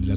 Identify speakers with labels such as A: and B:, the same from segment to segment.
A: La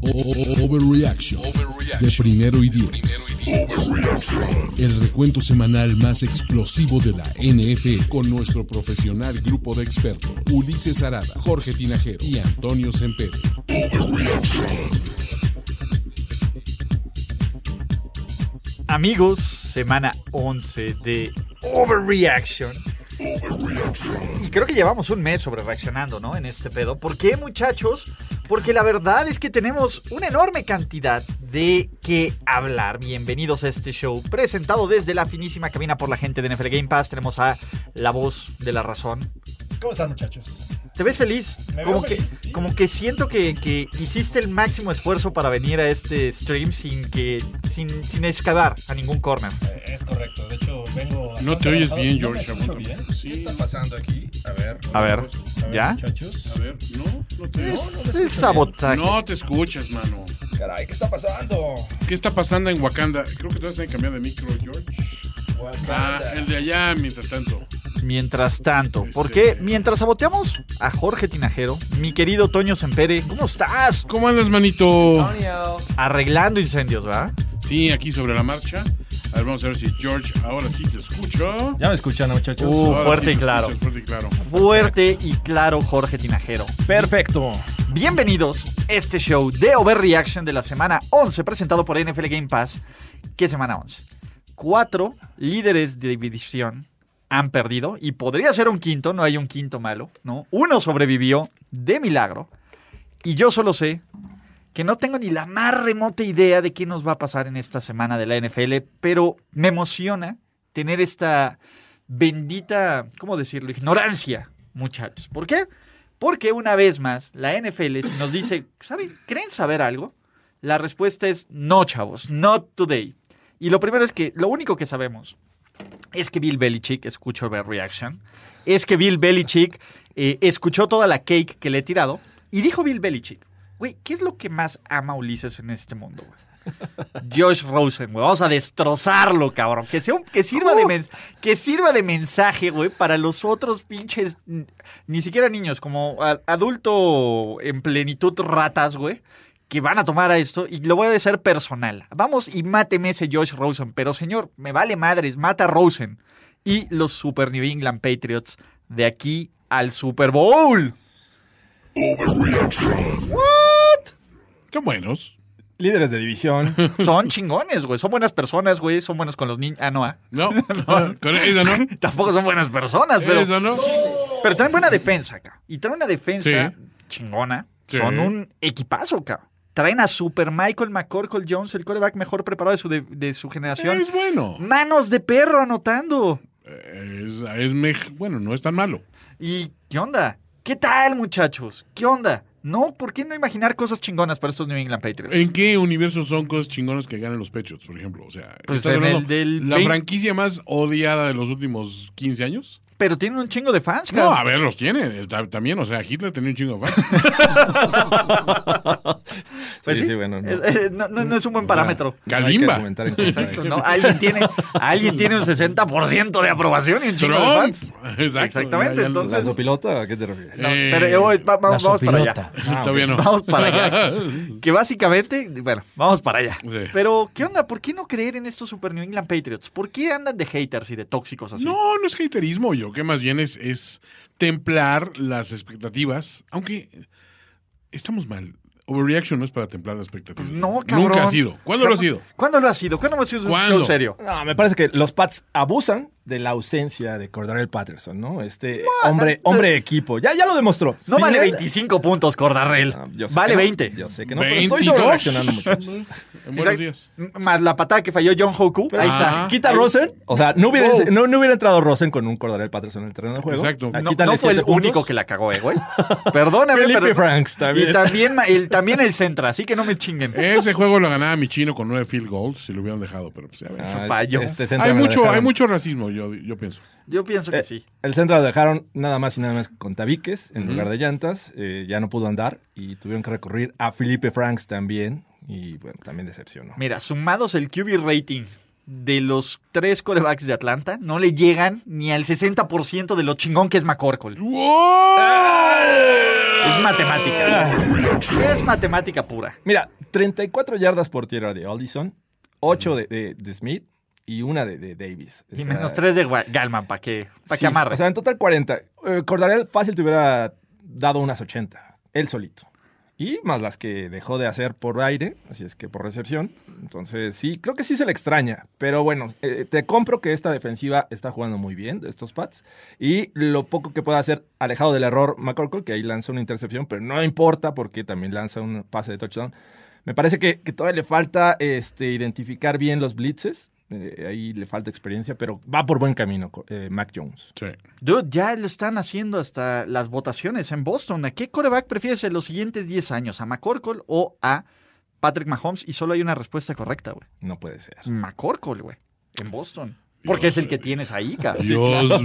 A: O- o- o- Overreaction de primero y diez. El recuento semanal más explosivo de la NFL con nuestro profesional grupo de expertos Ulises Arada, Jorge Tinajero y Antonio Sempere.
B: Amigos, semana 11 de Overreaction. Y creo que llevamos un mes sobre reaccionando, ¿no? En este pedo. ¿Por qué, muchachos? Porque la verdad es que tenemos una enorme cantidad de que hablar. Bienvenidos a este show presentado desde la finísima cabina por la gente de NFL Game Pass. Tenemos a la voz de la razón.
C: ¿Cómo están, muchachos?
B: ¿Te ves feliz?
C: Me veo
B: como que,
C: feliz, sí.
B: como que siento que, que hiciste el máximo esfuerzo para venir a este stream sin que sin, sin excavar a ningún corner.
C: Eh, Es correcto, de hecho vengo.
D: No
C: bastante
D: te oyes
C: relajado.
D: bien,
C: No me
D: George.
C: escucho
D: aguántame.
C: bien.
D: Sí,
C: ¿Qué está pasando aquí? A ver.
B: A ver,
C: a ver,
B: ¿ya?
C: Muchachos.
D: a ver, no, no
B: Es
D: te
C: no me
B: el
C: escucho
B: sabotaje.
D: No te escuchas, mano.
C: Caray, ¿qué está pasando?
D: ¿Qué está pasando en Wakanda? Creo que te vas a cambiar de micro, George. Ah,
C: Wakanda.
D: el de allá, mientras tanto.
B: Mientras tanto, porque mientras saboteamos a Jorge Tinajero, mi querido Toño Sempere, ¿cómo estás?
D: ¿Cómo andas, manito?
B: Arreglando incendios, ¿verdad?
D: Sí, aquí sobre la marcha. A ver, vamos a ver si George ahora sí te escucho.
E: Ya me escuchan, muchachos.
B: Uh,
D: Ahora
B: fuerte
D: sí
B: y
D: te
B: claro.
D: escuchas, fuerte y claro.
B: Fuerte y claro, Jorge Tinajero.
E: Perfecto.
B: Bienvenidos a este show de Overreaction de la semana 11, presentado por NFL Game Pass. ¿Qué semana 11? Cuatro líderes de división han perdido y podría ser un quinto, no hay un quinto malo, ¿no? Uno sobrevivió de milagro y yo solo sé que no tengo ni la más remota idea de qué nos va a pasar en esta semana de la NFL, pero me emociona tener esta bendita, ¿cómo decirlo? Ignorancia, muchachos. ¿Por qué? Porque una vez más, la NFL si nos dice, ¿saben? ¿Creen saber algo? La respuesta es no, chavos, not today. Y lo primero es que lo único que sabemos es que Bill Belichick escuchó Overreaction, es que Bill Belichick eh, escuchó toda la cake que le he tirado y dijo Bill Belichick, güey, ¿qué es lo que más ama Ulises en este mundo, güey? Josh Rosen, güey, vamos a destrozarlo, cabrón. Que, sea un- que, sirva, de mens- que sirva de mensaje, güey, para los otros pinches, n- ni siquiera niños, como a- adulto en plenitud ratas, güey, que van a tomar a esto y lo voy a hacer personal. Vamos y máteme ese Josh Rosen, pero señor, me vale madres, mata a Rosen y los Super New England Patriots de aquí al Super Bowl.
D: Qué buenos.
E: Líderes de división.
B: Son chingones, güey, son buenas personas, güey, son buenos con los niños. Ah, no, ah.
D: No, con esa no.
B: Tampoco son buenas personas, pero...
D: Esa no.
B: Pero traen buena defensa acá. Y traen una defensa
D: Sí.
B: chingona.
D: Sí.
B: Son un equipazo, cabrón. Traen a Super Michael McCorkle Jones, el coreback mejor preparado de su, de, de su generación.
D: Es bueno.
B: Manos de perro anotando.
D: Es, es mej- bueno, no es tan malo.
B: ¿Y qué onda? ¿Qué tal, muchachos? ¿Qué onda? No, ¿por qué no imaginar cosas chingonas para estos New England Patriots?
D: ¿En qué universo son cosas chingonas que ganan los Patriots, por ejemplo? O sea,
B: Pues
D: ¿estás
B: en el
D: hablando
B: del
D: la
B: 20
D: franquicia más odiada de los últimos 15 años.
B: Pero tienen un chingo de fans,
D: No, a
B: cabrón.
D: ver, los tiene eh, ta- también. O sea, Hitler tenía un chingo de fans.
B: Pues
E: sí, sí, bueno, no.
B: Es- es- no- no- no es un buen parámetro.
E: Hay que
D: Kalimba,
E: argumentar en contra de
B: Exacto,
E: eso.
B: ¿no? Alguien tiene, alguien tiene un 60% de aprobación y un chingo de
D: Trump.
B: fans.
D: Exacto,
B: Exactamente,
D: ya- ya-
B: entonces-
E: ¿La sopilota? ¿A qué te refieres?
B: No,
D: Eh,
B: pero eh, voy- va- vamos, vamos para allá.
E: Ah,
D: Todavía no.
B: Vamos para allá. Que básicamente, bueno, vamos para allá.
D: Sí.
B: Pero, ¿qué onda? ¿Por qué no creer en estos Super New England Patriots? ¿Por qué andan de haters y de tóxicos así?
D: No, no es haterismo, yo, que más bien es, es templar las expectativas, aunque estamos mal. Overreaction no es para templar las expectativas.
B: Pues no, cabrón.
D: Nunca ha sido. ¿Cuándo lo ha
B: Jamás-
D: sido?
B: ¿Cuándo lo ha sido? ¿Cuándo hemos sido un
D: ¿Cuándo?
B: show serio?
E: No, me parece que los Pats abusan de la ausencia de Cordarel Patterson, ¿no? Este hombre, hombre de equipo. Ya, ya lo demostró.
B: No
E: Sin
B: vale
E: él-
B: 25 puntos, Cordarrel.
E: Ah, yo sé
B: vale
E: que no,
B: 20.
E: yo sé que no, pero estoy
D: 22.
E: sobrereaccionando muchachos.
D: En buenos
B: Exacto.
D: días. ah,
B: M- Más la patada que falló John Hoku. Ahí
D: Ajá.
B: está.
E: Quita Rosen. O sea, no hubiera,
B: Wow.
E: no, no hubiera entrado Rosen con un Cordarel Patterson en el terreno de juego.
D: Exacto.
E: Ah,
B: No,
E: quítale
B: no fue el
E: siete puntos.
B: único que la cagó, eh, güey. Perdóname,
E: Felipe
B: pero-
E: Franks también.
B: Y también ma- el, también el Centra, así que no me chinguen.
D: Ese juego lo ganaba mi chino con nueve field goals si lo hubieran dejado, pero pues ya ven.
E: Ah,
B: falló.
E: centro
D: Hay
E: me lo
D: mucho,
E: dejaron.
D: hay mucho racismo, yo, yo pienso.
B: Yo pienso que
E: Eh,
B: sí.
E: El centro lo dejaron nada más y nada más con tabiques en lugar de llantas. Eh, ya no pudo andar y tuvieron que recurrir a Felipe Franks también. Y bueno, también decepcionó.
B: Mira, sumados el QB rating de los tres corebacks de Atlanta, no le llegan ni al 60% de lo chingón que es McCorkle. Es matemática. Es matemática pura.
E: Mira, 34 yardas por tierra de Oldison, 8 de, de- de Smith y una de, de Davis. O
B: Y
E: sea,
B: menos tres de Gua- Galman para que, pa'
E: sí,
B: que amarre.
E: O sea, en total 40. Eh, Cordarel fácil te hubiera dado unas 80, él solito. Y más las que dejó de hacer por aire, así es que por recepción. Entonces, sí, creo que sí se le extraña. Pero bueno, eh, te compro que esta defensiva está jugando muy bien de estos Pats. Y lo poco que pueda hacer alejado del error McCorkle, que ahí lanza una intercepción, pero no importa porque también lanza un pase de touchdown. Me parece que, que todavía le falta este, identificar bien los blitzes. Eh, ahí le falta experiencia, pero va por buen camino eh, Mac Jones.
D: Sí.
B: Dude, ya lo están haciendo hasta las votaciones en Boston. ¿A qué coreback prefieres en los siguientes 10 años? ¿A McCorkle o a Patrick Mahomes? Y solo hay una respuesta correcta, güey.
E: No puede ser.
B: McCorkle, güey. En Boston. Porque es el que tienes ahí, cabrón.
D: Dios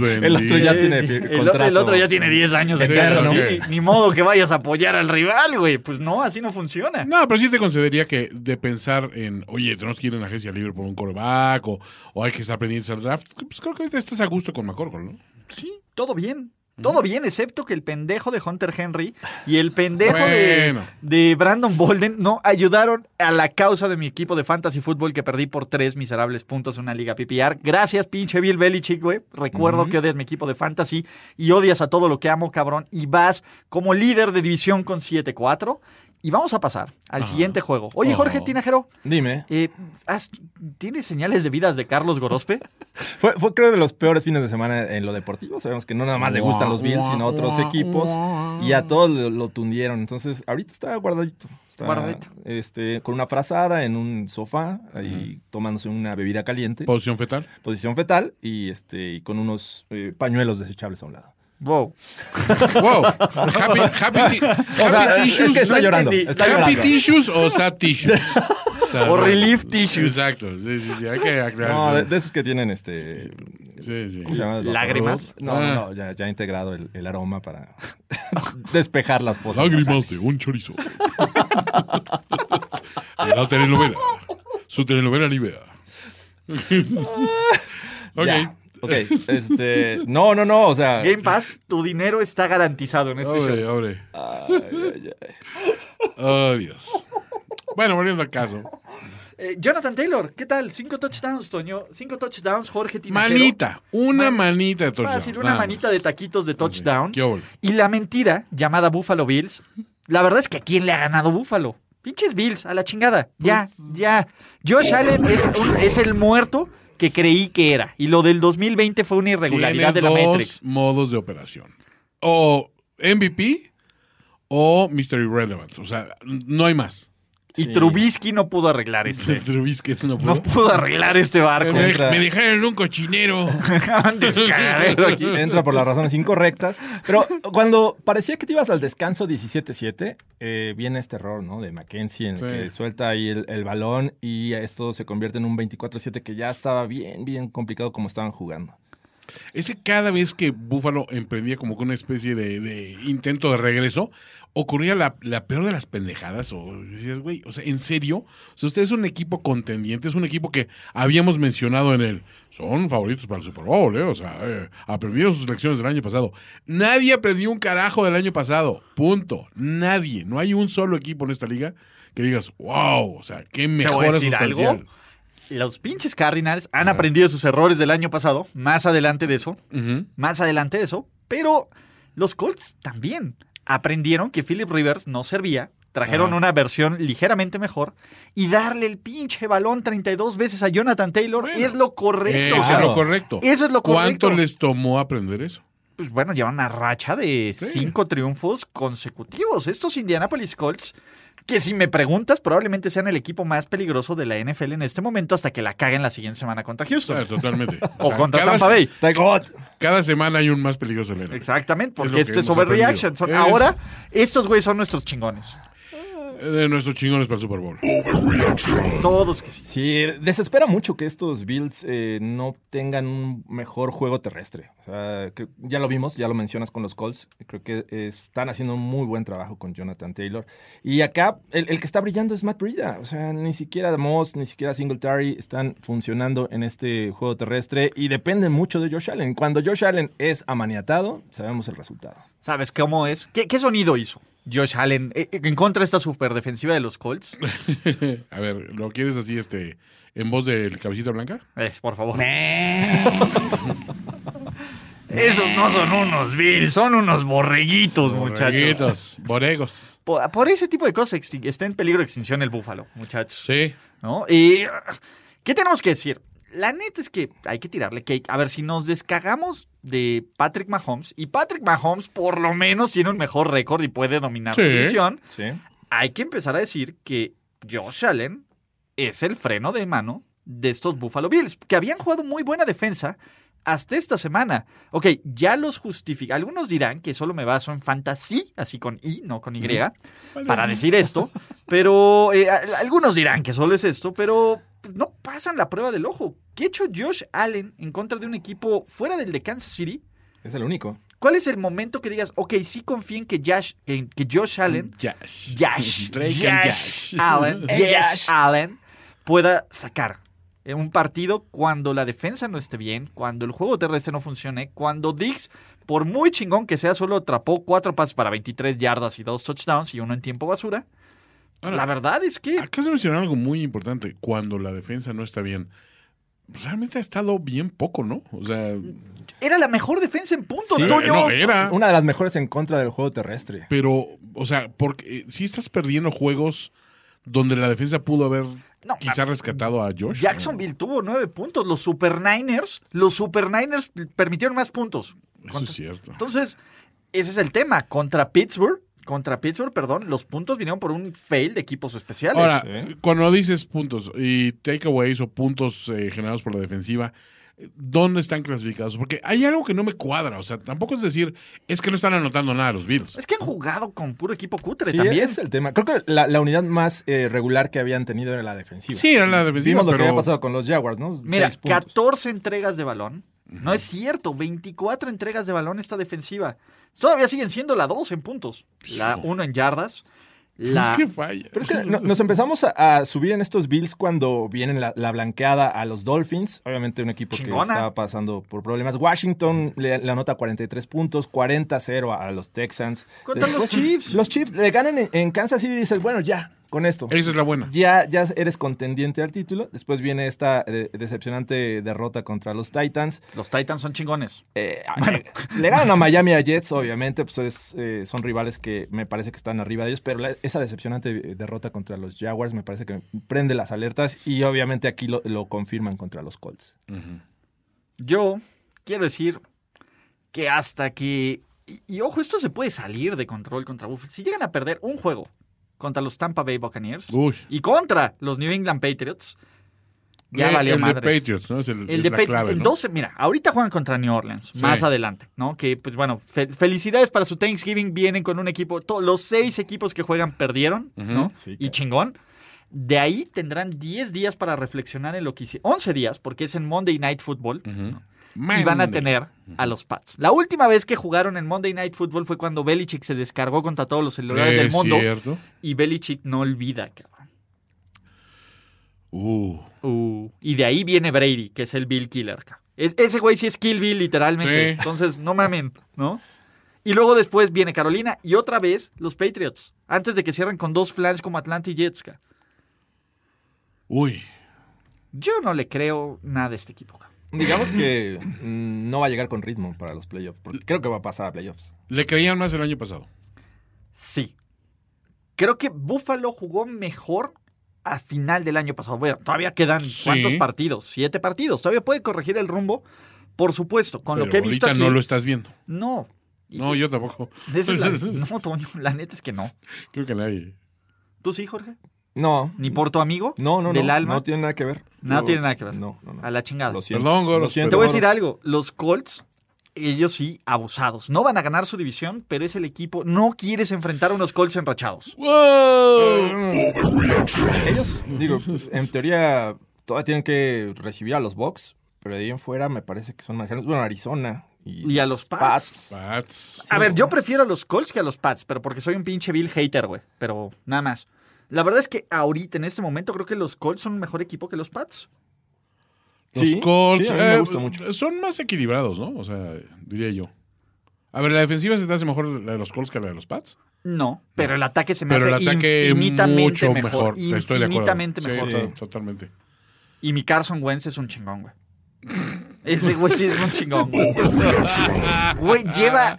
D: bendito.
E: El otro ya tiene fi-
B: el,
E: contrato.
B: otro- el otro ya tiene 10 años de
E: Eterno.
B: sí, Ni modo que vayas a apoyar al rival, güey. Pues no, así no funciona.
D: No, pero sí te concedería que de pensar en, oye, tenemos que ir en la agencia libre por un coreback o, o hay que estar pendientes al draft. Pues creo que ahorita estás a gusto con McCorkle, ¿no?
B: Sí, todo bien. Todo bien, excepto que el pendejo de Hunter Henry y el pendejo
D: Bueno.
B: de, de Brandon Bolden no ayudaron a la causa de mi equipo de fantasy fútbol que perdí por tres miserables puntos en una liga PPR. Gracias, pinche Bill Belichick, güey. Recuerdo que odias mi equipo de fantasy y odias a todo lo que amo, cabrón. Y vas como líder de división con 7-4. Y vamos a pasar al siguiente juego. Oye, Jorge Tinajero,
E: Dime.
B: eh, ¿has- ¿tienes señales de vidas de Carlos Gorospe?
E: Fue, fue, creo de los peores fines de semana en lo deportivo. Sabemos que no nada más le gustan los Bills, sino a otros equipos. Y a todos lo, lo tundieron. Entonces, ahorita está guardadito. Está
B: Guardadito.
E: Este, con una frazada en un sofá, ahí tomándose una bebida caliente,
D: Posición fetal.
E: posición fetal, y este, y con unos eh, pañuelos desechables a un lado.
B: Wow.
D: Wow. Happy, happy, ti- happy
E: sea,
D: tissues.
E: Ah, es que está
D: ¿no?
E: llorando, está
D: happy
E: llorando.
D: tissues o sad tissues. O, sea,
B: O
D: no.
B: relief tissues.
D: Exacto. Sí, sí, sí, Hay que aclarar.
E: No, de,
D: eso.
E: de esos que tienen este.
D: Sí, sí.
E: ¿cómo se llama?
B: ¿Lágrimas?
E: No, no, no, ya, ya ha integrado el, el aroma para despejar las fosas.
D: Lágrimas de
E: nasales.
D: un chorizo. La telenovela. Su telenovela nivea. ok.
E: Ya, ok, este, no, no, no, o sea,
B: Game Pass, tu dinero está garantizado en este show.
D: Abre, abre. Ay, Dios. Bueno, volviendo al caso.
B: Eh, Jonathan Taylor, ¿qué tal? Cinco touchdowns, Toño. Cinco touchdowns, Jorge Tinajero.
D: Manita. Una
B: Man-
D: manita de touchdown.
B: Fácil, una
D: nada
B: manita
D: más.
B: de taquitos de touchdown.
D: ¿Qué hubo?
B: Y la mentira, llamada Buffalo Bills. La verdad es que ¿a quién le ha ganado Buffalo? Pinches Bills, a la chingada. Ya, ya. Josh Allen es, un- es el muerto que creí que era. Y lo del 2020 fue una irregularidad de
D: Tiene
B: la
D: dos
B: Matrix.
D: modos de operación. O MVP o Mr. Irrelevant. O sea, no hay más.
B: Y Trubisky no pudo arreglar este.
D: Trubisky no pudo.
B: No pudo arreglar este barco.
D: me, dej-
E: Entra.
D: me dejaron en un cochinero.
B: Acaban de cagadero aquí.
E: entra por las razones incorrectas, pero cuando parecía que te ibas al descanso 17-7, eh, viene este error, ¿no? De Mackenzie, en el
D: Sí.
E: que suelta ahí el, el balón y esto se convierte en un 24-7 que ya estaba bien, bien complicado como estaban jugando.
D: Ese cada vez que Búfalo emprendía como que una especie de, de intento de regreso, ocurría la, la peor de las pendejadas. O decías, güey, o sea, en serio, o sea, usted es un equipo contendiente, es un equipo que habíamos mencionado en el. Son favoritos para el Super Bowl, ¿eh? O sea, eh, aprendieron sus lecciones del año pasado. Nadie aprendió un carajo del año pasado. Punto. Nadie. No hay un solo equipo en esta liga que digas, wow, o sea, qué
B: Te voy
D: mejora
B: a decir
D: sustancial.
B: algo. Los pinches Cardinals han aprendido sus errores del año pasado. Más adelante de eso.
D: Ujú.
B: Más adelante de eso. Pero los Colts también aprendieron que Philip Rivers no servía Trajeron una versión ligeramente mejor y darle el pinche balón 32 veces a Jonathan Taylor es lo correcto.
D: Eso
B: o sea,
D: es Eh, ah, lo correcto.
B: Eso es lo correcto.
D: ¿Cuánto les tomó aprender eso?
B: Pues bueno, llevan una racha de
D: Sí.
B: cinco triunfos consecutivos. Estos Indianapolis Colts, que si me preguntas, probablemente sean el equipo más peligroso de la NFL en este momento hasta que la caguen la siguiente semana contra Houston.
D: Claro, Eh, totalmente.
B: O
D: sea,
B: contra
D: cada-
B: Tampa Bay.
E: Thank God.
D: Cada semana hay un más peligroso del NFL.
B: Exactamente,
D: Es lo
B: porque
D: que
B: esto es
D: hemos
B: overreaction. Son-
D: aprendido.
B: ahora, estos güeyes son nuestros chingones.
D: Eh, De nuestros chingones para el Super Bowl.
B: Todos que sí.
E: Sí, desespera mucho que estos Bills eh, no tengan un mejor juego terrestre. O sea, creo- ya lo vimos, ya lo mencionas con los Colts. Creo que están haciendo un muy buen trabajo con Jonathan Taylor. Y acá el, el que está brillando es Matt Breida. O sea, ni siquiera Moss, ni siquiera Singletary están funcionando en este juego terrestre y dependen mucho de Josh Allen. Cuando Josh Allen es amaniatado, sabemos el resultado.
B: ¿Sabes cómo es? ¿Qué, qué sonido hizo Josh Allen eh, eh, en contra de esta superdefensiva de los Colts?
D: A ver, ¿lo quieres así este en voz del Cabecita Blanca?
B: Eh, por favor. Esos no son unos Bills, son unos borreguitos, muchachos.
D: Borreguitos, Boregos.
B: Por, por ese tipo de cosas extin- está en peligro de extinción el búfalo, muchachos.
D: Sí.
B: ¿no? Y ah, ¿qué tenemos que decir? La neta es que hay que tirarle cake. A ver, si nos descagamos de Patrick Mahomes, y Patrick Mahomes por lo menos tiene un mejor récord y puede dominar su
D: Sí.
B: división,
E: Sí.
B: hay que empezar a decir que Josh Allen es el freno de mano de estos Buffalo Bills, que habían jugado muy buena defensa hasta esta semana. Ok, ya los justifica. Algunos dirán que solo me baso en fantasy, así con I, no con Y, para decir esto, pero eh, a- algunos dirán que solo es esto, pero no pasan la prueba del ojo. ¿Qué ha hecho Josh Allen en contra de un equipo fuera del de Kansas City?
E: Es el único.
B: ¿Cuál es el momento que digas, ok, sí confío en que Josh, en que Josh Allen
D: Yash.
B: Yash,
D: Drake and
B: Yash Ah,
D: Yash.
B: Allen,
E: Eh,
B: Yash
E: Yash.
B: Allen pueda sacar en un partido cuando la defensa no esté bien, cuando el juego terrestre no funcione, cuando Dix, por muy chingón que sea, solo atrapó cuatro pases para 23 yardas y dos touchdowns y uno en tiempo basura.
D: Ahora,
B: la verdad es que
D: Acá se mencionó algo muy importante. Cuando la defensa no está bien, realmente ha estado bien poco, ¿no? O sea,
B: era la mejor defensa en puntos, Pues
D: eh,
B: Toño.
D: no era.
E: Una de las mejores en contra del juego terrestre.
D: Pero, o sea, porque eh, si estás perdiendo juegos donde la defensa pudo haber
B: No,
D: quizá rescatado a Josh.
B: Jacksonville tuvo nueve puntos. Los Super Niners, los Super Niners permitieron más puntos.
D: ¿no? Eso es cierto.
B: Entonces, ese es el tema. Contra Pittsburgh, contra Pittsburgh, perdón, los puntos vinieron por un fail de equipos especiales.
D: Ahora,
E: Sí.
D: cuando dices puntos y takeaways o puntos eh, generados por la defensiva, ¿dónde están clasificados? Porque hay algo que no me cuadra. O sea, tampoco es decir, es que no están anotando nada los Bills.
B: es que han jugado con puro equipo cutre
E: Sí,
B: también.
E: es el tema. Creo que la, la unidad más eh, regular que habían tenido era la defensiva.
D: Sí, era la defensiva,
E: Vimos lo que
D: pero-
E: había pasado con los Jaguars, ¿no?
B: pues Mira,
E: Seis puntos.
B: 14 entregas de balón. No es cierto, 24 entregas de balón esta defensiva. Todavía siguen siendo la 2 en puntos, la 1 en yardas, la
D: Es que pues, falla.
E: Pero Pues es que no- nos empezamos a, a subir en estos Bills cuando vienen la, la blanqueada a los Dolphins. Obviamente un equipo que
B: Chingona.
E: estaba pasando por problemas. Washington le, le anota 43 puntos, 40-0 a, a los Texans. Eh,
B: Contra los Chiefs.
E: Los Chiefs le ganan en, en Kansas City y dices, bueno, ya, con esto.
D: Esa es la buena.
E: Ya, ya eres contendiente al título. Después viene esta eh, decepcionante derrota contra los Titans.
B: los Titans son chingones.
E: Eh, Le ganan a Miami a Jets, obviamente, pues es, eh, son rivales que me parece que están arriba de ellos, pero la- esa decepcionante eh, derrota contra los Jaguars me parece que prende las alertas y obviamente aquí lo, lo confirman contra los Colts.
B: Yo quiero decir que hasta que. Y, y ojo, esto se puede salir de control contra Buffalo. Si llegan a perder un juego contra los Tampa Bay Buccaneers
D: Uy.
B: y contra los New England Patriots, ya
D: Eh, el,
B: valió
D: el
B: madres.
D: de Patriots, ¿no? Es el,
B: El
D: es
B: de
D: la
B: Pat-
D: clave,
B: en
D: ¿no?
B: 12, mira, ahorita juegan contra New Orleans,
D: Sí.
B: más adelante, ¿no? Que, pues bueno, fe- felicidades para su Thanksgiving, vienen con un equipo, to- los seis equipos que juegan perdieron, ¿no?
E: Sí,
B: y
E: claro.
B: chingón. De ahí tendrán 10 días para reflexionar en lo que hicieron, 11 días, porque es en Monday Night Football, ¿no?
D: Man,
B: y van a tener a los Pats. La última vez que jugaron en Monday Night Football fue cuando Belichick se descargó contra todos los celulares
D: es
B: del mundo
D: cierto.
B: y Belichick no olvida, cabrón.
D: Uh,
B: Uh, y de ahí viene Brady, que es el Bill Killer. ca. Es- ese güey sí es Kill Bill, literalmente.
D: Sí.
B: Entonces, no mamen, ¿no? Y luego después viene Carolina y otra vez los Patriots. Antes de que cierren con dos flans como Atlanta y Jets. ca.
D: uy.
B: Yo no le creo nada a este equipo. ca.
E: Digamos que mm, no va a llegar con ritmo para los playoffs, porque creo que va a pasar a playoffs.
D: Le creían más el año pasado.
B: Sí. Creo que Buffalo jugó mejor a final del año pasado. Bueno, todavía quedan
D: Sí.
B: cuántos partidos, siete partidos. Todavía puede corregir el rumbo, por supuesto. Con
D: Pero
B: lo que he visto
D: ahorita
B: aquí,
D: no lo estás viendo.
B: no. Y-
D: No, yo tampoco.
B: esa es la- no, Toño, la neta es que no.
D: Creo que nadie.
B: ¿Tú sí, Jorge?
E: No.
B: ¿Ni por tu amigo?
E: No, no,
B: ¿Del
E: no.
B: alma?
E: No tiene nada que ver.
B: Nada
E: Yo-
B: tiene nada que ver.
E: No, no, no.
B: A la chingada.
E: Lo siento.
D: Perdón, Goros,
E: Lo siento,
B: Te voy a decir
E: Goros.
B: algo. Los Colts, ellos sí, abusados. No van a ganar su división, pero es el equipo. No quieres enfrentar a unos Colts enrachados.
E: Ellos, digo, en teoría todavía tienen que recibir a los Bucks, pero de ahí en fuera me parece que son manejados. Bueno, Arizona y,
B: Y a los Pats.
D: Pats.
B: A ver, yo prefiero a los Colts que a los Pats, pero porque soy un pinche Bill hater, güey. Pero nada más. La verdad es que ahorita, en este momento, creo que los Colts son un mejor equipo que los Pats.
D: Los
E: Sí,
D: Colts.
E: sí, a mí me
D: eh,
E: gusta mucho.
D: Son más equilibrados, ¿no? O sea, diría yo. A ver, la defensiva se te hace mejor la de los Colts que la de los Pats.
B: No, pero el ataque se me
D: Pero el
B: hace
D: ataque
B: infinitamente
D: mucho
B: mejor.
D: mejor. Sí, Estoy de acuerdo.
B: Infinitamente
D: Sí,
B: mejor.
D: to- totalmente.
B: Y mi Carson Wentz es un chingón, güey. Ese güey sí es un chingón, güey. Güey, lleva.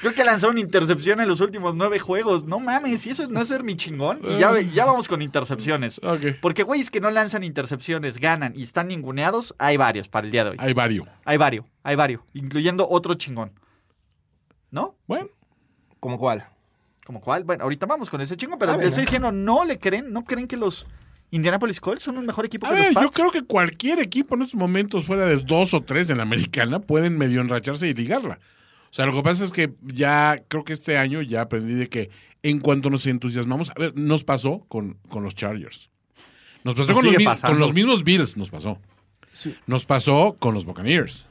B: Creo que ha lanzado una intercepción en los últimos nueve juegos. No mames, y eso no es ser mi chingón. Y ya, ya vamos con intercepciones.
D: Ok.
B: Porque güeyes que no lanzan intercepciones, ganan y están ninguneados, hay varios para el día de hoy.
D: Hay varios.
B: Hay varios, hay varios. Incluyendo otro chingón. ¿No?
D: Bueno,
E: ¿Como cuál?
B: ¿Como cuál? Bueno, ahorita vamos con ese chingón, pero
E: Ah,
B: les
E: venga.
B: estoy diciendo, no le creen, no creen que los Indianapolis Colts son un mejor equipo
D: a
B: que
D: ver,
B: los
D: yo
B: Pats.
D: creo que cualquier equipo en estos momentos, fuera de dos o tres en la americana, pueden medio enracharse y ligarla. O sea, lo que pasa es que ya, creo que este año ya aprendí de que en cuanto nos entusiasmamos, a ver, nos pasó con, con los Chargers. Nos pasó
B: Nos
D: con los,
B: sigue
D: mi-
B: pasando.
D: con los mismos Bills, nos pasó. Nos pasó con los Buccaneers.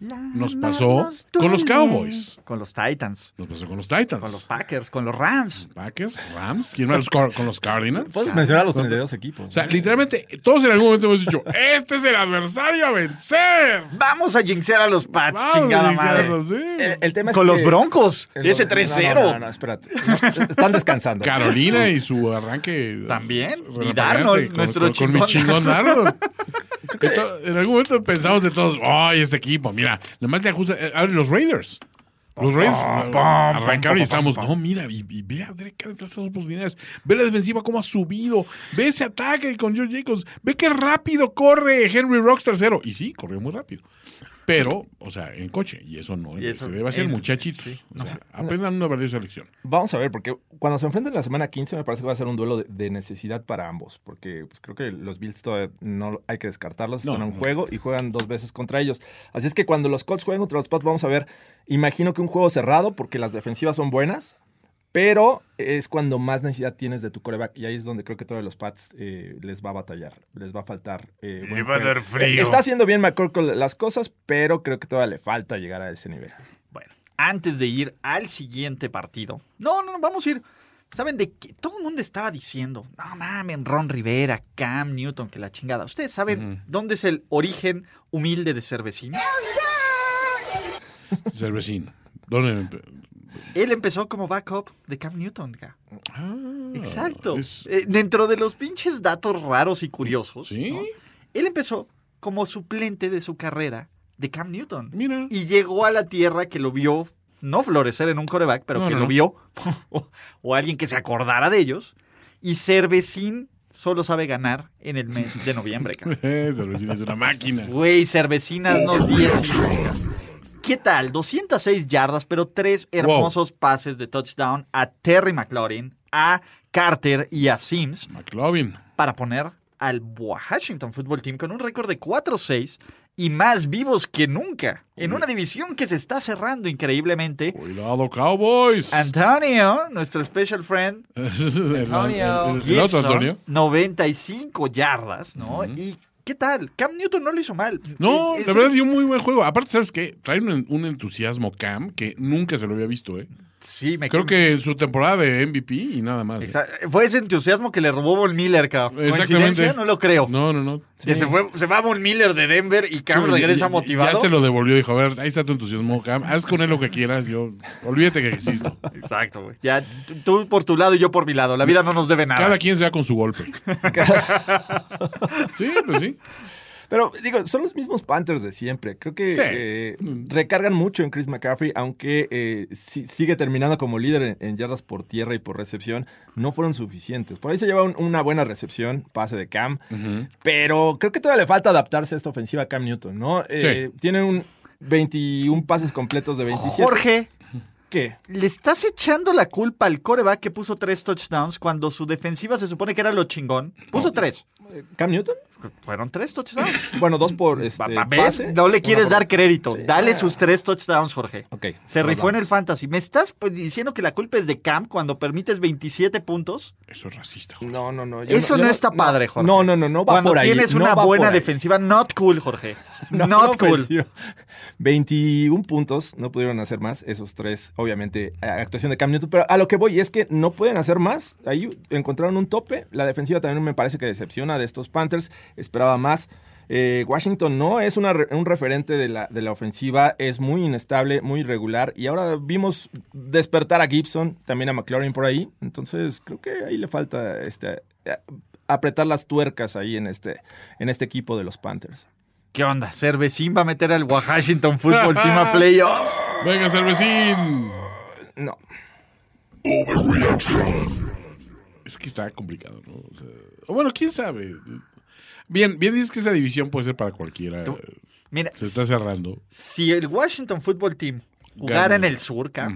D: Nos pasó con los Cowboys.
B: Con los Titans.
D: Nos pasó con los Titans.
B: Con los Packers, con los Rams.
D: Packers, Rams, ¿quién más? Los Car- con los Cardinals.
B: Pues,
E: Puedes mencionar los 32 equipos.
D: O sea, literalmente, todos en algún momento hemos dicho, este es el adversario a vencer.
B: Vamos a jinxear a los Pats,
D: Vamos,
B: chingada madre.
D: Feliciano, sí.
E: el, el tema es
B: Con
E: que-
B: los Broncos,
E: el-
B: ese
E: no,
B: 3-0.
E: No, no, no, espérate. No, están descansando.
D: Carolina y su arranque.
B: También. Y
D: relajante
B: Darnold, nuestro
D: con, mi
B: chingón.
D: chingón Darnold. Que to- en algún momento pensamos de todos, ¡ay, este equipo! Mira, nomás te ajusta. eh, A ver, los Raiders. Los Raiders eh, arrancaron y estábamos, no, mira, y, y ve a Derek Carr tras esas oportunidades. Ve la defensiva cómo ha subido. Ve ese ataque con George Jacobs. Ve qué rápido corre Henry Rocks tercero. Y sí, corrió muy rápido. Pero, o sea, en coche. Y eso no
B: Y eso-
D: se debe hacer,
B: en-
D: muchachitos. O sea, aprendan una valiosa lección.
E: Vamos a ver, porque cuando se enfrenten la semana 15 me parece que va a ser un duelo de, de necesidad para ambos, porque pues, creo que los Bills todavía no lo- hay que descartarlos,
D: No,
E: están en
D: no.
E: juego y juegan dos veces contra ellos. Así es que cuando los Colts jueguen contra los Pats vamos a ver, imagino que un juego cerrado porque las defensivas son buenas, pero es cuando más necesidad tienes de tu coreback y ahí es donde creo que todos los Pats eh, les va a batallar, les va a faltar. eh, buen juego. Eh, Está haciendo bien McCorkle las cosas, pero creo que todavía le falta llegar a ese nivel.
B: Bueno, antes de ir al siguiente partido. No, no, no, vamos a ir. ¿Saben de qué? Todo el mundo estaba diciendo, no mames, Ron Rivera, Cam Newton, que la chingada. ¿Ustedes saben dónde es el origen humilde de Cervecino?
D: Cervecín. ¿Dónde?
B: Él empezó como backup de Cam Newton. ca.
D: Ah,
B: Exacto.
D: es-
B: Eh, dentro de los pinches datos raros y curiosos,
D: Sí.
B: ¿no? él empezó como suplente de su carrera de Cam Newton.
D: Mira.
B: Y llegó a la tierra que lo vio, no florecer en un coreback, pero
D: No,
B: que
D: no,
B: lo
D: no.
B: vio, o, o alguien que se acordara de ellos. Y Cervecín solo sabe ganar en el mes de noviembre. ca.
D: Eh, Cervecín es una máquina.
B: Güey, Cervecinas nos 10. ¿Qué tal? 206 yardas, pero tres hermosos pases de touchdown a Terry McLaurin, a Carter y a Sims
D: McLovin.
B: para poner al Washington Football Team con un récord de 4-6 y más vivos que nunca en una división que se está cerrando increíblemente.
D: Cuidado, Cowboys.
B: Antonio, nuestro special friend,
D: El- el- el- el otro
B: Gibson,
D: Antonio.
B: 95 yardas, ¿no? ¿Y qué tal? Cam Newton no lo hizo mal.
D: No,
B: Es- es
D: la
B: el-
D: verdad dio muy buen juego. Aparte, ¿sabes qué? Trae un, un entusiasmo Cam que nunca se lo había visto, ¿eh?
B: Sí, me
D: Creo que en su temporada de MVP y nnada más. ¿eh?
B: Exa- Fue ese entusiasmo que le robó Von Miller, cabrón. ¿Coincidencia? No lo creo.
D: No, no, no.
B: Que se, fue, se va Von Miller de Denver y Cam regresa
D: Ya-
B: motivado.
D: Ya se lo devolvió, dijo, a ver, ahí está tu entusiasmo, Cam. Haz con él lo que quieras, yo. Olvídate que existo.
B: Exacto, güey. Ya tú- tú por tu lado y yo por mi lado. La vida no nos debe nada.
D: Cada quien se va con su golpe. sí, pues sí.
E: Pero digo, son los mismos Panthers de siempre. Creo que
D: Sí.
E: eh,
B: Mm.
E: recargan mucho en Chris McCaffrey, aunque eh, si- sigue terminando como líder en, en yardas por tierra y por recepción. No fueron suficientes. Por ahí se lleva un- una buena recepción, pase de Cam. Pero creo que todavía le falta adaptarse a esta ofensiva a Cam Newton, ¿no? Eh, Tiene un 21 pases completos de 27.
B: Jorge,
E: ¿Qué?
B: le estás echando la culpa al coreback que puso tres touchdowns cuando su defensiva se supone que era lo chingón. Puso tres.
E: ¿Cam Newton?
B: Fueron tres touchdowns.
E: Bueno, dos por este,
B: Mm, Papá, ¿ves?
E: pase.
B: No le
E: Uno
B: quieres
E: por-
B: dar crédito.
E: Sí.
B: Dale sus tres touchdowns, Jorge.
E: Ok,
B: Se
E: nos
B: rifó en el fantasy. ¿Me estás pues, diciendo que la culpa es de Cam cuando permites 27 puntos?
D: Eso es racista, Jorge.
E: No, no, no. yo
B: Eso no,
E: yo
B: está padre, Jorge.
E: No, no, no, no va
B: Cuando
E: por ahí.
B: tienes
E: no
B: una
E: va
B: buena
E: por ahí.
B: defensiva, not cool, Jorge.
E: No,
B: not
E: no,
B: cool.
E: ofensivo. 21 puntos, no pudieron hacer más, esos tres, obviamente, a- actuación de Cam Newton, pero a lo que voy es que no pueden hacer más, ahí encontraron un tope, la defensiva también me parece que decepciona de estos Panthers, esperaba más. Eh, Washington no es una re- un referente de la, de la ofensiva, es muy inestable, muy irregular, y ahora vimos despertar a Gibson, también a McLaurin por ahí, entonces creo que ahí le falta este, a- apretar las tuercas ahí en este, en este equipo de los Panthers.
B: ¿Qué onda? Cervecín va a meter al Washington Football Team a playoffs.
D: Venga, cervecín.
E: No.
D: Es que está complicado, ¿no? O sea, o bueno, quién sabe. Bien, bien dices que esa división puede ser para cualquiera.
B: Mira,
D: Se está cerrando.
B: si el Washington Football Team jugara
D: Gana.
B: en el sur, ca,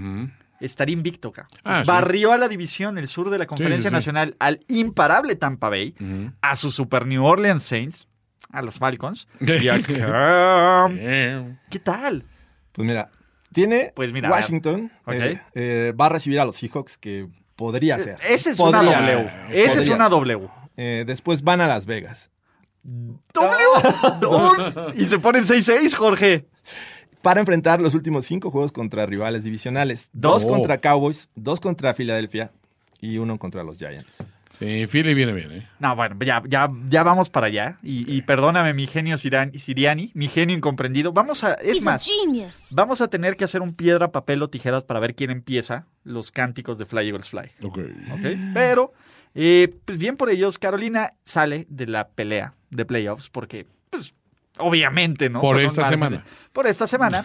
B: estaría invicto. ca.
D: Ah, sí.
B: Barrió a la división el sur de la Conferencia
D: Sí, sí, sí.
B: Nacional al imparable Tampa Bay, a su Super New Orleans Saints, a los Falcons. y a Cam.
D: Eh,
B: ¿Qué tal?
E: Pues mira, tiene
B: Pues mira,
E: Washington.
B: a ver.
E: eh,
B: Ok.
E: eh, va a recibir a los Seahawks, que podría ser.
B: Esa Eh, es
E: Podría
B: una
E: ser,
B: W. Esa es
E: podría
B: una
E: ser.
B: W.
E: Eh, después van a Las Vegas.
B: W dos y se ponen 6-6, Jorge.
E: Para enfrentar los últimos cinco juegos contra rivales divisionales. Dos
D: Oh.
E: contra Cowboys, dos contra Filadelfia y uno contra los Giants.
D: sí, Philly viene bien, ¿eh?
B: No, bueno, ya, ya, ya vamos para allá. Y, y perdóname, mi genio Siran- Siriani, mi genio incomprendido. Vamos a, es
F: He's
B: más,
F: a genius.
B: vamos a tener que hacer un piedra, papel o tijeras para ver quién empieza los cánticos de Fly Eagles Fly.
D: Ok.
B: ¿ok? Pero, eh, pues bien por ellos, Carolina sale de la pelea de playoffs porque, pues, obviamente, ¿no?
D: Por
B: un
D: esta
B: margen
D: semana.
B: de- por esta semana.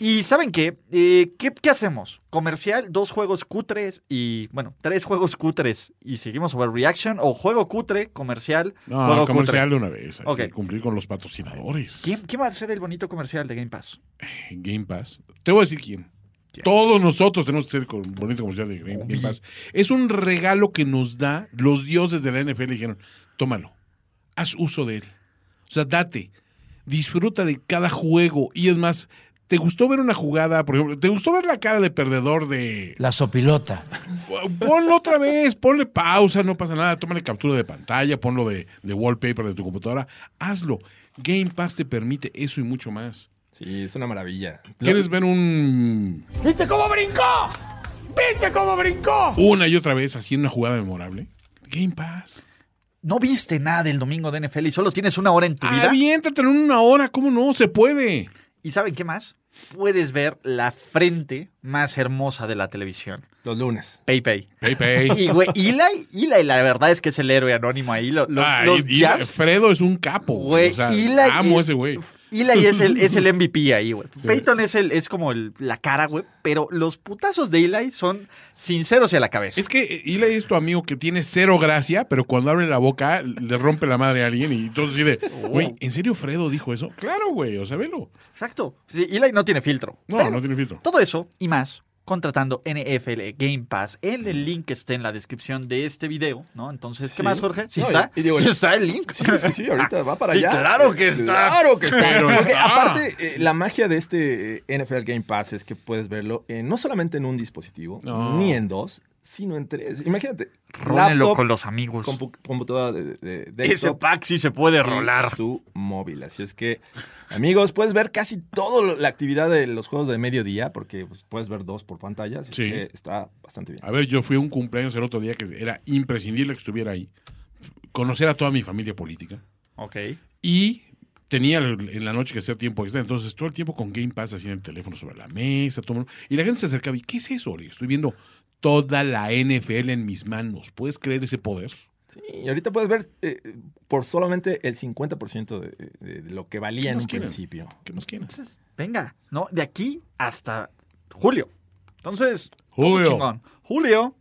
B: y ¿saben qué? Eh, qué? qué hacemos? ¿Comercial? ¿Dos juegos cutres? Y, bueno, tres juegos cutres y seguimos sobre reaction o juego cutre, comercial,
D: No,
B: juego
D: comercial
B: cutre.
D: de una vez. Hay
B: Ok.
D: que cumplir con los patrocinadores.
B: ¿Quién, quién va a ser el bonito comercial de Game Pass?
D: Game Pass. Te voy a decir quién. Todos nosotros tenemos que ser con bonito comercial de Game, Game Pass. Es un regalo que nos da los dioses de la NFL. Dijeron, tómalo, haz uso de él. O sea, date, disfruta de cada juego. Y es más, ¿te gustó ver una jugada? Por ejemplo, ¿te gustó ver la cara de perdedor de...
G: La sopilota.
D: Ponlo otra vez, ponle pausa, no pasa nada, tómale captura de pantalla, ponlo de, de wallpaper de tu computadora, hazlo. Game Pass te permite eso y mucho más.
E: Sí, es una maravilla.
D: ¿Quieres ver un.
G: ¿Viste cómo brincó? ¿Viste cómo brincó?
D: una y otra vez haciendo una jugada memorable? Game Pass.
B: No viste nada el domingo de NFL y solo tienes una hora en
D: Ah,
B: tu vida.
D: Aviéntatelo en una hora, ¿cómo no? Se puede.
B: ¿Y saben qué más? Puedes ver la frente más hermosa de la televisión.
E: Los lunes.
B: Pay Pay.
D: Pay, pay.
B: Y güey, Eli, Eli, la verdad es que es el héroe anónimo ahí. Lo- Los,
D: Ah,
B: los
D: y- y
B: Jazz,
D: Fredo es un capo.
B: güey.
D: o sea,
B: Eli
D: amo
B: es-
D: ese güey.
B: Eli es el, es el MVP ahí, güey. Peyton es, el, es como el- la cara, güey. Pero los putazos de Eli son sinceros y a la cabeza.
D: Es que Eli es tu amigo que tiene cero gracia, pero cuando abre la boca le rompe la madre a alguien y entonces dice, güey, ¿en serio Fredo dijo eso? Claro, güey, o sea, velo.
B: Exacto. Sí, Eli no tiene filtro.
D: No,
B: Pero
D: no tiene filtro.
B: Todo eso y más contratando NFL Game Pass en el link que está en la descripción de este video, ¿no? Entonces, ¿qué
E: Sí.
B: más, Jorge? ¿Sí
E: No,
B: está?
E: y- y digo,
B: ¿Sí está el link?
E: Sí, sí, sí, ahorita va para
B: Sí,
E: allá.
B: claro que está.
E: Claro que está.
D: Pero
E: Porque
D: está.
E: aparte, eh, la magia de este eh, NFL Game Pass es que puedes verlo eh, no solamente en un dispositivo,
D: No.
E: ni en dos, sino en tres. Imagínate,
B: Rólenlo
E: laptop,
B: con los amigos.
E: compu- computadora de, de- de
B: Ese
E: desktop
B: pack sí se puede
E: y
B: rolar.
E: tu móvil. Así es que, amigos, puedes ver casi toda la actividad de los juegos de mediodía, porque pues, puedes ver dos por pantalla, así es
D: Sí.
E: que está bastante bien.
D: A ver, yo fui a un cumpleaños el otro día que era imprescindible que estuviera ahí. Conocer a toda mi familia política.
B: Ok.
D: Y tenía el- en la noche que hacer tiempo extra. Entonces, todo el tiempo con Game Pass, así en el teléfono sobre la mesa. todo el mundo- y la gente se acercaba y, ¿qué es eso? Le digo, estoy viendo toda la NFL en mis manos. ¿Puedes creer ese poder?
E: Sí, y ahorita puedes ver eh, por solamente el 50% de, de- de lo que valía en
D: nos
E: un
D: quieren?
E: principio.
D: ¿Qué más quieres?
B: Entonces, venga, ¿no? De aquí hasta julio. Entonces, todo
D: Julio.
B: chingón. Julio.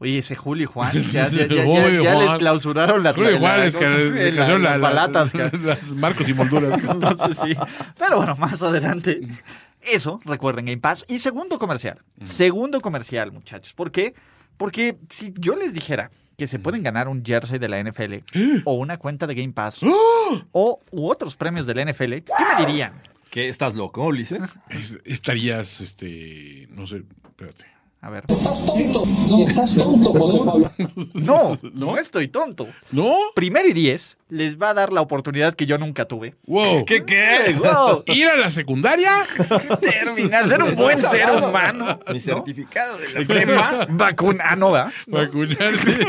B: Oye, ese Julio y Juan, ya, ya- ya- ya-
D: Julio y
B: ya les
D: Juan.
B: clausuraron la,
D: Creo
B: la-
D: igual es que
B: la-
D: le
B: la-
D: cayeron
B: las
D: la- la-
B: palatas. cara.
D: las marcos y molduras.
B: Entonces sí. Pero bueno, más adelante. Eso, recuerden Game Pass. Y segundo comercial. Segundo comercial, muchachos. ¿Por qué? Porque si yo les dijera que se pueden ganar un jersey de la NFL o una cuenta de Game Pass
D: ¡Ah!
B: o u otros premios de la NFL, ¿qué me dirían?
E: ¿Qué? ¿Estás loco, Ulises?
D: Es- Estarías, este, no sé, espérate.
B: A ver.
F: Estás tonto, José Pablo.
B: No,
D: ¿No?
B: no estoy tonto.
D: ¿No?
B: Primero y diez les va a dar la oportunidad que yo nunca tuve.
D: Wow.
E: ¿Qué?
B: ¡Eh,
E: qué?
B: wow!
D: ¿Ir a la secundaria?
B: Terminar, ser un buen
E: Estás
B: ser
E: hablando.
B: humano.
E: Mi certificado de la
B: Prema, vacuna, ah, no, ¿verdad?
D: Vacunarse.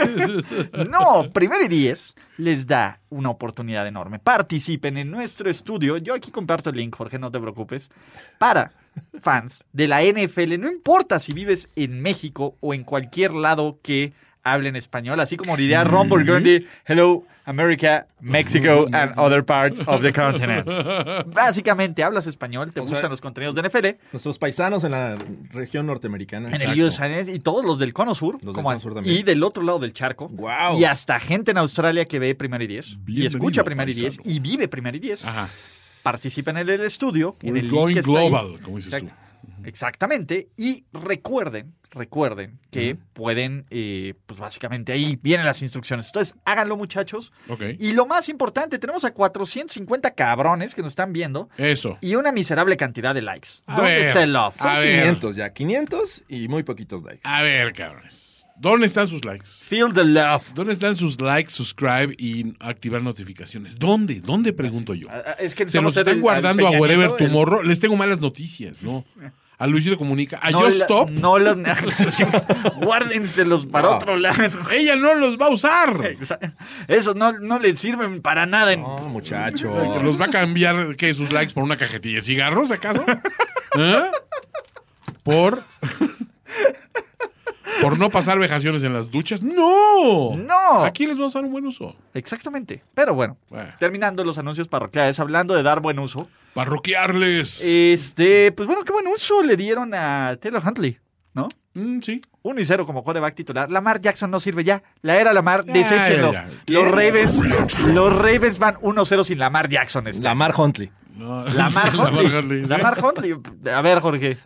B: No, primero y diez les da una oportunidad enorme. Participen en nuestro estudio. Yo aquí comparto el link, Jorge, no te preocupes. Para fans de la NFL, no importa si vives en México o en cualquier lado que hablen español, así como diría Ron Burgundy, hello America, Mexico and other parts of the continent. Básicamente hablas español, te gustan
E: sea-
B: los contenidos de NFL,
E: Nuestros paisanos en la región norteamericana.
B: en el
E: Exacto.
B: US and- y todos los del Cono Sur,
E: Los del
B: como
E: Cono
B: as-
E: Sur también.
B: y del otro lado del charco.
E: Guau.
B: Y hasta gente en Australia que ve Primero y Diez y
D: Bienvenido,
B: escucha Primero y Diez
D: paisano.
B: y vive Primero y Diez.
D: Ajá.
B: Participen en el estudio, en
D: We're
B: el link
D: going
B: que está ahí.
D: global, como dices
B: Exacto. Exactamente. Y recuerden, recuerden que pueden, eh, pues básicamente ahí vienen las instrucciones. Entonces, háganlo, muchachos.
D: tú. Ok.
B: Y lo más importante, tenemos a 450 cabrones que nos están viendo
D: Eso.
B: y una miserable cantidad de likes.
D: A
B: ¿Dónde
D: ver,
B: está el love?
D: a
E: Son
D: ver.
E: 500 ya, 500 y muy poquitos likes.
B: Ah.
D: A ver, cabrones. ¿Dónde están sus likes?
B: Feel the love.
D: ¿Dónde están sus likes, subscribe y activar notificaciones? ¿Dónde? ¿Dónde pregunto yo?
B: Ah, ah, Es que
D: Se
B: somos
D: los están
B: el- el
D: guardando a
B: Peña
D: Wherever
B: Nieto, el-
D: Tomorrow. Les tengo malas noticias, ¿no? A Luisito Comunica. A
B: No
D: Yo
B: la-
D: Stop.
B: No los. Guárdenselos para
E: No.
B: otro lado.
D: Ella no los va a usar.
B: Esos no, no les sirven para nada. en-
E: No, muchacho.
D: ¿Los va a cambiar ¿qué, sus likes por una cajetilla de cigarros, acaso? ¿Eh? ¿Por? ¿Por no pasar vejaciones en las duchas? ¡No!
B: No.
D: Aquí les vamos a dar un buen uso.
B: Exactamente. Pero bueno,
D: Bueno.
B: terminando los anuncios parroquiales, hablando de dar buen uso.
D: Parroquiarles.
B: Este, pues bueno, qué buen uso le dieron a Taylor Huntley, ¿no?
D: Mm, sí.
B: 1 y 0 como quarterback titular. Lamar Jackson no sirve ya. La era Lamar, deséchenlo.
D: ya, ya.
B: Los Ravens, los Ravens van 1-0 sin Lamar Jackson. este.
E: Lamar Huntley.
D: No.
B: Lamar Huntley.
D: Huntley, sí.
B: Lamar Huntley. A ver, Jorge.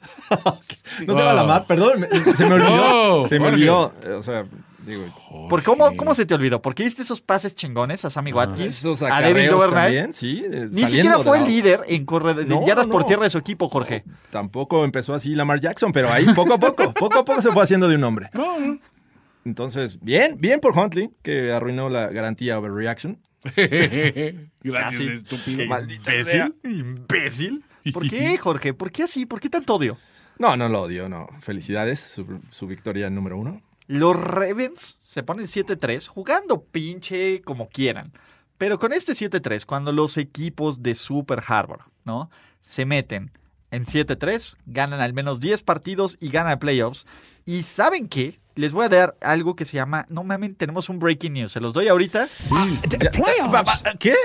E: No se va
D: Wow.
E: Lamar, perdón. me- Se me olvidó.
D: Oh,
E: se me
D: Jorge.
E: olvidó. eh, O sea, digo,
B: ¿Por cómo, ¿Cómo se te olvidó? Porque diste esos pases chingones a Sammy Watkins,
E: esos
B: a David
E: acarreos
B: Overnight.
E: también, sí. eh,
B: Ni
E: saliendo
B: siquiera
E: de
B: fue
E: la-
B: el líder en corre de
E: No,
B: yardas
E: no,
B: por
E: no.
B: tierra de su equipo, Jorge.
E: Tampoco empezó así Lamar Jackson, pero ahí poco a poco, poco a poco se fue haciendo de un hombre. Entonces, bien, bien por Huntley, que arruinó la garantía Overreaction.
D: Gracias,
B: Casi.
D: estúpido.
B: ¿Imbécil? ¿Imbécil? ¿Por qué, Jorge? ¿Por qué así? ¿Por qué tanto odio?
E: No, no lo odio, no. Felicidades, su, su victoria número uno.
B: Los Ravens se ponen 7-3 jugando pinche como quieran. Pero con este 7-3, cuando los equipos de Super Harbor, ¿no? Se meten en 7-3, ganan al menos 10 partidos y ganan playoffs. Y ¿saben qué? Les voy a dar algo que se llama... No mames, tenemos un breaking news. Se los doy ahorita.
E: ¿Qué?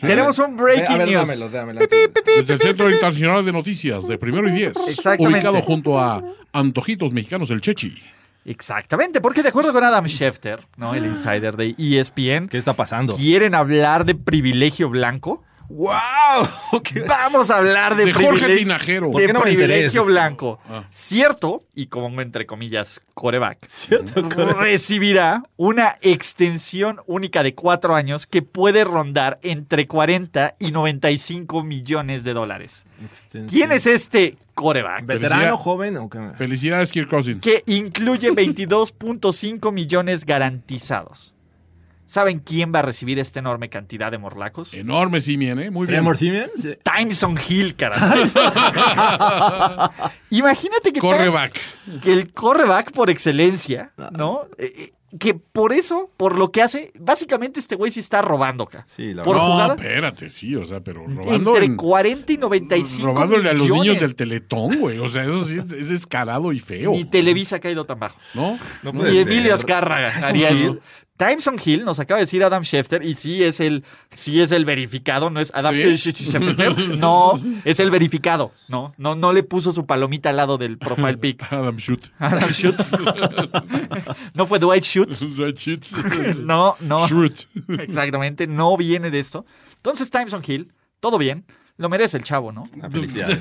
B: Tenemos un breaking
E: a ver,
B: news.
E: dámelo, dámelo.
D: Desde el Centro Internacional de Noticias de Primero y Diez.
B: Exactamente.
D: Ubicado junto a Antojitos Mexicanos, el Chechi.
B: Exactamente, porque de acuerdo con Adam Schefter, ¿no? El insider de E ESPN,
E: ¿Qué está pasando?
B: ¿quieren hablar de privilegio blanco?
E: ¡Wow! ¿Qué?
B: Vamos a hablar de,
D: De Jorge
B: privilegio-
D: Tinajero. Ah.
E: ¿Por
B: De
E: qué no me interesa
B: privilegio
E: esto?
B: blanco. Cierto, y como entre comillas, coreback. Recibirá una extensión única de cuatro años que puede rondar entre 40 y 95 millones de dólares. ¿Quién es este coreback?
E: ¿Veterano,
D: Felicidad-
E: joven o qué?
D: Felicidades, Kirk Cousins.
B: Que incluye 22.5 millones garantizados. ¿Saben quién va a recibir esta enorme cantidad de morlacos?
D: Enorme simien, ¿eh? Muy bien.
E: ¿Tremor Simeon? Sí.
B: Timeson Hill, carajo. Imagínate que,
D: Correback.
E: Ah.
B: Tyson- que el correback por excelencia, ¿no? Eh, eh, que por eso, por lo que hace, básicamente este güey sí está robando, acá.
E: Sí, la
B: Por
D: no,
B: jugada,
D: espérate, sí, o sea, pero robando.
B: entre
D: en-
B: 40 y 95
D: pues, robándole a los
B: Eh, millones.
D: niños del teletón, güey. O sea, eso sí es, es descarado y feo.
B: Ni Televisa ha caído tan bajo.
D: ¿No?
E: No puede
B: Ni
E: ser.
B: Emilio Azcárraga haría
D: Hill.
B: eso. Timeson Hill nos acaba de decir Adam Schefter y sí es el, sí es el verificado, no es Adam
D: ¿Sí?
B: eh, Sch- Sch- Schefter, no, es el verificado, no, no, no le puso su palomita al lado del profile pic.
D: Adam Shoot.
B: Adam Schutz. no fue Dwight Schutz. No, no.
D: Shoot.
B: Exactamente, no viene de esto. Entonces, Timeson Hill, todo bien. Lo merece el chavo, ¿no?
E: Ah, Felicidades.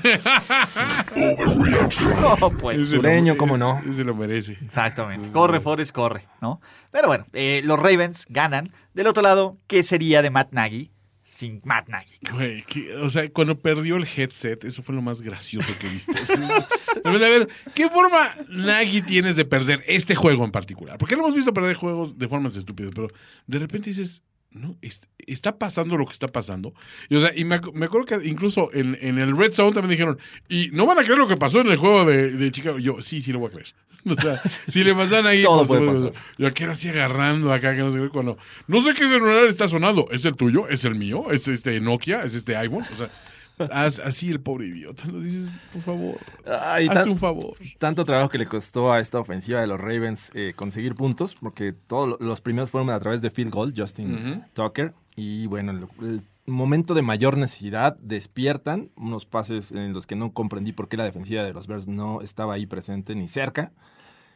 B: No, pues.
E: Sureño, cómo no.
D: Se lo merece.
B: Exactamente. Corre, Forrest, corre, ¿no? Pero bueno, eh, los Ravens ganan. Del otro lado, ¿qué sería de Matt Nagy sin Matt Nagy?
D: Güey, que- o sea, cuando perdió el headset, eso fue lo más gracioso que he visto. De verdad, a ver, ¿qué forma Nagy tienes de perder este juego en particular? Porque lo hemos visto perder juegos de formas estúpidas, pero de repente dices, no, es- está pasando lo que está pasando. Y, o sea, y me, ac- me acuerdo que incluso en, en el Red Zone también dijeron, y no van a creer lo que pasó en el juego de, de Chicago. Yo, sí, sí lo voy a creer. O sea, si le pasan ahí,
E: Todo
D: por
E: puede
D: supuesto,
E: pasar.
D: yo aquí era así agarrando acá, que no sé qué, cuando. No sé qué celular está sonando. ¿Es el tuyo? ¿Es el mío? ¿Es este Nokia? ¿Es este iPhone? O sea, haz- así el pobre idiota. Lo dices, por favor.
E: Ay,
D: hazte
E: tan-
D: un favor.
E: tanto trabajo que le costó a esta ofensiva de los Ravens eh, conseguir puntos, porque todos lo- los primeros fueron a través de field goal, Justin Tucker. Y bueno, el, el momento de mayor necesidad, despiertan unos pases en los que no comprendí por qué la defensiva de los Bears no estaba ahí presente ni cerca.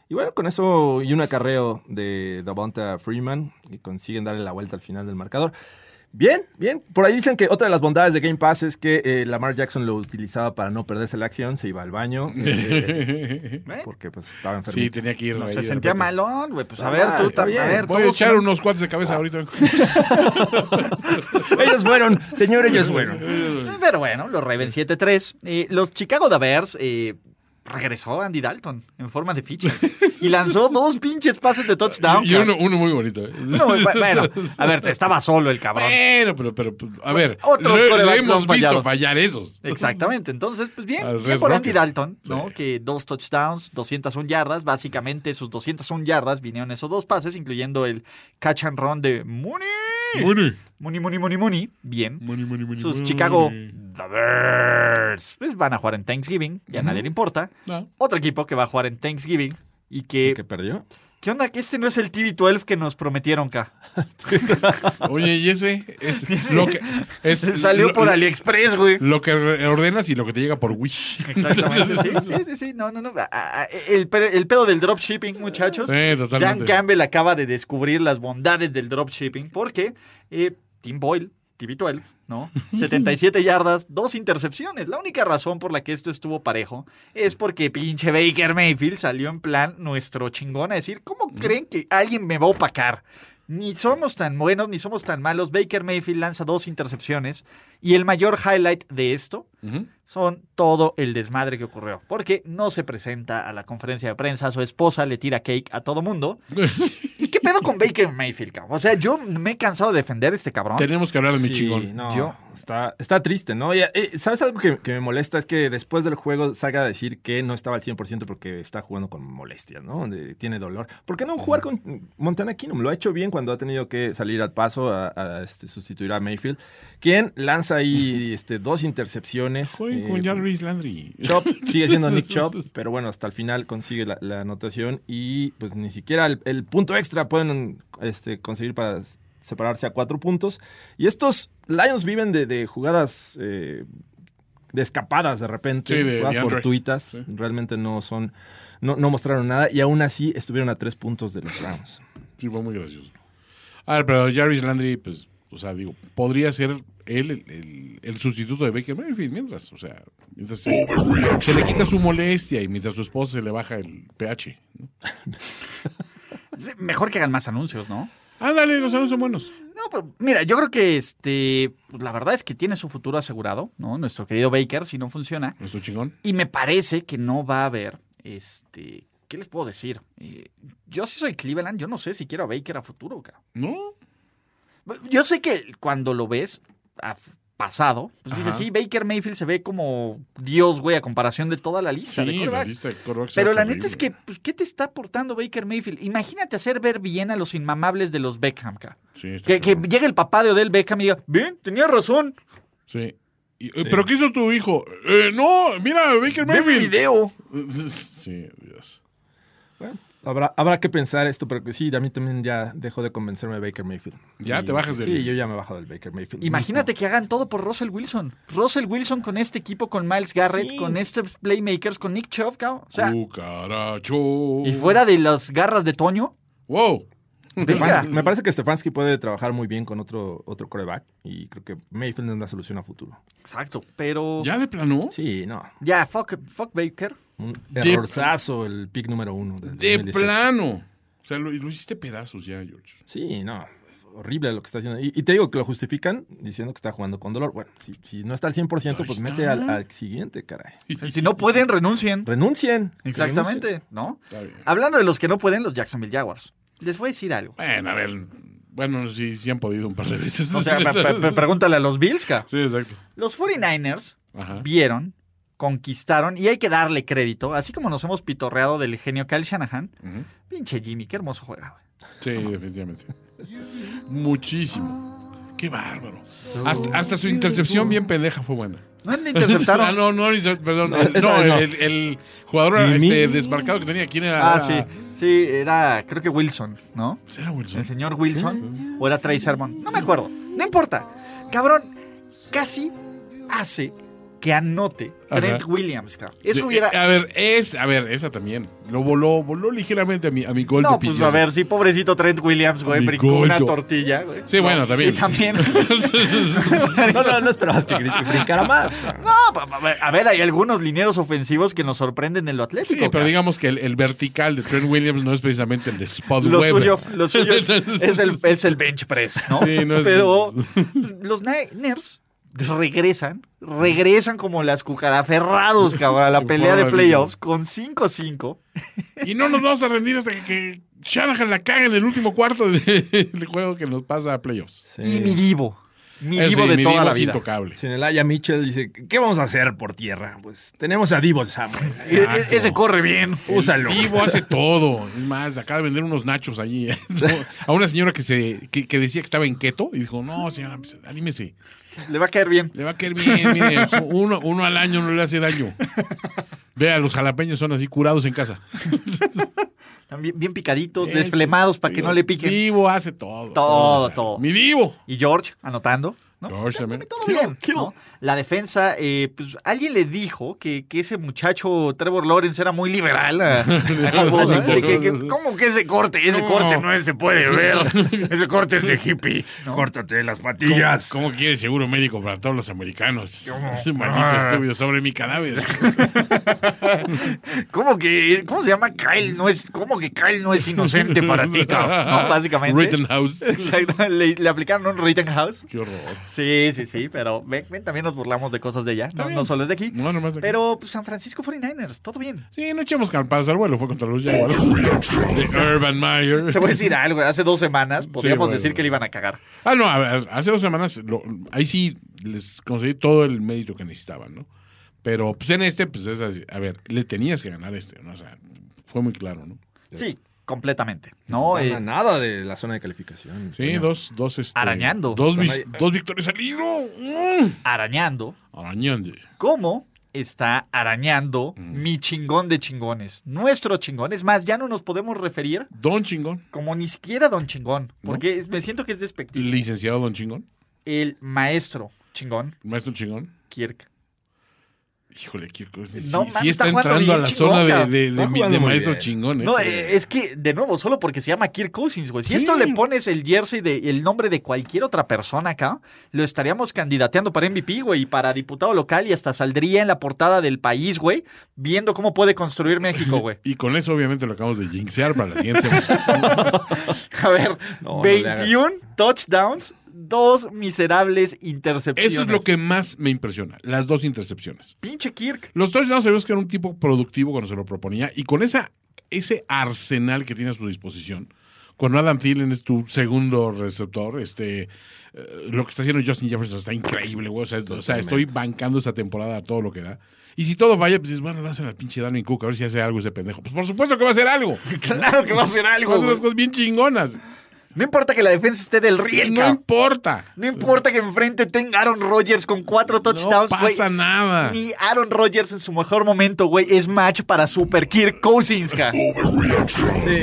E: Y bueno, con eso y un acarreo de Davonta Freeman, y consiguen darle la vuelta al final del marcador. Bien, bien. Por ahí dicen que otra de las bondades de Game Pass es que eh, Lamar Jackson lo utilizaba para no perderse la acción, se iba al baño. eh, porque pues estaba enfermo.
D: Sí, tenía que ir.
B: No,
D: ahí
B: se
D: de
B: sentía
D: repente.
B: malón, güey. Pues a
E: Está
B: ver, tú
E: mal, está
B: también. A
E: bien.
B: ver,
D: Voy a
B: todos-
D: echar unos cuates de cabeza ahorita.
E: Ellos fueron, señor, ellos fueron.
B: Eh, Pero bueno, los Ravens 7-3. Eh, los Chicago Bears eh, regresó Andy Dalton en forma de ficha y lanzó dos pinches pases de touchdown.
D: Y uno, uno muy bonito. ¿eh?
B: No, bueno, a ver, estaba solo el cabrón.
D: Bueno, pero, pero, pues, a ver.
B: Otros
D: le- le,
B: corebacks no
D: hemos
B: han fallado.
D: visto fallar esos.
B: Exactamente, entonces, pues
D: Al
B: bien,
D: Red
B: bien por Andy
D: Rocket.
B: Dalton, ¿no? Que dos touchdowns, 201 yardas, básicamente sus 201 yardas vinieron esos dos pases, incluyendo el catch and run de Mooney.
D: Money,
B: Mooney, Mooney, Mooney, Mooney, bien.
D: money, money, money,
B: Sus
D: money.
B: Chicago The Bears, pues van a jugar en Thanksgiving y a nadie le importa.
D: No.
B: Otro equipo que va a jugar en Thanksgiving y que...
E: ¿Que perdió?
B: ¿Qué onda? Que este no es el TV12 que nos prometieron, acá.
D: Oye, y ese es lo que. es
B: Salió
D: lo-
B: por AliExpress, güey.
D: Lo que re- ordenas y lo que te llega por Wish.
B: Exactamente, sí, sí, sí, sí, no, no, no. A- a- El, pe- el pedo del dropshipping, muchachos.
D: Sí,
B: Dan
D: totalmente.
B: Campbell acaba de descubrir las bondades del dropshipping porque eh, Tim Boyle, TV12, ¿no? 77 yardas, dos intercepciones. La única razón por la que esto estuvo parejo es porque pinche Baker Mayfield salió en plan nuestro chingón a decir, ¿cómo creen que alguien me va a opacar? Ni somos tan buenos, ni somos tan malos. Baker Mayfield lanza dos intercepciones y el mayor highlight de esto
D: Ujú.
B: son todo el desmadre que ocurrió. Porque no se presenta a la conferencia de prensa, su esposa le tira cake a todo mundo. ¿Y qué pedo con Baker Mayfield, cabrón? O sea, yo me he cansado de defender a este cabrón.
D: Tenemos que hablar de mi
E: Sí,
D: chingón.
E: no,
B: Yo-
E: Está, está triste, ¿no? Y, eh, ¿Sabes algo que, que me molesta? Es que después del juego salga a decir que no estaba al 100% porque está jugando con molestias, ¿no? De- tiene dolor. ¿Por qué no jugar con Montana Keenum? Lo ha hecho bien cuando ha tenido que salir al paso a, a, este, sustituir a Mayfield, quien lanza ahí este, dos intercepciones.
D: Jueguen
E: eh,
D: con Jarvis Landry.
E: Chop sigue siendo Nick Chop, pero bueno, hasta el final consigue la, la anotación y pues ni siquiera el, el punto extra pueden este, conseguir para s- separarse a cuatro puntos. Y estos Lions viven de, de jugadas eh, de escapadas de repente,
D: Sí, de-
E: jugadas
D: de Andre.
E: fortuitas,
D: Sí.
E: realmente no son, no, no mostraron nada y aún así estuvieron a tres puntos de los Browns.
D: Sí, fue muy gracioso. A ver, pero Jarvis Landry, pues, o sea, digo, podría ser él el, el- el sustituto de Baker Mayfield mientras, o sea, mientras se, se le quita su molestia y mientras su esposa se le baja el pH. ¿no?
B: Sí, Mejor que hagan más anuncios, ¿no?
D: Ándale, los anuncios son buenos.
B: No, pero mira, yo creo que este, pues, la verdad es que tiene su futuro asegurado, ¿no? Nuestro querido Baker, si no funciona.
D: Nuestro chingón.
B: Y me parece que no va a haber, este, ¿qué les puedo decir? Eh, yo si soy Cleveland, yo no sé si quiero a Baker a futuro, cabrón.
D: ¿No?
B: Yo sé que cuando lo ves, a f- pasado, pues dice,
D: Ajá.
B: sí, Baker Mayfield se ve como Dios, güey, a comparación de toda la lista de
D: Sí, la
B: quarterbacks.
D: lista de quarterbacks
B: Pero
D: era
B: la neta es que,
D: terrible.
B: pues, ¿qué te está aportando Baker Mayfield? Imagínate hacer ver bien a los inmamables de los Beckham, ca.
D: Sí, está
B: que, que
D: cabrón.
B: llegue el papá de Odell Beckham y diga, bien, tenía razón.
D: Sí. Y, eh, ¿Pero qué hizo tu hijo? Eh, no, mira, Baker
B: Ve mi
D: Mayfield.
B: video.
D: Sí, Dios.
E: Bueno, habrá, habrá que pensar esto, pero que sí, a mí también ya dejó de convencerme de Baker Mayfield.
D: Ya te bajas del-
E: Sí, yo ya me bajo del Baker Mayfield.
B: Imagínate que hagan todo por Russell Wilson. Russell Wilson con este equipo, con Miles Garrett,
E: Sí.
B: con estos playmakers, con Nick Chubb, cabrón. O
D: Uh.
B: sea,
D: Cucaracho.
B: y fuera de las garras de Toño,
D: Wow.
E: Stefanski-
B: diga.
E: me parece que Stefanski puede trabajar muy bien con otro, otro coreback y creo que Mayfield es la solución a futuro.
B: Exacto, pero... Ya,
D: ¿Ya de plano?
E: Sí, no.
B: fuck, fuck Baker.
E: Un errorzazo el pick número uno del
D: De
E: 2018.
D: plano. O sea, lo, lo hiciste pedazos ya, George.
E: Sí, no. Horrible lo que está haciendo. Y, y te digo que lo justifican diciendo que está jugando con dolor. Bueno, si, si no está al 100%, pues mete al, al siguiente, caray.
B: Y si no pueden, renuncien.
E: Renuncien.
B: Exactamente, ¿no?
D: bien.
B: Hablando de los que no pueden, los Jacksonville Jaguars. Les voy a decir algo.
D: Bueno, a ver. Bueno, sí, sí han podido un par de veces.
B: O sea, pe- pe- pregúntale a los Bills, ca.
D: Sí, exacto.
B: Los 49ers
D: Ajá.
B: vieron, conquistaron, y hay que darle crédito, así como nos hemos pitorreado del genio Kyle Shanahan,
D: Ujú.
B: pinche Jimmy, qué hermoso juega, güey.
D: Sí, definitivamente. Muchísimo. Qué bárbaro. Hasta, hasta su intercepción bien pendeja fue buena.
B: No le interceptaron.
D: Ah, no, no, inter- perdón.
E: No,
D: el,
E: esa
D: no,
E: vez no.
D: el, el jugador
E: Jimmy.
D: este, desmarcado que tenía. ¿Quién era?
B: Ah, sí. Sí, era, creo que Wilson, ¿no?
D: Pues era Wilson.
B: El señor Wilson. O era Trey Sermon. No me acuerdo. No importa. Cabrón, casi hace que anote
D: Ajá.
B: Trent Williams, cabrón. Eso
D: De-
B: hubiera.
D: eh, A ver, es, a ver, esa también. Lo voló, voló ligeramente a mi, a mi gol de
B: No, pues
D: Pizarro.
B: a ver, sí, pobrecito Trent Williams, güey,
D: Mi
B: brincó una
D: goldo.
B: tortilla, güey.
D: Sí, bueno, también.
B: Sí, también. no,
E: No, no, no esperabas que gri- brincara más. caray.
B: pa- pa- a ver, a ver, hay algunos lineros ofensivos que nos sorprenden en lo
D: Sí,
B: atlético.
D: pero
B: cabrón.
D: digamos que el, el vertical de Trent Williams no es precisamente el de Spot
B: lo
D: Webber.
B: suyo, lo suyo es, es el, es el bench press, ¿no?
D: Sí, no es-
B: Pero pues, los Niners regresan, regresan como las cucaraferrados, cabrón, a la
D: En
B: pelea
D: forma
B: de
D: de
B: playoffs con 5-5.
D: Y no nos vamos a rendir hasta que, que Shanahan la caga en el último cuarto de- del juego que nos pasa a playoffs.
E: Sí.
B: Y mi divo, mi divo
D: Eso sí,
B: de
D: mi
B: toda
D: Divo
B: la
D: es
B: vida.
D: intocable.
E: Si en el Aya Mitchell dice, ¿qué vamos a hacer por tierra? Pues tenemos a Divo Samuel.
B: E- e- Ese corre bien.
E: Úsalo.
D: Divo hace todo. Es más, acaba de vender unos nachos allí. ¿eh? a una señora que se que, que decía que estaba en keto y dijo, no, señora, pues, anímese.
B: Le va a caer bien.
D: Le va a caer bien, mire, pues, uno, uno al año no le hace daño. Vea, los jalapeños son así curados en casa.
B: Están bien, bien picaditos,
D: Bien,
B: desflemados para que
D: Digo,
B: no le piquen.
D: Divo hace todo.
B: Todo,
D: sabe.
B: todo.
D: Mi Divo.
B: Y George anotando. ¿no?
D: George también.
B: Todo bien. ¿no? La defensa, eh, pues alguien le dijo que, que ese muchacho Trevor Lawrence era muy liberal. a- a Bosa. Le dije que, ¿Cómo que ese corte? Ese corte no es- se puede ver. Ese corte es de hippie. ¿no?
E: Córtate las
D: ¿Cómo,
E: patillas.
D: cómo quiere seguro médico para todos los americanos? Ese maldito
B: Ah.
D: estúpido sobre mi cadáver.
B: ¿Cómo que, cómo se llama Kyle? No es, ¿Cómo que Kyle no es inocente para ti, cabrón? ¿No? Básicamente.
D: Rittenhouse.
B: Exacto. Le, le aplicaron un Rittenhouse.
D: Qué horror.
B: Sí, sí, sí, pero ven, ven, también nos burlamos de cosas de allá, no,
D: bien.
B: no solo es de aquí.
D: No, nomás de aquí.
B: pero pues, San Francisco 49ers, todo bien.
D: Sí, no echemos campanas al vuelo. Fue contra los Jaguars. De Urban Meyer.
B: Te voy a decir algo, hace dos semanas podríamos
D: bueno.
B: decir que le iban a cagar.
D: Ah, no, a ver, hace dos semanas, lo- ahí sí les conseguí todo el mérito que necesitaban, ¿no? Pero pues en este, pues es así. A ver, le tenías que ganar este, ¿no? O sea, fue muy claro, ¿no?
B: Sí, completamente. No,
E: Están a
B: Eh,
E: nada de la zona de calificación.
D: Sí, dos, dos, este,
B: Arañando.
D: Dos,
E: Están
D: vis-
E: ahí.
D: dos victorias al hilo. Mm.
B: arañando.
D: Arañando.
B: ¿Cómo está arañando mi chingón de chingones? Nuestro chingón. Es más, ya no nos podemos referir
D: Don Chingón.
B: como ni siquiera don chingón, porque es- me siento que es despectivo.
D: Licenciado Don Chingón.
B: El maestro chingón,
D: Maestro Chingón.
B: Kirk.
D: Híjole, Kirko. Sí,
B: No,
D: sí
B: mames, está
D: está,
B: jugando
D: entrando a
B: bien
D: la
B: chingón,
D: zona de,
B: cabrón.
D: de-
E: Está
D: de mi- de
E: jugando muy
D: maestro
E: bien.
D: Chingón. ¿eh?
B: No, eh, es que, de nuevo, solo porque se llama Kirk Cousins, güey. Si
D: Sí.
B: esto le pones el jersey de el nombre de cualquier otra persona acá, lo estaríamos candidateando para MVP, güey, y para diputado local y hasta saldría en la portada del país, güey, viendo cómo puede construir México, güey.
D: Y con eso, obviamente, lo acabamos de jinxear para la siguiente semana.
B: A ver,
E: No, no le hagas.
B: 21 touchdowns, dos miserables intercepciones.
D: Eso es lo que más me impresiona. Las dos intercepciones.
B: Pinche Kirk.
D: Los touchdowns sabemos que era un tipo productivo cuando se lo proponía y con esa, ese arsenal que tiene a su disposición, Cuando Adam Thielen es tu segundo receptor, este, eh, lo que está haciendo Justin Jefferson está increíble, güey. O sea, o sea, estoy bancando esta temporada a todo lo que da. Y si todo falla, pues dices, bueno, dásela al pinche Danny Cook, a ver si hace algo ese pendejo. Pues por supuesto que va a hacer algo.
B: Claro que va a hacer
D: Va a
B: algo.
D: hacer
B: güey.
D: unas cosas bien chingonas.
B: No importa que la defensa esté del riel,
D: No
B: cabrón.
D: importa.
B: No importa que enfrente tenga Aaron Rodgers con cuatro
D: No
B: touchdowns, güey.
D: pasa nada.
B: Ni Aaron Rodgers en su mejor momento, güey, es match para Super Kirk Cousins, ca.
D: Uh,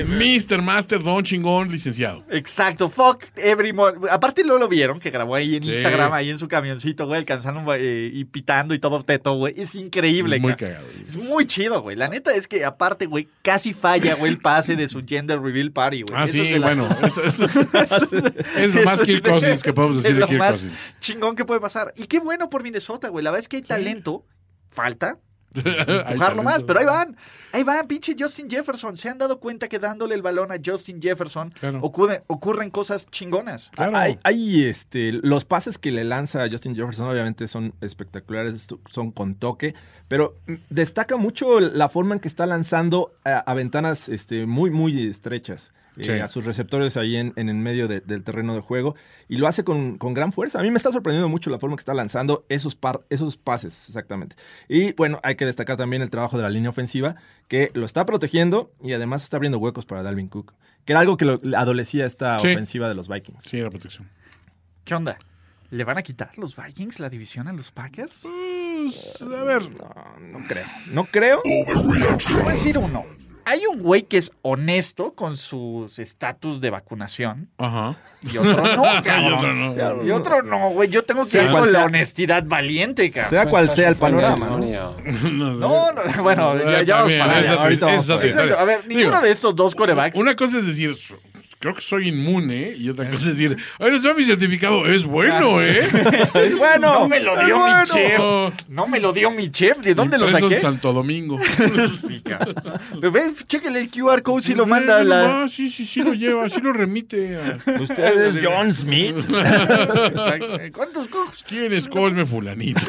D: Mr. Master Don Chingón, licenciado.
B: Exacto, fuck every mo- Aparte luego lo vieron, que grabó ahí en
D: Sí.
B: Instagram, ahí en su camioncito, güey, alcanzando eh, y pitando y todo teto, güey. Es increíble,
D: Muy
B: ca.
D: cagado.
B: Es muy chido, güey. La neta es que aparte, güey, casi falla, güey, el pase de su gender reveal party, güey.
D: Ah,
B: Eso es
D: sí,
B: de las-
D: bueno. eso- eso- es lo más
B: Eso
D: Kirk
B: de-
D: Cousins que podemos
B: es
D: decir de
B: lo
D: Kirk
B: más
D: Cousins.
B: chingón que puede pasar. Y qué bueno por Minnesota, güey. La verdad es que hay talento. Falta
D: Hay
B: empujarlo más,
D: talento.
B: pero ahí van. Ahí van, pinche Justin Jefferson. Se han dado cuenta que dándole el balón a Justin Jefferson
D: Claro.
B: ocurre- ocurren cosas chingonas.
D: Claro.
E: Hay, hay, este, los pases que le lanza a Justin Jefferson obviamente son espectaculares, son con toque, pero mm, destaca mucho la forma en que está lanzando a, a ventanas este, muy, muy estrechas. eh,
D: Sí.
E: a sus receptores ahí en, en el medio de- del terreno de juego y lo hace con, con gran fuerza. A mí me está sorprendiendo mucho la forma que está lanzando esos, par- esos pases, exactamente. Y bueno, hay que destacar también el trabajo de la línea ofensiva que lo está protegiendo y además está abriendo huecos para Dalvin Cook, que era algo que lo- adolecía esta
D: Sí.
E: ofensiva de los Vikings.
D: Sí, la protección.
B: ¿Qué onda? ¿Le van a quitar los Vikings la división a los Packers?
D: Pues, a ver.
E: No creo. No creo.
B: Te voy a decir uno. Hay un güey que es honesto con sus estatus de vacunación
D: Ajá.
B: y otro no,
D: Y
B: cabrón.
D: otro no.
B: Y otro no, güey. Yo tengo que
E: Sea
B: ir
E: cual
B: con la
E: sea.
B: honestidad valiente, cabrón.
E: Sea cual sea el panorama. ¿no?
D: No sé.
B: No, no, bueno, ya, ya vamos
D: Eh, Ah, También,
B: para
D: esa
B: allá.
D: es-
E: Ahorita vamos
D: esa
E: para allá.
D: es otra
B: Exacto.
D: historia.
B: A ver,
D: Digo,
B: ninguno de estos dos corebacks.
D: Una cosa es decir, "So- creo que soy inmune, ¿eh? y otra cosa es decir, ahora está mi certificado, es bueno, ¿eh?
E: Bueno,
B: No me lo dio Ah. mi
E: bueno.
B: chef.
D: Oh,
B: No me lo dio mi chef. ¿De dónde lo
D: impreso en
B: saqué?
D: Santo Domingo.
B: Sí, cabrón. Pero ve, chéquele el QR code si lo manda a la.
D: Ah, sí, sí, sí lo lleva, sí lo remite. a-
E: Usted es John Smith.
B: ¿Cuántos cojos?
D: ¿Quién es Cosme Fulanito?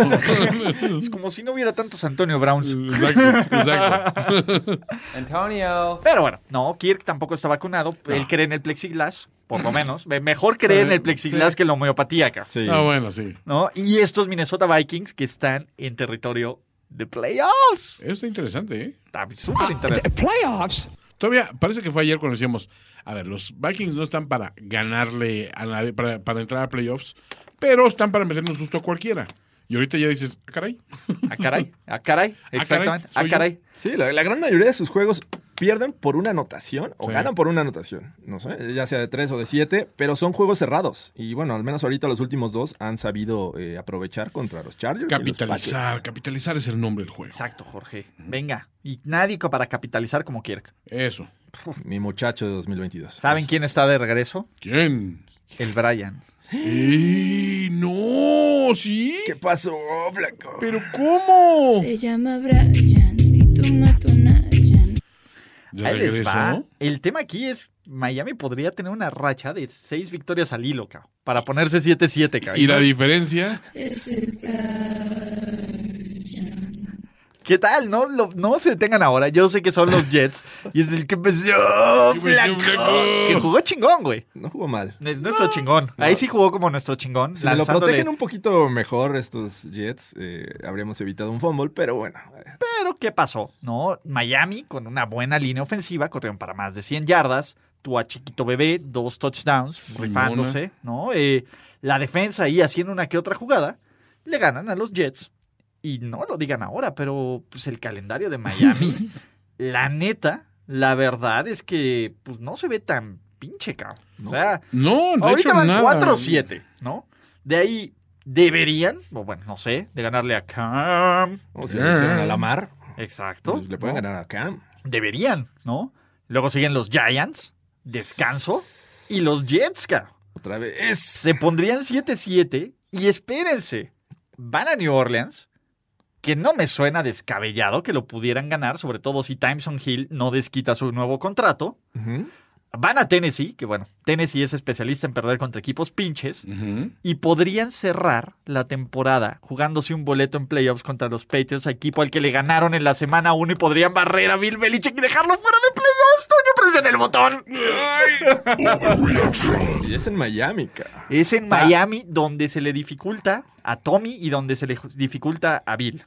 B: Es como si no hubiera tantos Antonio Browns.
D: exacto, exacto.
H: Antonio.
B: Pero bueno, no, Kirk tampoco está vacunado. Él cree en el plexiglass, por lo menos. Ve, Mejor cree en el plexiglass que en la homeopatía, cabrón.
E: Sí.
D: Ah, bueno, sí.
B: ¿no? Y estos Minnesota Vikings que están en territorio de playoffs.
D: Eso está interesante, ¿eh?
B: Está súper interesante.
D: Todavía parece que fue ayer cuando decíamos, a ver, los Vikings no están para ganarle a nadie, para, para entrar a playoffs, pero están para meterle un susto a cualquiera. Y ahorita ya dices, "Ah, caray.
B: A caray, a caray, exactamente. A
D: soy yo.
B: caray.
E: Sí, la, la gran mayoría de sus juegos pierden por una anotación o
D: Sí.
E: ganan por una anotación. No sé, ya sea de tres o de siete, pero son juegos cerrados. Y bueno, al menos ahorita los últimos dos han sabido eh, aprovechar contra los Chargers. y los
D: Capitalizar,
E: Patriots.
D: capitalizar es el nombre del juego.
B: Exacto, Jorge. Venga. Y nadie co- para capitalizar como Kirk.
D: Eso.
E: Mi muchacho de 2022.
B: ¿Saben quién está de regreso?
D: ¿Quién?
B: El Brian.
D: ¡Eh, no! ¿Sí?
E: ¿Qué pasó, flaco?
D: ¿Pero
B: oh.
D: cómo?
G: Se llama Brian y tú Nayan.
D: ¿De
B: Ahí les
D: regreso?
B: va. El tema aquí es Miami podría tener una racha de seis victorias al hilo, cabrón, para ponerse 7-7, cabrón.
D: ¿Y la diferencia?
B: ¿Qué tal? No, Lo- no se detengan ahora. Yo sé que son los Jets. y es el que empezó,
E: pues,
B: flaco,
D: empezó, flaco.
B: Que jugó chingón, güey.
E: No jugó mal.
B: Es nuestro chingón. Ahí sí jugó como nuestro chingón.
E: Si me lo
B: lanzándole-
E: protegen un poquito mejor estos Jets, eh, habríamos evitado un fumble, pero bueno. eh,
B: Pero ¿qué pasó? No, Miami con una buena línea ofensiva corrieron para más de 100 yardas. Tua chiquito bebé, dos touchdowns,
D: Simona.
B: rifándose, ¿no? Eh, la defensa ahí haciendo una que otra jugada. Le ganan a los Jets. Y no lo digan ahora, pero pues el calendario de Miami, la neta, la verdad es que pues no se ve tan pinche, cabrón. O sea,
D: No, de
B: Ahorita
D: hecho,
B: van
D: nada.
B: 4-7, ¿no? De ahí deberían, o bueno, no sé, de ganarle a Cam.
E: o si le hicieron a Lamar,
B: Exacto.
E: pues le pueden
B: ¿no?
E: ganar a Cam.
B: Deberían, ¿no? Luego siguen los Giants, descanso, y los Jets, cabrón.
E: Otra vez.
B: Se pondrían 7-7 y espérense, van a New Orleans, que no me suena descabellado que lo pudieran ganar, sobre todo si Timeson Hill no desquita su nuevo contrato.
E: Ujú.
B: Van a Tennessee, que bueno, Tennessee es especialista en perder contra equipos pinches,
D: Ujú.
B: y podrían cerrar la temporada jugándose un boleto en playoffs contra los Patriots, equipo al que le ganaron en la semana 1 y podrían barrer a Bill Belichick y dejarlo fuera de playoffs. Toño, presión el botón.
E: Y es en Miami, cara.
B: Es en Miami donde se le dificulta a Tommy y donde se le ju- dificulta a Bill.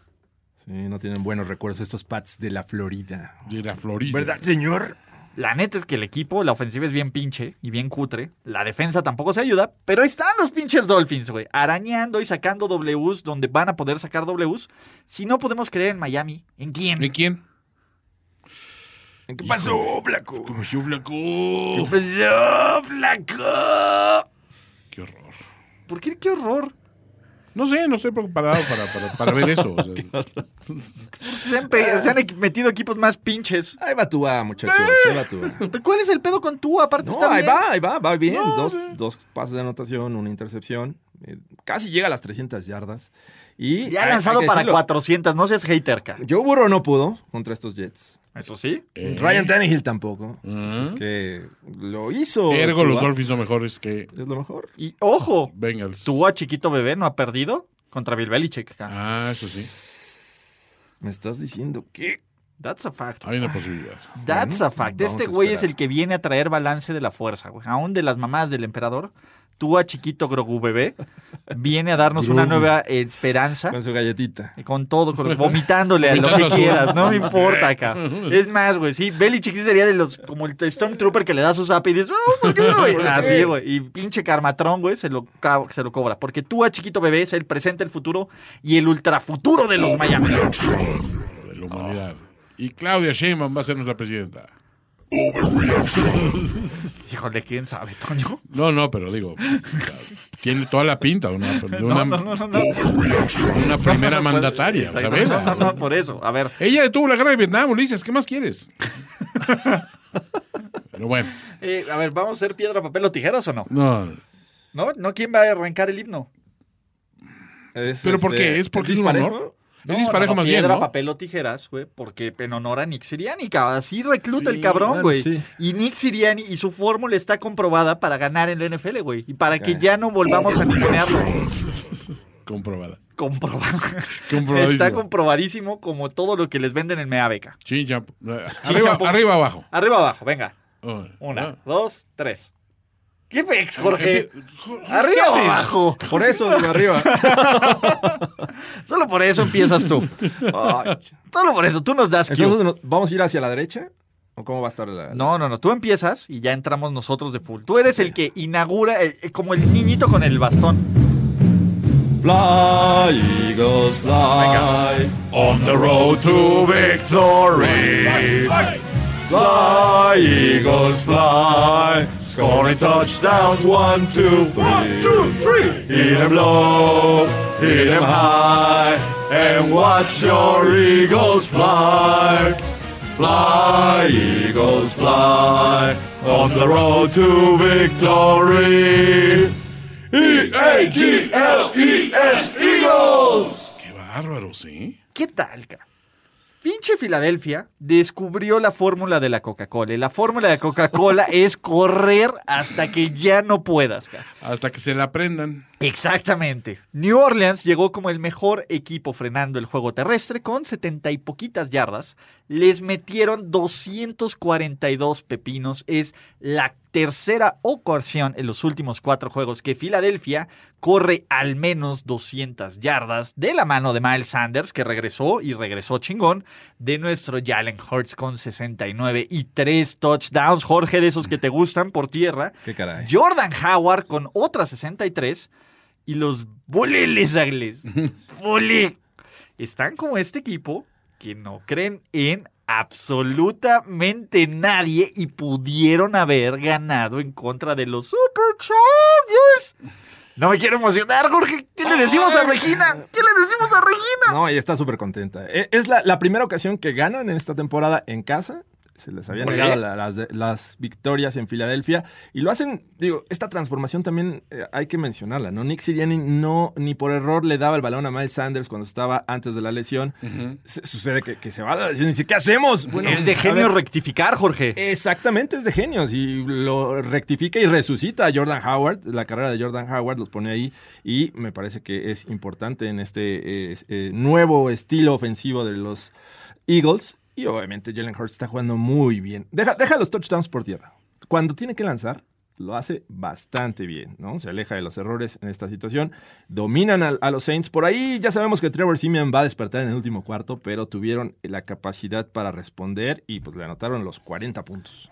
E: Sí, no tienen buenos recuerdos estos Pats de la Florida.
D: De la Florida.
E: ¿Verdad, señor?
B: La neta es que el equipo, la ofensiva es bien pinche y bien cutre. La defensa tampoco se ayuda, pero ahí están los pinches Dolphins, güey. Arañando y sacando Ws donde van a poder sacar Ws. Si no podemos creer en Miami, ¿en quién?
D: ¿Y quién?
E: ¿En ¿Qué pasó, Blanco?
D: Como yo, flaco.
B: Pues, ¡oh, flaco!
D: Qué horror.
B: ¿Por qué? ¡Qué horror!
D: No sé, no estoy preparado para, para, para ver eso. o sea.
B: Se han, pe-
E: Ah.
B: se han equ- metido equipos más pinches.
E: Ahí va tú, ah, muchachos. Ahí va tú. ah.
B: ¿Pero ¿Cuál es el pedo con tú? Aparte
E: No,
B: está
E: ahí
B: bien.
E: va, ahí va, va bien. dos, dos pases de anotación, una intercepción. Eh, Casi llega a las 300 yardas. Y
B: Ya ha
E: hay-
B: lanzado
E: hay que
B: para
E: decirlo,
B: 400, no seas hater, ca.
E: Joe Burrow no pudo contra estos Jets.
B: Eso sí.
D: eh,
E: Ryan Tannehill tampoco. Así Es que lo hizo.
D: Ergo, los
E: Tua.
D: Dolphins son mejores que
E: Es lo mejor.
B: Y ojo,
D: Bengals.
B: tu a chiquito bebé no ha perdido contra Bill Belichick, ca.
D: Ah, eso sí.
E: Me estás diciendo que.
B: That's a fact.
D: Hay una posibilidad.
B: That's a fact.
E: vamos
B: Este
E: a
B: güey es
E: esperar.
B: el que viene a traer balance de la fuerza, güey. Aún de las mamás del emperador, tú a chiquito Grogu bebé, viene a darnos una nueva esperanza.
E: Con su galletita.
B: Y Con todo, con- vomitándole a lo que
D: Vomitándole.
B: quieras, no me importa acá. Es más, güey, sí, Belichick sí sería de los, como el Stormtrooper que le da su zap y dices, "Oh, ¿por qué, güey? Así, güey. Y pinche Carmatrón, güey, se lo, ca- se lo cobra. Porque tú a chiquito bebé es el presente, el futuro y el ultrafuturo de
D: Oh,
B: los Miami.
D: De
B: Ah.
D: la humanidad. Y Claudia Sheinbaum va a ser nuestra presidenta.
B: Híjole, quién sabe, Toño.
D: No, no, pero digo, tiene toda la pinta de una, de una- de
B: No
D: una primera
B: se puede.
D: mandataria,
B: Exacto.
D: ¿sabes?
B: No, no, no, por eso. A ver,
D: Ella detuvo la guerra de Vietnam, Ulises, ¿qué más quieres? Pero bueno,
B: eh, a ver, ¿vamos a hacer piedra, papel o tijeras o no?
D: no.
B: ¿No? ¿No? ¿Quién va a arrancar el himno?
E: Es,
D: ¿Pero por
E: este,
D: qué? ¿Es porque es un
E: disparejo.
D: honor?
B: No,
D: es disparejo
B: no, no,
D: más bien,
B: piedra,
D: ¿no?
B: papel o tijeras, güey, porque en honor a Nick Siriani, cabrón. Así recluta
E: Sí,
B: el cabrón,
E: claro,
B: güey.
E: sí.
B: Y Nick Siriani y su fórmula está comprobada para ganar en la NFL, güey. Y para que
E: Ok.
B: ya no volvamos a ningunearlo.
D: Comprobada.
B: Comprobado.
D: Comprobadísimo.
B: Está comprobadísimo como todo lo que les venden en Meabeca.
D: Chin, champ-
B: Chin,
D: eh, Arriba,
B: champo.
D: arriba, abajo.
B: Arriba, abajo, venga.
D: Oh,
B: Una,
D: ah.
B: dos, tres. ¿Qué pex, Jorge?
D: Eh, Jorge, ¿qué
B: Arriba o
D: haces?
B: abajo.
E: Por eso, de arriba.
B: Solo por eso empiezas tú.
E: Ay,
B: Solo por eso, tú nos das cue.
E: Entonces, ¿nos- ¿vamos a ir hacia la derecha? ¿O cómo va a estar la.?
B: No, no, no. Tú empiezas y ya entramos nosotros de full. Tú eres el que inaugura, eh, eh, como el niñito con el bastón.
E: Fly, Eagles, fly.
D: On the road to victory.
E: Fly, Eagles, fly. Scoring touchdowns, one, two, three. Hit 'em low, hit 'em high. And watch your Eagles fly. Fly, Eagles, fly. On the road to victory. E E-A-G-L-E-S, E Eagles.
D: Qué bárbaro, ¿sí?
B: ¿Qué tal, cara? Pinche Filadelfia descubrió la fórmula de la Coca-Cola. Y la fórmula de Coca-Cola es correr hasta que ya no puedas, cara.
D: Hasta que se la aprendan.
B: Exactamente. New Orleans llegó como el mejor equipo frenando el juego terrestre con 70 y poquitas yardas. Les metieron 242 pepinos. Es la tercera ocasión en los últimos cuatro juegos que Filadelfia corre al menos 200 yardas de la mano de Miles Sanders, que regresó y regresó chingón, de nuestro Jalen Hurts con 69 y 3 touchdowns. Jorge, de esos que te gustan por tierra.
E: Qué caray.
B: Jordan Howard con otra 63 y los boleles agles. Bole. Están como este equipo que no creen en absolutamente nadie y pudieron haber ganado en contra de los Superchargers. No me quiero emocionar, Jorge. ¿Qué le decimos a Regina? ¿Qué le decimos a Regina?
E: No, ella está súper contenta. E- Es la, la primera ocasión que ganan en esta temporada en casa. Se les habían negado la- las, de- las victorias en Filadelfia. Y lo hacen, digo, esta transformación también eh, hay que mencionarla, ¿no? Nick Siriani no, ni por error le daba el balón a Miles Sanders cuando estaba antes de la lesión. Se- Sucede que, que se va a la lesión y dice, ¿qué hacemos? Bueno,
B: es de
E: a
B: genio
E: ver, Eh,
B: rectificar, Jorge.
E: Exactamente, es de genios y lo rectifica y resucita a Jordan Howard. La carrera de Jordan Howard los pone ahí y me parece que es importante en este eh, es- eh, nuevo estilo ofensivo de los Eagles. Y obviamente Jalen Hurts está jugando muy bien. Deja, deja los touchdowns por tierra. Cuando tiene que lanzar, lo hace bastante bien, ¿no? Se aleja de los errores en esta situación. Dominan al- a, los Saints. Por ahí ya sabemos que Trevor Simeon va a despertar en el último cuarto, pero tuvieron la capacidad para responder y pues le anotaron los 40 puntos.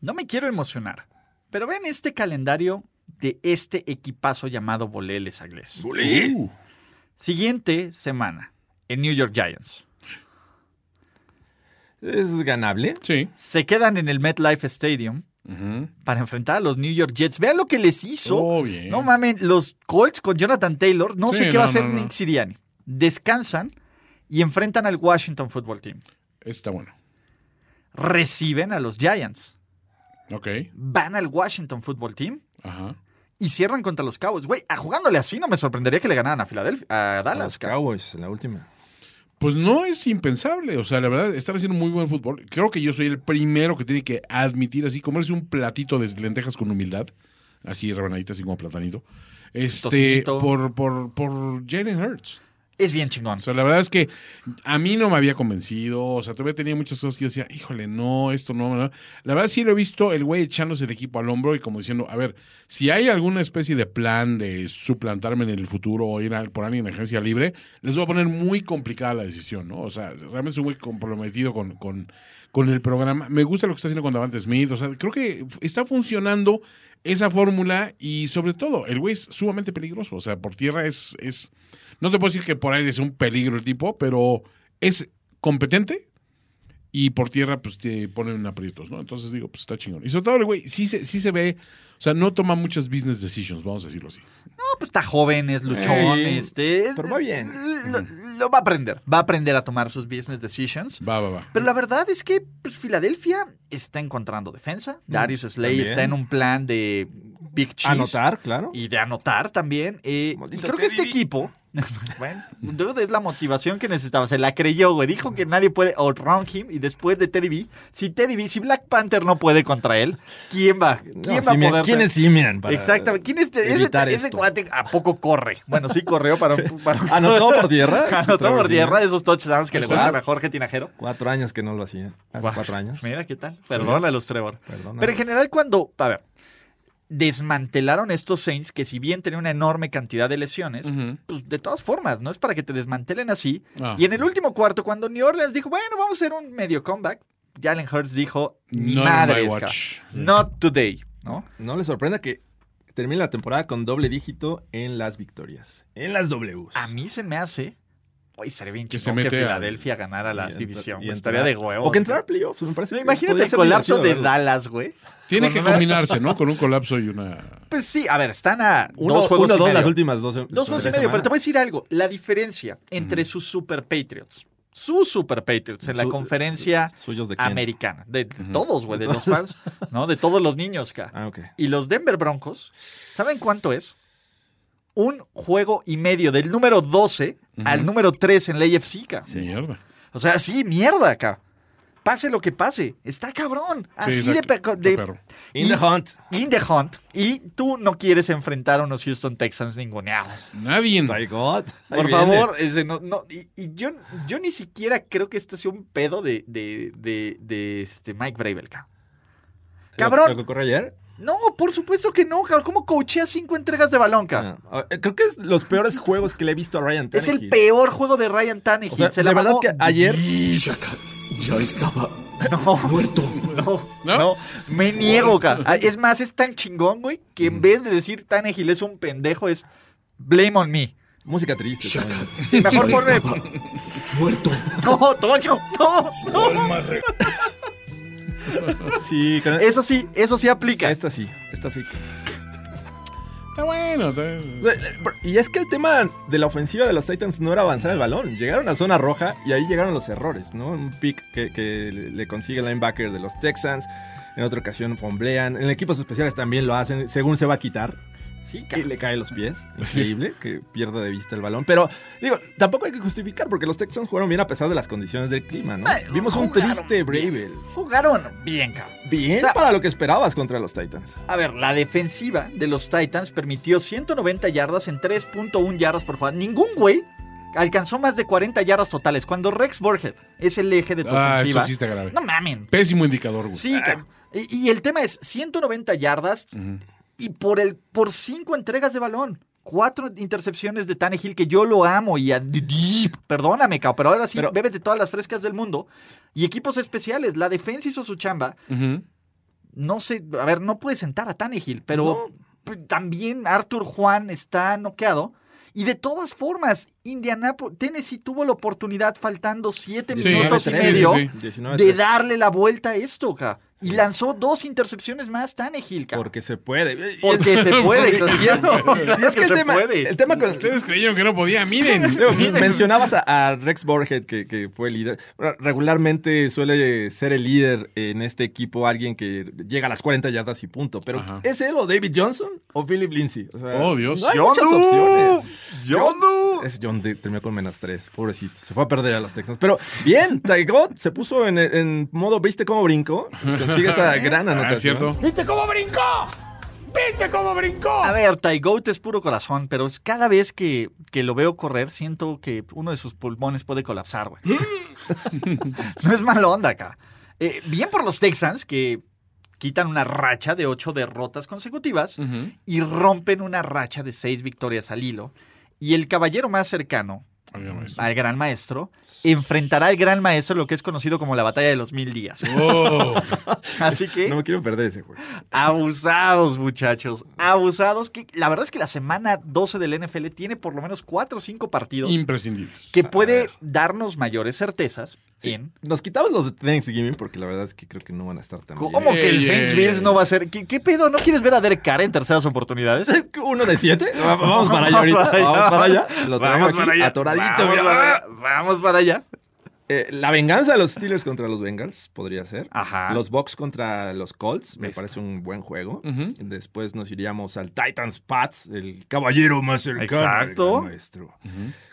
B: No me quiero emocionar, pero vean este calendario de este equipazo llamado Volé Les Agles. Uh. Siguiente semana, en New York Giants.
E: Es ganable.
D: Sí.
B: Se quedan en el MetLife Stadium para enfrentar a los New York Jets. Vean lo que les hizo.
D: Oh, bien.
B: No mamen, los Colts con Jonathan Taylor, no
D: Sí,
B: sé qué va a
D: no,
B: hacer
D: no, no.
B: Nick Sirianni. Descansan y enfrentan al Washington Football Team.
D: Está bueno.
B: Reciben a los Giants.
D: Ok.
B: Van al Washington Football Team
D: Ajá.
B: y cierran contra los Cowboys. Güey, a jugándole así no me sorprendería que le ganaran a Filadelfia, a
E: A
B: Dallas.
E: los
B: cabrón.
E: Cowboys en la última.
D: Pues no es impensable. O sea, la verdad, están haciendo muy buen fútbol. Creo que yo soy el primero que tiene que admitir así, comerse un platito de lentejas con humildad. Así, rebanaditas así como platanito. Este,
B: Tocinito.
D: por, por, por Jalen Hurts.
B: Es bien chingón.
D: O sea, la verdad es que a mí no me había convencido. O sea, todavía tenía muchas cosas que yo decía, híjole, no, esto no. no. La verdad sí lo he visto el güey echándose el equipo al hombro y como diciendo, a ver, si hay alguna especie de plan de suplantarme en el futuro o ir a- por alguien en agencia libre, les voy a poner muy complicada la decisión, ¿no? O sea, realmente es un güey comprometido con, con, con el programa. Me gusta lo que está haciendo con Davante Smith. O sea, creo que está funcionando esa fórmula y sobre todo, el güey es sumamente peligroso. O sea, por tierra es... es no te puedo decir que por aire es un peligro el tipo, pero es competente y por tierra pues te ponen en aprietos, ¿no? Entonces digo, pues está chingón. Y sobre todo el güey sí se, sí se ve, o sea, no toma muchas business decisions, vamos a decirlo así.
B: No, pues está joven, es luchón,
E: Sí,
B: este.
E: pero va bien.
B: Lo, lo va a aprender. Va a aprender a tomar sus business decisions.
D: Va, va, va.
B: Pero la verdad es que pues, Filadelfia está encontrando defensa. Darius Slay
E: Mm, también.
B: está en un plan de Big Cheese.
E: Anotar, claro.
B: Y de anotar también. eh, y
E: Maldito
B: creo que este
E: Teddy.
B: equipo. bueno, dude, es la motivación que necesitaba. Se la creyó, güey. Dijo que nadie puede outrun him. Y después de Teddy B, si Teddy B, si Black Panther no puede contra él, ¿quién va? ¿Quién
E: No,
B: va a
E: Simeon-
B: poder?
E: ¿Quién es Simeon? para
B: Exactamente. ¿Quién es te- ese,
E: evitar
B: ese
E: esto?
B: cuate? ¿A poco corre? Bueno, sí corrió para. para
E: ¿Anotó por tierra?
B: Anotó por
E: Trevor
B: tierra esos touchdowns que le
E: Claro.
B: gustan a Jorge Tinajero.
E: Cuatro años que no lo hacía. Hace
B: Guau,
E: cuatro años.
B: Mira qué tal. Perdona los Trevor.
E: Perdónalos.
B: Pero en general, cuando. A ver. Desmantelaron estos Saints que, si bien tenían una enorme cantidad de lesiones, pues de todas formas, no es para que te desmantelen así.
D: Ah.
B: Y en el último cuarto, cuando New Orleans dijo, bueno, vamos a hacer un medio comeback, Jalen Hurts dijo, ni
D: Not on
B: madre,
D: my watch.
B: not today, ¿no?
E: No le sorprenda que termine la temporada con doble dígito en las victorias. En las Ws.
B: A mí se me hace. Uy, sería bien
D: Que se
B: chingón que,
D: mete a-
B: Filadelfia ganara la
E: Y entra-
B: división.
E: y
B: pues,
E: entrar-
B: estaría de huevo.
E: O que entrar a playoffs, me parece.
B: No,
E: que
B: imagínate
E: podría
B: el
E: ser
B: colapso
E: divertido
B: de
E: verlo.
B: Dallas, güey.
D: Tiene que
B: Con una-
D: combinarse, ¿no? Con un colapso y una...
B: Pues sí, a ver, están a
E: Uno,
B: dos juegos
E: uno,
B: y
E: dos,
B: medio.
E: las últimas dos.
B: Dos juegos y
E: tres
B: medio, pero te
E: semanas.
B: voy a decir algo. La diferencia entre sus Super Patriots, sus Super Patriots en la
E: Su-
B: conferencia
E: ¿Suyos de quién?
B: americana, de de todos, güey, de los fans, ¿no? De todos los niños, acá.
E: Ah, ok.
B: Y los Denver Broncos, ¿saben cuánto es? Un juego y medio del número 12 al número 3 en la AFC, ca.
D: Mierda.
B: O sea, sí, mierda acá. Pase lo que pase. Está cabrón. Así
D: Sí,
B: de,
D: está-
B: peco-
D: está
B: de-
D: perro.
E: In the hunt.
B: in the hunt. Y tú no quieres enfrentar a unos Houston Texans ninguneados.
D: Nadie.
E: My God. Ahí
B: Por
E: viene.
B: favor, ese no, no, y, y yo, yo ni siquiera creo que este sea un pedo de, de, de, de, este Mike Bravel, ca.
E: Lo-
B: Cabrón.
E: Lo que ocurrió ayer.
B: No, por supuesto que no, cabrón. ¿Cómo coachea cinco entregas de balón, ca?
E: Ah, eh, creo que es los peores juegos que le he visto a Ryan
B: Es el
E: Tannehill.
B: peor juego de Ryan Tannehill.
E: O sea,
B: Se
E: de
B: la
E: verdad
B: mamó.
E: que ayer.
F: Ya estaba
B: No,
D: ¿No?
B: no, me niego, ca. Ah, Es más, es tan chingón, güey, que en vez de decir Tannehill es un pendejo, es blame on me.
E: Música triste. también.
B: Sí, mejor ponme.
F: muerto.
B: No, Toño, no, no.
E: Sí, con-
B: Eso sí, eso sí aplica.
E: Esta sí. Esta sí.
D: Está bueno. está-
E: O sea, Y es que el tema de la ofensiva de los Titans no era avanzar el balón. Llegaron a zona roja y ahí llegaron los errores, ¿no? Un pick que, que le consigue el linebacker de los Texans. En otra ocasión fomblean. En equipos especiales también lo hacen, según se va a quitar.
B: Sí,
E: Y le cae los pies. Increíble que pierda de vista el balón. Pero, digo, tampoco hay que justificar porque los Texans jugaron bien a pesar de las condiciones del clima, ¿no?
B: Bueno,
E: Vimos un
B: jugaron
E: triste Bravel.
B: Jugaron bien, cabrón.
E: Bien
B: O sea-
E: para lo que esperabas contra los Titans.
B: A ver, la defensiva de los Titans permitió 190 yardas en 3.1 yardas por jugada. Ningún güey alcanzó más de 40 yardas totales. Cuando Rex Burhead es el eje de tu
D: Ah,
B: ofensiva.
D: eso sí está grave.
B: No mamen.
D: Pésimo indicador, güey.
B: Sí, cabrón. y, y el tema es 190 yardas y por el por cinco entregas de balón. Cuatro intercepciones de Tannehill que yo lo amo y a- perdóname, cabrón, pero ahora sí,
E: Pero-
B: bébete todas las frescas del mundo. Y equipos especiales, la defensa hizo su chamba
D: Ujú.
B: no sé, a ver, no puede sentar a Tannehill, pero p- también Arthur Juan está noqueado. Y de todas formas, Indianapolis, Tennessee tuvo la oportunidad faltando siete
D: Sí,
B: minutos y
D: sí,
B: medio
D: sí, sí.
E: 19
B: de darle la vuelta a esto, ca. Y lanzó dos intercepciones más Tannehill, ca.
E: Porque se puede. Y-
B: Porque se puede,
E: Y es que el tema,
B: eh,
E: el tema con
D: Ustedes creyeron que no podía, miren.
E: Digo, mencionabas a, a Rex Borget, que, que fue el líder. Bueno, Regularmente suele ser el líder en este equipo alguien que llega a las 40 yardas y punto. Pero
D: Ajá.
E: ¿es él o David Johnson o Philip Lindsay? O sea,
D: Oh, Dios.
E: No hay
B: John
E: muchas
B: Doe.
E: opciones.
B: John Doe.
E: Es John Doe, terminó con menos 3. Pobrecito, se fue a perder a los Texans. Pero bien, Tygod se puso en, en modo viste cómo brinco. y Consigue esta gran
D: Ah,
E: anotación.
D: cierto.
G: ¿Viste cómo brincó? ¿Viste cómo brincó?
B: A ver, Ty Goat es puro corazón, pero es- cada vez que, que lo veo correr, siento que uno de sus pulmones puede colapsar, güey. no es mala onda acá. Eh, bien por los Texans, que quitan una racha de ocho derrotas consecutivas
D: Ujú.
B: y rompen una racha de seis victorias al hilo. Y el caballero más cercano
D: Oiga, maestro.
B: al gran maestro enfrentará al gran maestro en lo que es conocido como la batalla de los mil días.
D: Oh,
B: Así que
E: No me quiero perder ese juego.
B: Abusados, muchachos. Abusados. Que la verdad es que la semana 12 del NFL tiene por lo menos 4 o 5 partidos
D: imprescindibles.
B: que puede darnos mayores certezas en.
E: Nos quitamos los de Thanksgiving porque la verdad es que creo que no van a estar tan bien.
B: ¿Cómo que el
D: Ey,
B: Saints
D: ey,
B: Bills
D: ey.
B: no va a ser? ¿Qué, qué pedo? ¿No quieres ver a Derek Carr en terceras oportunidades?
E: ¿Uno de siete? Va- Vamos para allá ahorita. Vamos para allá. Lo traemos aquí atoradito.
B: Vamos
E: mira.
B: para allá. Vamos para allá.
E: Eh, la venganza de los Steelers contra los Bengals podría ser.
B: Ajá.
E: Los Bucks contra los Colts. Me
B: Listo.
E: parece un buen juego. Después nos iríamos al Titans Pats, el caballero más cercano.
B: Exacto.
E: al gran maestro.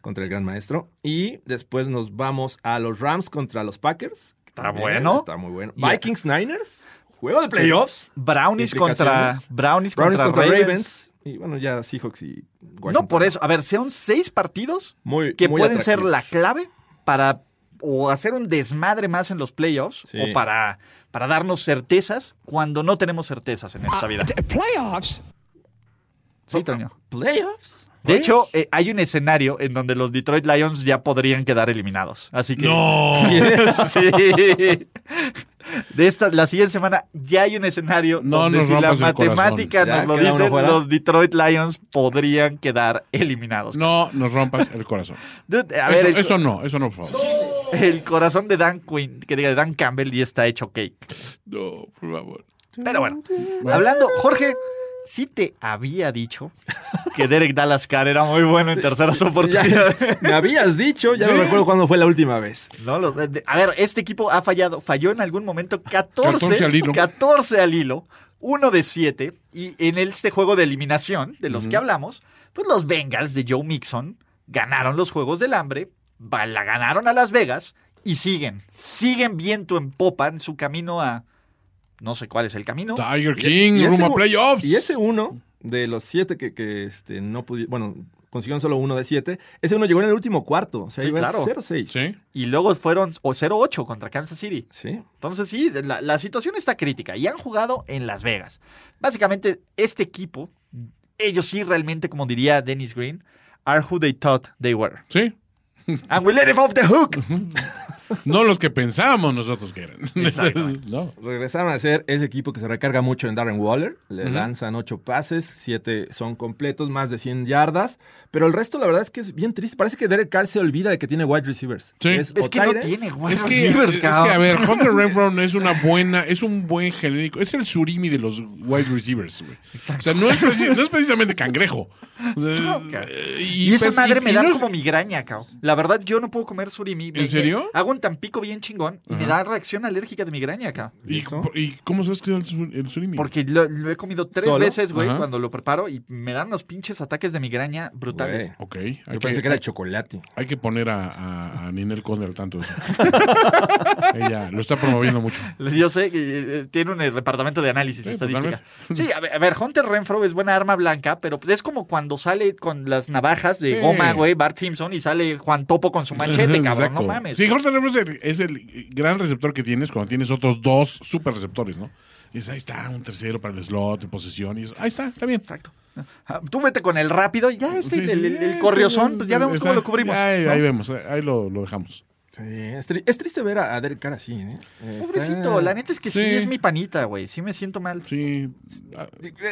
E: Contra el gran maestro. Y después nos vamos a los Rams contra los Packers. que
B: Está
E: también
B: bueno.
E: Está muy bueno.
B: Y a-
E: Vikings Niners. Juego de playoffs.
B: Brownies contra,
E: Implicaciones.
B: Brownies
E: Brownies
B: contra,
E: contra,
B: Ravens.
E: Ravens. Y bueno, ya Seahawks y Washington.
B: No, por eso. A ver, sean seis partidos
E: Muy-
B: que
E: muy
B: pueden ser
E: atractivos.
B: la clave para o hacer un desmadre más en los playoffs
E: Sí.
B: o para, para darnos certezas cuando no tenemos certezas en esta vida.
G: Playoffs.
B: Sí, Toño.
E: ¿Playoffs?
B: De hecho, eh, hay un escenario en donde los Detroit Lions ya podrían quedar eliminados. Así que.
D: No.
B: Sí. De esta, la siguiente semana ya hay un escenario
D: No
B: donde
D: nos
B: si la
D: rompas el corazón.
B: matemática
E: Ya,
B: nos lo
E: queda uno
B: dice,
E: fuera.
B: los Detroit Lions podrían quedar eliminados.
D: No nos rompas el corazón.
B: Dude, a ver,
D: Eso,
B: el-
D: eso no, eso no, por favor.
B: El corazón de Dan Quinn, que diga de Dan Campbell y está hecho cake.
D: No, por favor.
B: Pero bueno, hablando, Jorge, sí te había dicho que Derek Dallas Carr era muy bueno en terceras
E: Ya,
B: oportunidades.
E: me habías dicho, ya no recuerdo cuándo fue la última vez.
B: No, lo- de- a ver, este equipo ha fallado, falló en algún momento 14,
D: 14 al hilo.
B: 14 al hilo, uno de 7, y en este juego de eliminación de los que hablamos, pues los Bengals de Joe Mixon ganaron los Juegos del Hambre, va- la ganaron a Las Vegas y siguen, siguen viento en popa en su camino a, no sé cuál es el camino,
D: Tiger King,
E: Y ese
D: rumbo a
E: u-
D: playoffs.
E: Y ese uno de los siete que, que, este, no pudieron, bueno, consiguieron solo uno de siete, ese uno llegó en el último cuarto, o sea,
B: Sí,
E: iba
B: claro.
E: 0-6.
D: Sí.
B: y luego fueron o 0-8 contra Kansas City.
E: Sí.
B: Entonces sí, la, la situación está crítica y han jugado en Las Vegas. Básicamente, este equipo, ellos sí realmente, como diría Dennis Green, are who they thought they were.
D: Sí.
B: And we let them off the hook.
D: No los que pensábamos nosotros que eran.
B: Exactamente.
D: No.
E: Regresaron a ser ese equipo que se recarga mucho en Darren Waller. Le
D: Ujú.
E: lanzan ocho pases, siete son completos, más de 100 yardas. Pero el resto, la verdad es que es bien triste. Parece que Derek Carr se olvida de que tiene wide receivers.
D: Sí.
B: Es
E: o
B: que no
E: tight ends,
B: tiene, güey.
D: Es que, es que,
B: ah.
D: a ver, Hunter Renfrow es una buena, es un buen genérico, es el surimi de los wide receivers, güey. O sea, no es, preci- no es precisamente cangrejo. O sea, eh,
B: Y, esa
D: pues,
B: madre
D: y-
B: me
D: y
B: da
D: no es-
B: como migraña, cao. La verdad, yo no puedo comer surimi. Me-
D: ¿En serio?
B: me- hago un tampico bien chingón y me da reacción alérgica de migraña, cao.
D: ¿Y,
E: ¿Eso?
D: por- y cómo sabes que es el, sur- el surimi?
B: Porque lo, lo he comido tres
E: ¿Solo?
B: veces, güey,
D: Ajá.
B: cuando lo preparo y me dan unos pinches ataques de migraña brutales.
E: Güey.
D: Ok, hay
E: Yo
D: que,
E: pensé que era el chocolate.
D: hay que poner a, a, a Ninel Conde al tanto. de eso. Ella lo está promoviendo mucho.
B: Yo sé que eh, tiene un eh, departamento de análisis
D: Sí,
B: estadística.
D: totalmente.
B: Sí, a ver, a ver, Hunter Renfro es buena arma blanca, pero pues, es como cuando sale con las navajas de
D: Sí.
B: goma, güey, Bart Simpson y sale Juan Topo con su machete, cabrón,
D: Exacto.
B: no mames.
D: Sí, Hunter Renfrow es el, es el gran receptor que tienes cuando tienes otros dos super receptores, ¿no? Y dices, ahí está, un tercero para el slot, en posesión. Y eso. Ahí está, está bien.
B: Exacto. Ah, Tú vete con el rápido y ya este,
D: Sí, sí,
B: el, el- el
D: sí, sí,
B: corriozón, pues ya
D: sí,
B: vemos cómo lo
D: exacto.
B: cubrimos.
D: Ahí,
B: ¿no?
D: ahí vemos, ahí lo, lo dejamos.
E: Sí, es, tri- es triste ver a, a Derek Carr así, ¿eh? Está-
B: Pobrecito, la neta es que sí,
D: Sí.
B: es mi panita, güey. Sí me siento mal.
D: Sí. ah,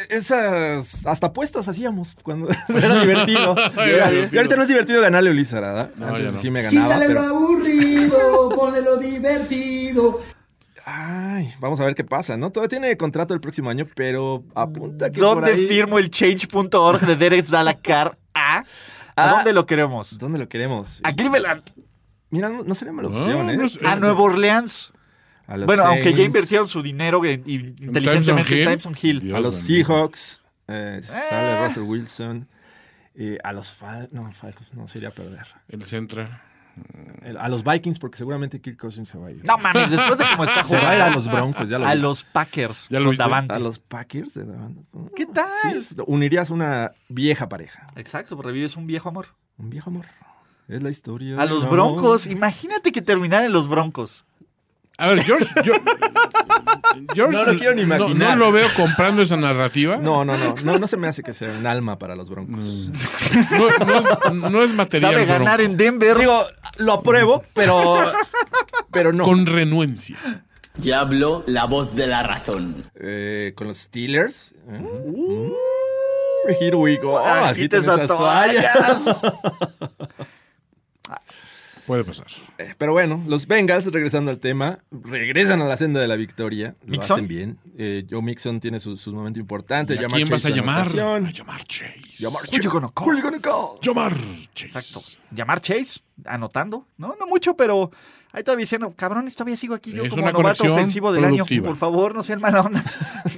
E: Esas hasta apuestas hacíamos cuando era divertido.
D: Era
E: Y ahora-
D: divertido.
E: Y ahorita no es divertido ganarle a Ulises, ¿verdad? Antes
D: ya no.
E: sí me ganaba. Pero...
G: aburrido, ponle lo divertido.
E: Ay, vamos a ver qué pasa, ¿no? Todavía tiene contrato el próximo año, pero apunta que. por
B: ¿Dónde
E: ahí-
B: firmo el change.org de Derek Dalacar a? ¿A
E: Ah.
B: dónde lo queremos?
E: ¿Dónde lo queremos?
B: A Cleveland,
E: Mira, no, no sería mala opción,
D: No,
E: ¿eh?
D: no es-
B: a Nueva Orleans.
E: A los
B: pues, Bueno, aunque ya
E: Saints,
B: invirtieron su dinero en- y- inteligentemente en Times on Hill.
D: Dios
E: A los
D: bendito.
E: Seahawks, eh, sale Russell Wilson. eh, a los Fal no, Falcons, no sería perder.
D: El Central.
E: El- a los Vikings, porque seguramente Kirk Cousins se va a ir.
B: No mames, después de cómo está
E: se va a ir
B: jugando.
E: a los Broncos, ya lo
B: A
E: vi.
B: los Packers.
D: Ya lo
B: con
D: viste.
B: Davante.
E: A los Packers de Davante.
B: ¿Qué tal?
E: Sí, unirías una vieja pareja.
B: Exacto, revives un viejo amor.
E: Un viejo amor. Es la historia.
B: A
E: de
B: los
E: un
B: Broncos,
E: amor.
B: imagínate que terminaran los Broncos.
D: A ver, George. George, George-
E: No lo quiero ni
D: no-
E: imaginar.
D: No, lo veo comprando esa narrativa.
E: No, no, no, no. No se me hace que sea un alma para los Broncos.
B: Mm.
D: No, no es, no es material.
B: Sabe ganar
D: bronco.
B: en Denver.
E: Digo, lo apruebo, pero. Pero no.
D: Con renuencia.
F: Ya habló la voz de la razón.
E: Eh, con los Steelers. ¿eh?
D: Uh-huh.
E: Here we go.
B: Agiten
E: Agiten esas
B: esas toallas.
D: Puede pasar.
E: Eh, Pero bueno, los Bengals, regresando al tema, regresan a la senda de la victoria. Lo
B: ¿Mixon?
E: hacen bien. Eh, Joe Mixon tiene sus su momentos importantes.
D: ¿Y ¿A quién vas a llamar? A llamar Chase.
E: Llamar
B: Who you gonna call?
E: Who you gonna call?
D: Llamar Chase.
B: Exacto. Llamar Chase, anotando. No, no mucho, pero ahí todavía diciendo, cabrones, todavía sigo aquí yo
D: Es
B: como
D: una
B: novato
D: conexión
B: ofensivo del
D: productiva.
B: año. Por favor, no sean mala onda.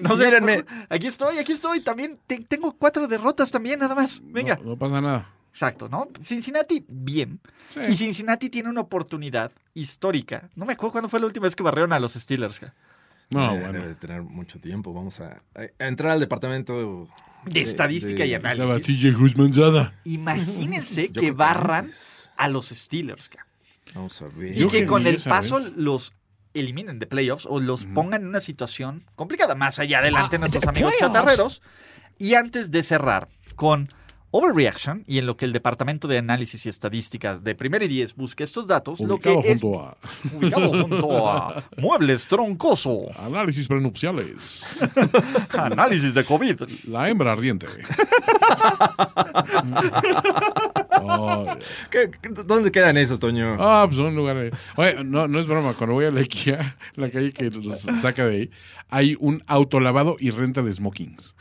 B: No sean-
E: Mírenme.
B: Aquí estoy, aquí estoy. También te- tengo cuatro derrotas también, nada más. Venga.
D: No, no pasa nada.
B: Exacto, ¿no? Cincinnati, bien.
D: Sí.
B: Y Cincinnati tiene una oportunidad histórica. No me acuerdo cuándo fue la última vez que barrieron a los Steelers. ja.
D: No,
E: Eh, Debe
D: bueno.
E: de tener mucho tiempo. Vamos a, a entrar al departamento.
B: De estadística
E: de-
B: y
D: Estaba
B: análisis.
D: TJ Guzmanzada. ¿eh?
B: Imagínense
E: Yo
B: que
E: creo que
B: barran
E: antes.
B: a los Steelers. ja.
E: Vamos a
B: Y
E: ver.
D: Yo
B: que
D: creo
B: con
D: que
B: el
D: esa
B: paso
D: vez.
B: los eliminen de playoffs o los pongan en una situación complicada. Más allá adelante, nuestros amigos chatarreros. Y antes de cerrar con Overreaction y en lo que el Departamento de Análisis y Estadísticas de Primera y Diez busca estos datos,
D: Ubicado
B: lo que es
D: junto a
B: ubicado junto a Muebles Troncoso,
D: Análisis Prenupciales.
B: Análisis de COVID.
D: La hembra ardiente. Ay.
E: ¿Qué- qué- ¿Dónde quedan esos, Toño?
D: Ah, pues son lugares. Oye, no, no es broma. Cuando voy a la IKEA, la calle que los saca de ahí, hay un autolavado y renta de smokings.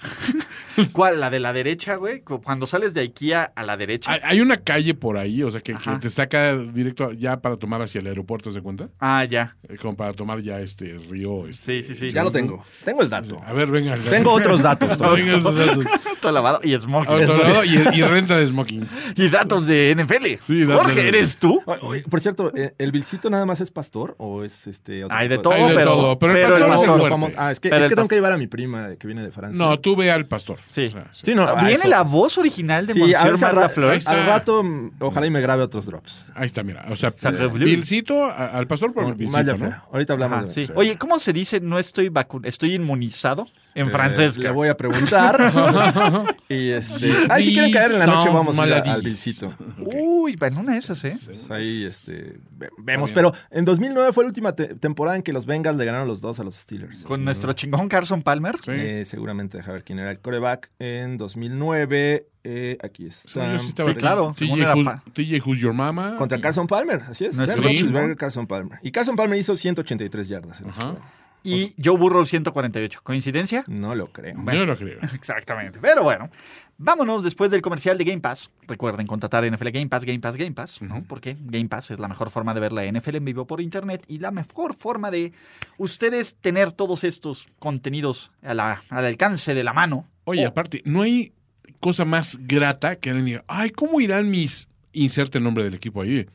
B: ¿Cuál? ¿La de la derecha, güey? Cu- Cuando sales de IKEA a la
D: Hay,
B: derecha.
D: hay una calle por ahí, o sea, que, que
B: Ajá.
D: te saca directo ya para tomar hacia el aeropuerto, ¿se cuenta?
B: Ah, ya.
D: Eh, Como para tomar ya este río. este-
B: Sí, sí, sí.
E: Ya lo tengo. Tengo el dato.
D: A ver, venga.
E: Tengo otros datos, Toño.
D: Venga, los datos.
B: Todo lavado y smoking.
D: Autolavado y, y renta de smokings.
B: Y datos de NFL.
D: Sí, datos
B: Jorge,
D: de-
B: ¿eres tú?
E: Oye, oye, Por cierto, eh, ¿el Vilcito nada más es pastor o es este otro
B: Hay de
E: tipo
B: todo,
D: Hay de
B: pero,
D: todo, pero
B: pero,
D: el
B: el
D: pastor
B: pastor.
D: es
E: Lo
D: fuerte.
E: vamos- Ah, es que,
B: Pero
E: es
B: el
E: que tengo
B: pastor.
E: que llevar a mi prima eh, que viene de Francia.
D: No, tú ve al pastor.
B: Sí.
D: O sea, sí.
E: Sí, no, ah,
B: Viene
E: eso.
B: la voz original de
E: Sí, a
B: Monsieur
E: ver si al,
B: Marla
E: ra-
B: Flores.
E: al
D: Ah.
E: rato, mm, ojalá y me grabe otros drops.
D: Ahí está, mira. O sea,
B: Saca-
D: Vilcito a- al pastor por
E: Con-
D: Vilcito,
E: Maya
D: ¿no?
E: Fea. Ahorita hablamos
B: Ajá,
E: de
B: sí. Oye, ¿cómo se dice no estoy vacunado? ¿Estoy inmunizado?
E: Eh,
B: en francés.
E: Le voy a preguntar. y este. Ay, si quieren caer en la noche, vamos a ir a- al
D: Maladies.
E: Vilcito.
B: Uy, en una de esas, ¿eh?
E: Pues ahí este, ve- vemos. Pero en 2009 fue la última te- temporada en que los Bengals le ganaron los dos a los Steelers.
B: Con nuestro chingón Carson Palmer.
D: Sí.
E: Eh, seguramente, deja ver quién era el coreback. En 2009, eh, aquí
D: Según
E: está.
D: yo sí estaba
B: Sí, claro,
D: TJ
B: según era
D: Who's-
B: pa-
D: TJ Who's Your Mama.
E: Contra Carson Palmer, así es. Ben
B: Nuestro
E: Roethlisberger,
B: mismo.
E: Carson Palmer. Y Carson Palmer hizo 183 yardas. en este
D: Ajá.
E: juego.
B: Y Joe Burrow 148. ¿Coincidencia?
E: No lo creo.
D: Yo no creo.
B: Exactamente. Pero bueno, vámonos después del comercial de Game Pass. Recuerden contratar NFL Game Pass, Game Pass, Game Pass, ¿no? Porque Game Pass es la mejor forma de ver la NFL en vivo por internet y la mejor forma de ustedes tener todos estos contenidos a la- al alcance de la mano.
E: Oh.
D: Oye, aparte, no hay cosa más grata que alguien diga, ay, ¿cómo irán mis... Inserte el nombre del equipo ahí.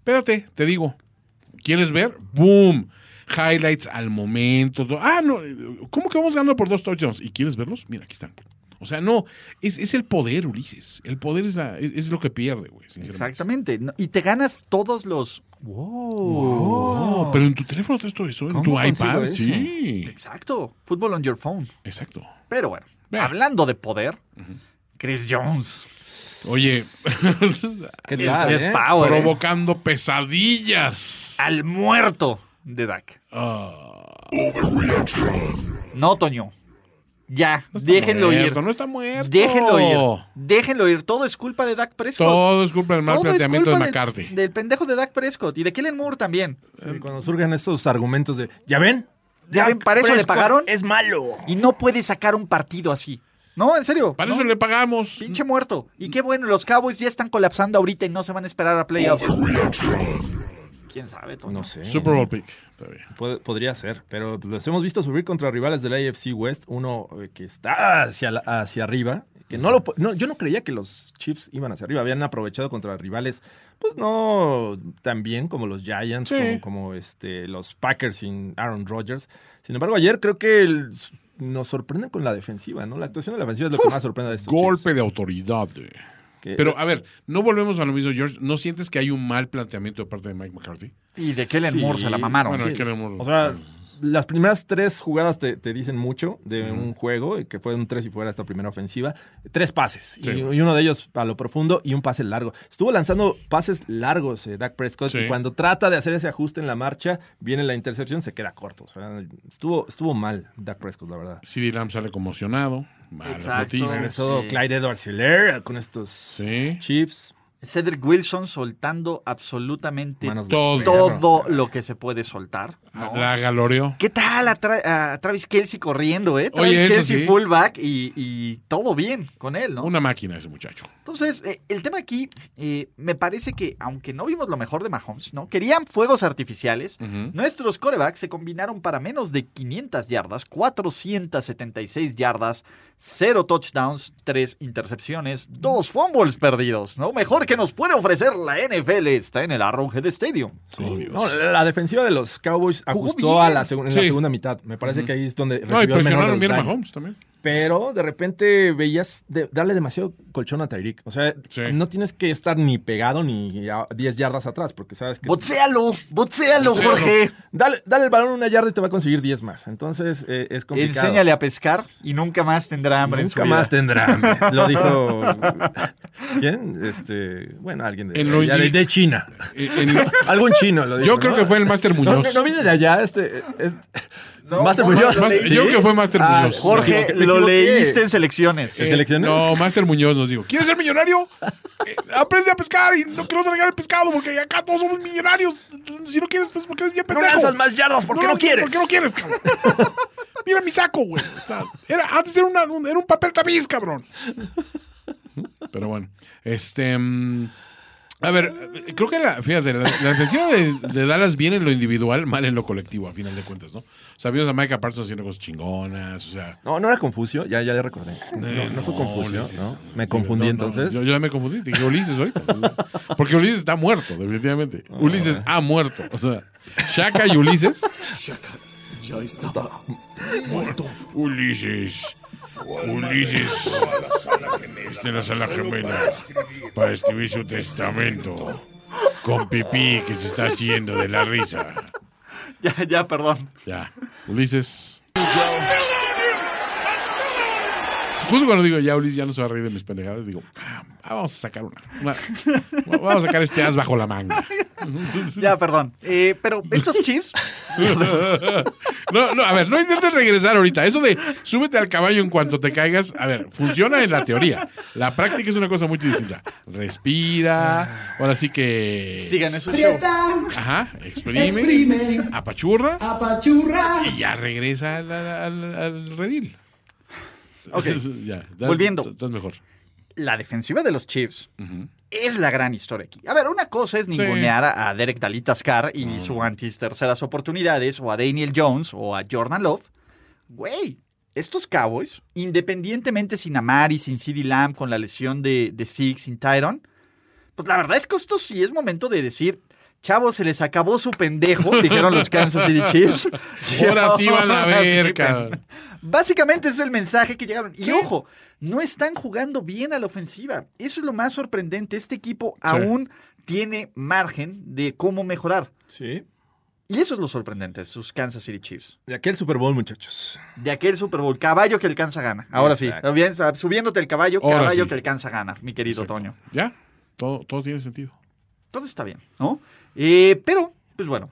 D: Espérate, te digo. ¿Quieres ver? ¡Boom! Highlights al momento. todo. Ah, no. ¿Cómo que vamos ganando por dos touchdowns? ¿Y quieres verlos? Mira, aquí están. O sea, no. Es, es el poder, Ulises. El poder es, la- es, es lo que pierde, güey. sinceramente.
B: Exactamente. No- Y te ganas todos los...
D: Oh, pero en tu teléfono traes todo eso. En
E: ¿Cómo
D: tu
E: consigo
D: iPad.
E: eso?
D: Sí.
B: Exacto. Fútbol on your phone.
D: Exacto.
B: Pero bueno,
D: Vea.
B: hablando de poder, Chris Jones.
D: Oye,
E: ¿Qué
B: Es,
E: tal,
B: es
E: eh?
B: power, ¿eh?
D: provocando pesadillas.
B: al muerto de Dak.
D: Ah.
B: No, Toño. Ya, déjenlo ir.
D: Muerto, No está muerto.
B: Déjenlo ir. Déjenlo ir. Todo es culpa de Dak Prescott.
D: Todo es culpa del mal
B: Todo es
D: planteamiento de
B: culpa del-
D: McCarthy.
B: Del, pendejo de Dak Prescott y de Kellen Moore también.
E: Sí, cuando surgen estos argumentos de, ¿ya ven?
B: Ya ven, para eso le
E: Prescott
B: pagaron.
E: Es malo.
B: Y no puede sacar un partido así. No, en serio.
D: Para
B: no.
D: eso le pagamos.
B: Pinche muerto. Y qué bueno, los Cowboys ya están colapsando ahorita y no se van a esperar a playoffs. ¿Quién sabe, Toño?
E: No sé.
D: Super Bowl pick. Está bien.
E: Pod- podría ser, pero los hemos visto subir contra rivales del AFC West, uno eh, que está hacia, la- hacia arriba, que no lo po- no, yo no creía que los Chiefs iban hacia arriba, habían aprovechado contra rivales, pues no tan bien como los Giants,
D: Sí.
E: como, como, este, los Packers sin Aaron Rodgers. Sin embargo, ayer creo que el- nos sorprenden con la defensiva, ¿no? La actuación de la defensiva es lo que más sorprende de estos
D: Golpe de autoridad. eh.
E: Chiefs. Que-
D: Pero a ver, no volvemos a lo mismo, George. ¿No sientes que hay un mal planteamiento de parte de Mike McCarthy?
B: Y de Kellen
E: Sí.
B: Moore se la mamaron.
D: Bueno,
B: Sí.
D: hay que verlo.
E: O sea, las primeras tres jugadas te, te dicen mucho de un juego, y que fue un tres y fuera esta primera ofensiva. Tres pases,
D: Sí.
E: y, y uno de ellos a lo profundo y un pase largo. Estuvo lanzando pases largos eh, Dak Prescott,
D: Sí.
E: y cuando trata de hacer ese ajuste en la marcha, viene la intercepción, se queda corto. O sea, estuvo, estuvo mal Dak Prescott, la verdad.
D: CD Lamb sale conmocionado. Malas
B: Exacto.
D: noticias.
E: Regresó
B: Sí.
E: Clyde Edwards Hilaire con estos
D: Sí.
E: Chiefs.
B: Cedric Wilson soltando absolutamente
E: Manos de
D: todo.
E: perro.
B: todo lo que se puede soltar. ¿no?
D: La galoreó.
B: ¿Qué tal a, Tra- a Travis Kelsey corriendo, eh?
D: Oye,
B: Travis
D: eso
B: Kelsey
D: sí.
B: fullback y, y todo bien con él, ¿no?
D: Una máquina ese muchacho.
B: Entonces, eh, el tema aquí, eh, me parece que, aunque no vimos lo mejor de Mahomes, ¿no? Querían fuegos artificiales. Nuestros corebacks se combinaron para menos de 500 yardas, 476 yardas, 0 touchdowns, 3 intercepciones, 2 fumbles perdidos, ¿no? Mejor que nos puede ofrecer la NFL está en el Arrowhead Stadium.
E: No, la la defensiva de los Cowboys ajustó a
B: bien.
E: la, segun- en
D: Sí.
E: la segunda mitad. Me parece que ahí es donde
D: No, y
E: recibió el menor
D: presionaron bien a
E: daño.
D: Mahomes también.
E: Pero de repente veías de- darle demasiado colchón a Tyreek. O sea,
D: Sí.
E: no tienes que estar ni pegado ni a 10 yardas atrás, porque sabes que.
B: ¡Botséalo! ¡Botséalo, Jorge!
E: Dale, dale el balón una yarda y te va a conseguir 10 más. Entonces eh, es complicado.
B: Enséñale a pescar y nunca más tendrá hambre en su
E: Nunca
B: vida.
E: más tendrá. hambre. Lo dijo. ¿Quién? Este, bueno, alguien de,
D: En lo
E: ya de,
D: indi-
E: de China.
D: Eh, En- en-
E: Algún chino lo dijo.
D: Yo creo
E: ¿no?
D: que fue el Master
E: No,
D: Muñoz.
E: no, no viene de allá. Este, es- Master
B: no,
E: Muñoz.
B: no,
D: Mas-
E: ¿Sí?
D: Yo creo que fue Master
E: Ah,
D: Muñoz.
B: Jorge,
E: Me equivoqué, me
B: lo
E: equivoqué.
B: leíste en selecciones.
E: ¿En selecciones?
D: No, Master Muñoz nos dijo, ¿quieres ser millonario? Eh, aprende a pescar y no quiero tragar el pescado porque acá todos somos millonarios. Si no quieres, pues porque eres bien
E: No
D: pendejo.
E: lanzas más yardas porque no,
D: lanzas-
E: quieres.
D: Porque no quieres, cabrón. Mira mi saco, güey. O sea, era, antes era, una- un, era un papel tapiz, cabrón. Pero bueno, este... mm, a ver, eh, creo que la, fíjate, la, la defensiva de, de Dallas viene en lo individual, mal en lo colectivo, a final de cuentas, ¿no? O sea, vimos a Micah Parsons haciendo cosas chingonas, o sea,
E: No, no era Confucio, ya, ya recordé. No, no, fue Confucio, ¿no? Me confundí
D: No, no,
E: entonces.
D: Yo, yo ya me confundí, te dije Ulises ahorita. Porque Ulises está muerto, definitivamente.
E: Ah.
D: Ulises ha muerto. O sea, Shaka y Ulises.
A: Ya está.
D: Ulises. Ulises. Está en la sala gemela para escribir su testamento. Con pipí que se está haciendo de la risa.
B: Ya, ya, perdón.
D: Ya. Ulises. Justo cuando digo ya Ulises ya no se va a reír de mis pendejadas, digo, ah, vamos a sacar una. una- vamos a sacar este as bajo la manga.
B: Ya, perdón. Eh, pero estos chips,
D: No, no, a ver, no intentes regresar ahorita. Eso de súbete al caballo en cuanto te caigas, a ver, funciona en la teoría. La práctica es una cosa muy distinta. Respira, ahora sí que.
B: sigan esos show.
D: Ajá, exprime, apachurra. Y ya regresa al, al- al redil.
B: Ok.
D: Ya, da-
B: Volviendo.
D: Estás mejor.
B: La defensiva de los Chiefs es la gran historia aquí. A ver, una cosa es ningunear a a Derek Dalitascar y su antis terceras oportunidades, o a Daniel Jones, o a Jordan Love. Güey, estos Cowboys, independientemente sin Amari, sin CeeDee Lamb, con la lesión de, de Zeke, sin Tyron, pues la verdad es que esto sí es momento de decir. Chavos, se les acabó su pendejo, dijeron los Kansas City Chiefs. Y
D: Ahora sí van a
B: ahora sí
D: ver,
B: que-
D: cabrón.
B: Básicamente es el mensaje que llegaron. Y ojo, no están jugando bien a la ofensiva. Eso es lo más sorprendente. Este equipo aún tiene margen de cómo mejorar.
E: Sí.
B: Y eso es lo sorprendente, sus Kansas City Chiefs.
E: De aquel Super Bowl, muchachos.
B: De aquel Super Bowl, caballo que alcanza gana. Ahora
E: Exacto.
B: sí, bien, sab- subiéndote el caballo,
D: Ahora
B: caballo
D: sí.
B: que alcanza gana, mi querido Toño.
D: Ya, todo, todo tiene sentido.
B: Todo está bien, ¿no? Eh, pero, pues bueno,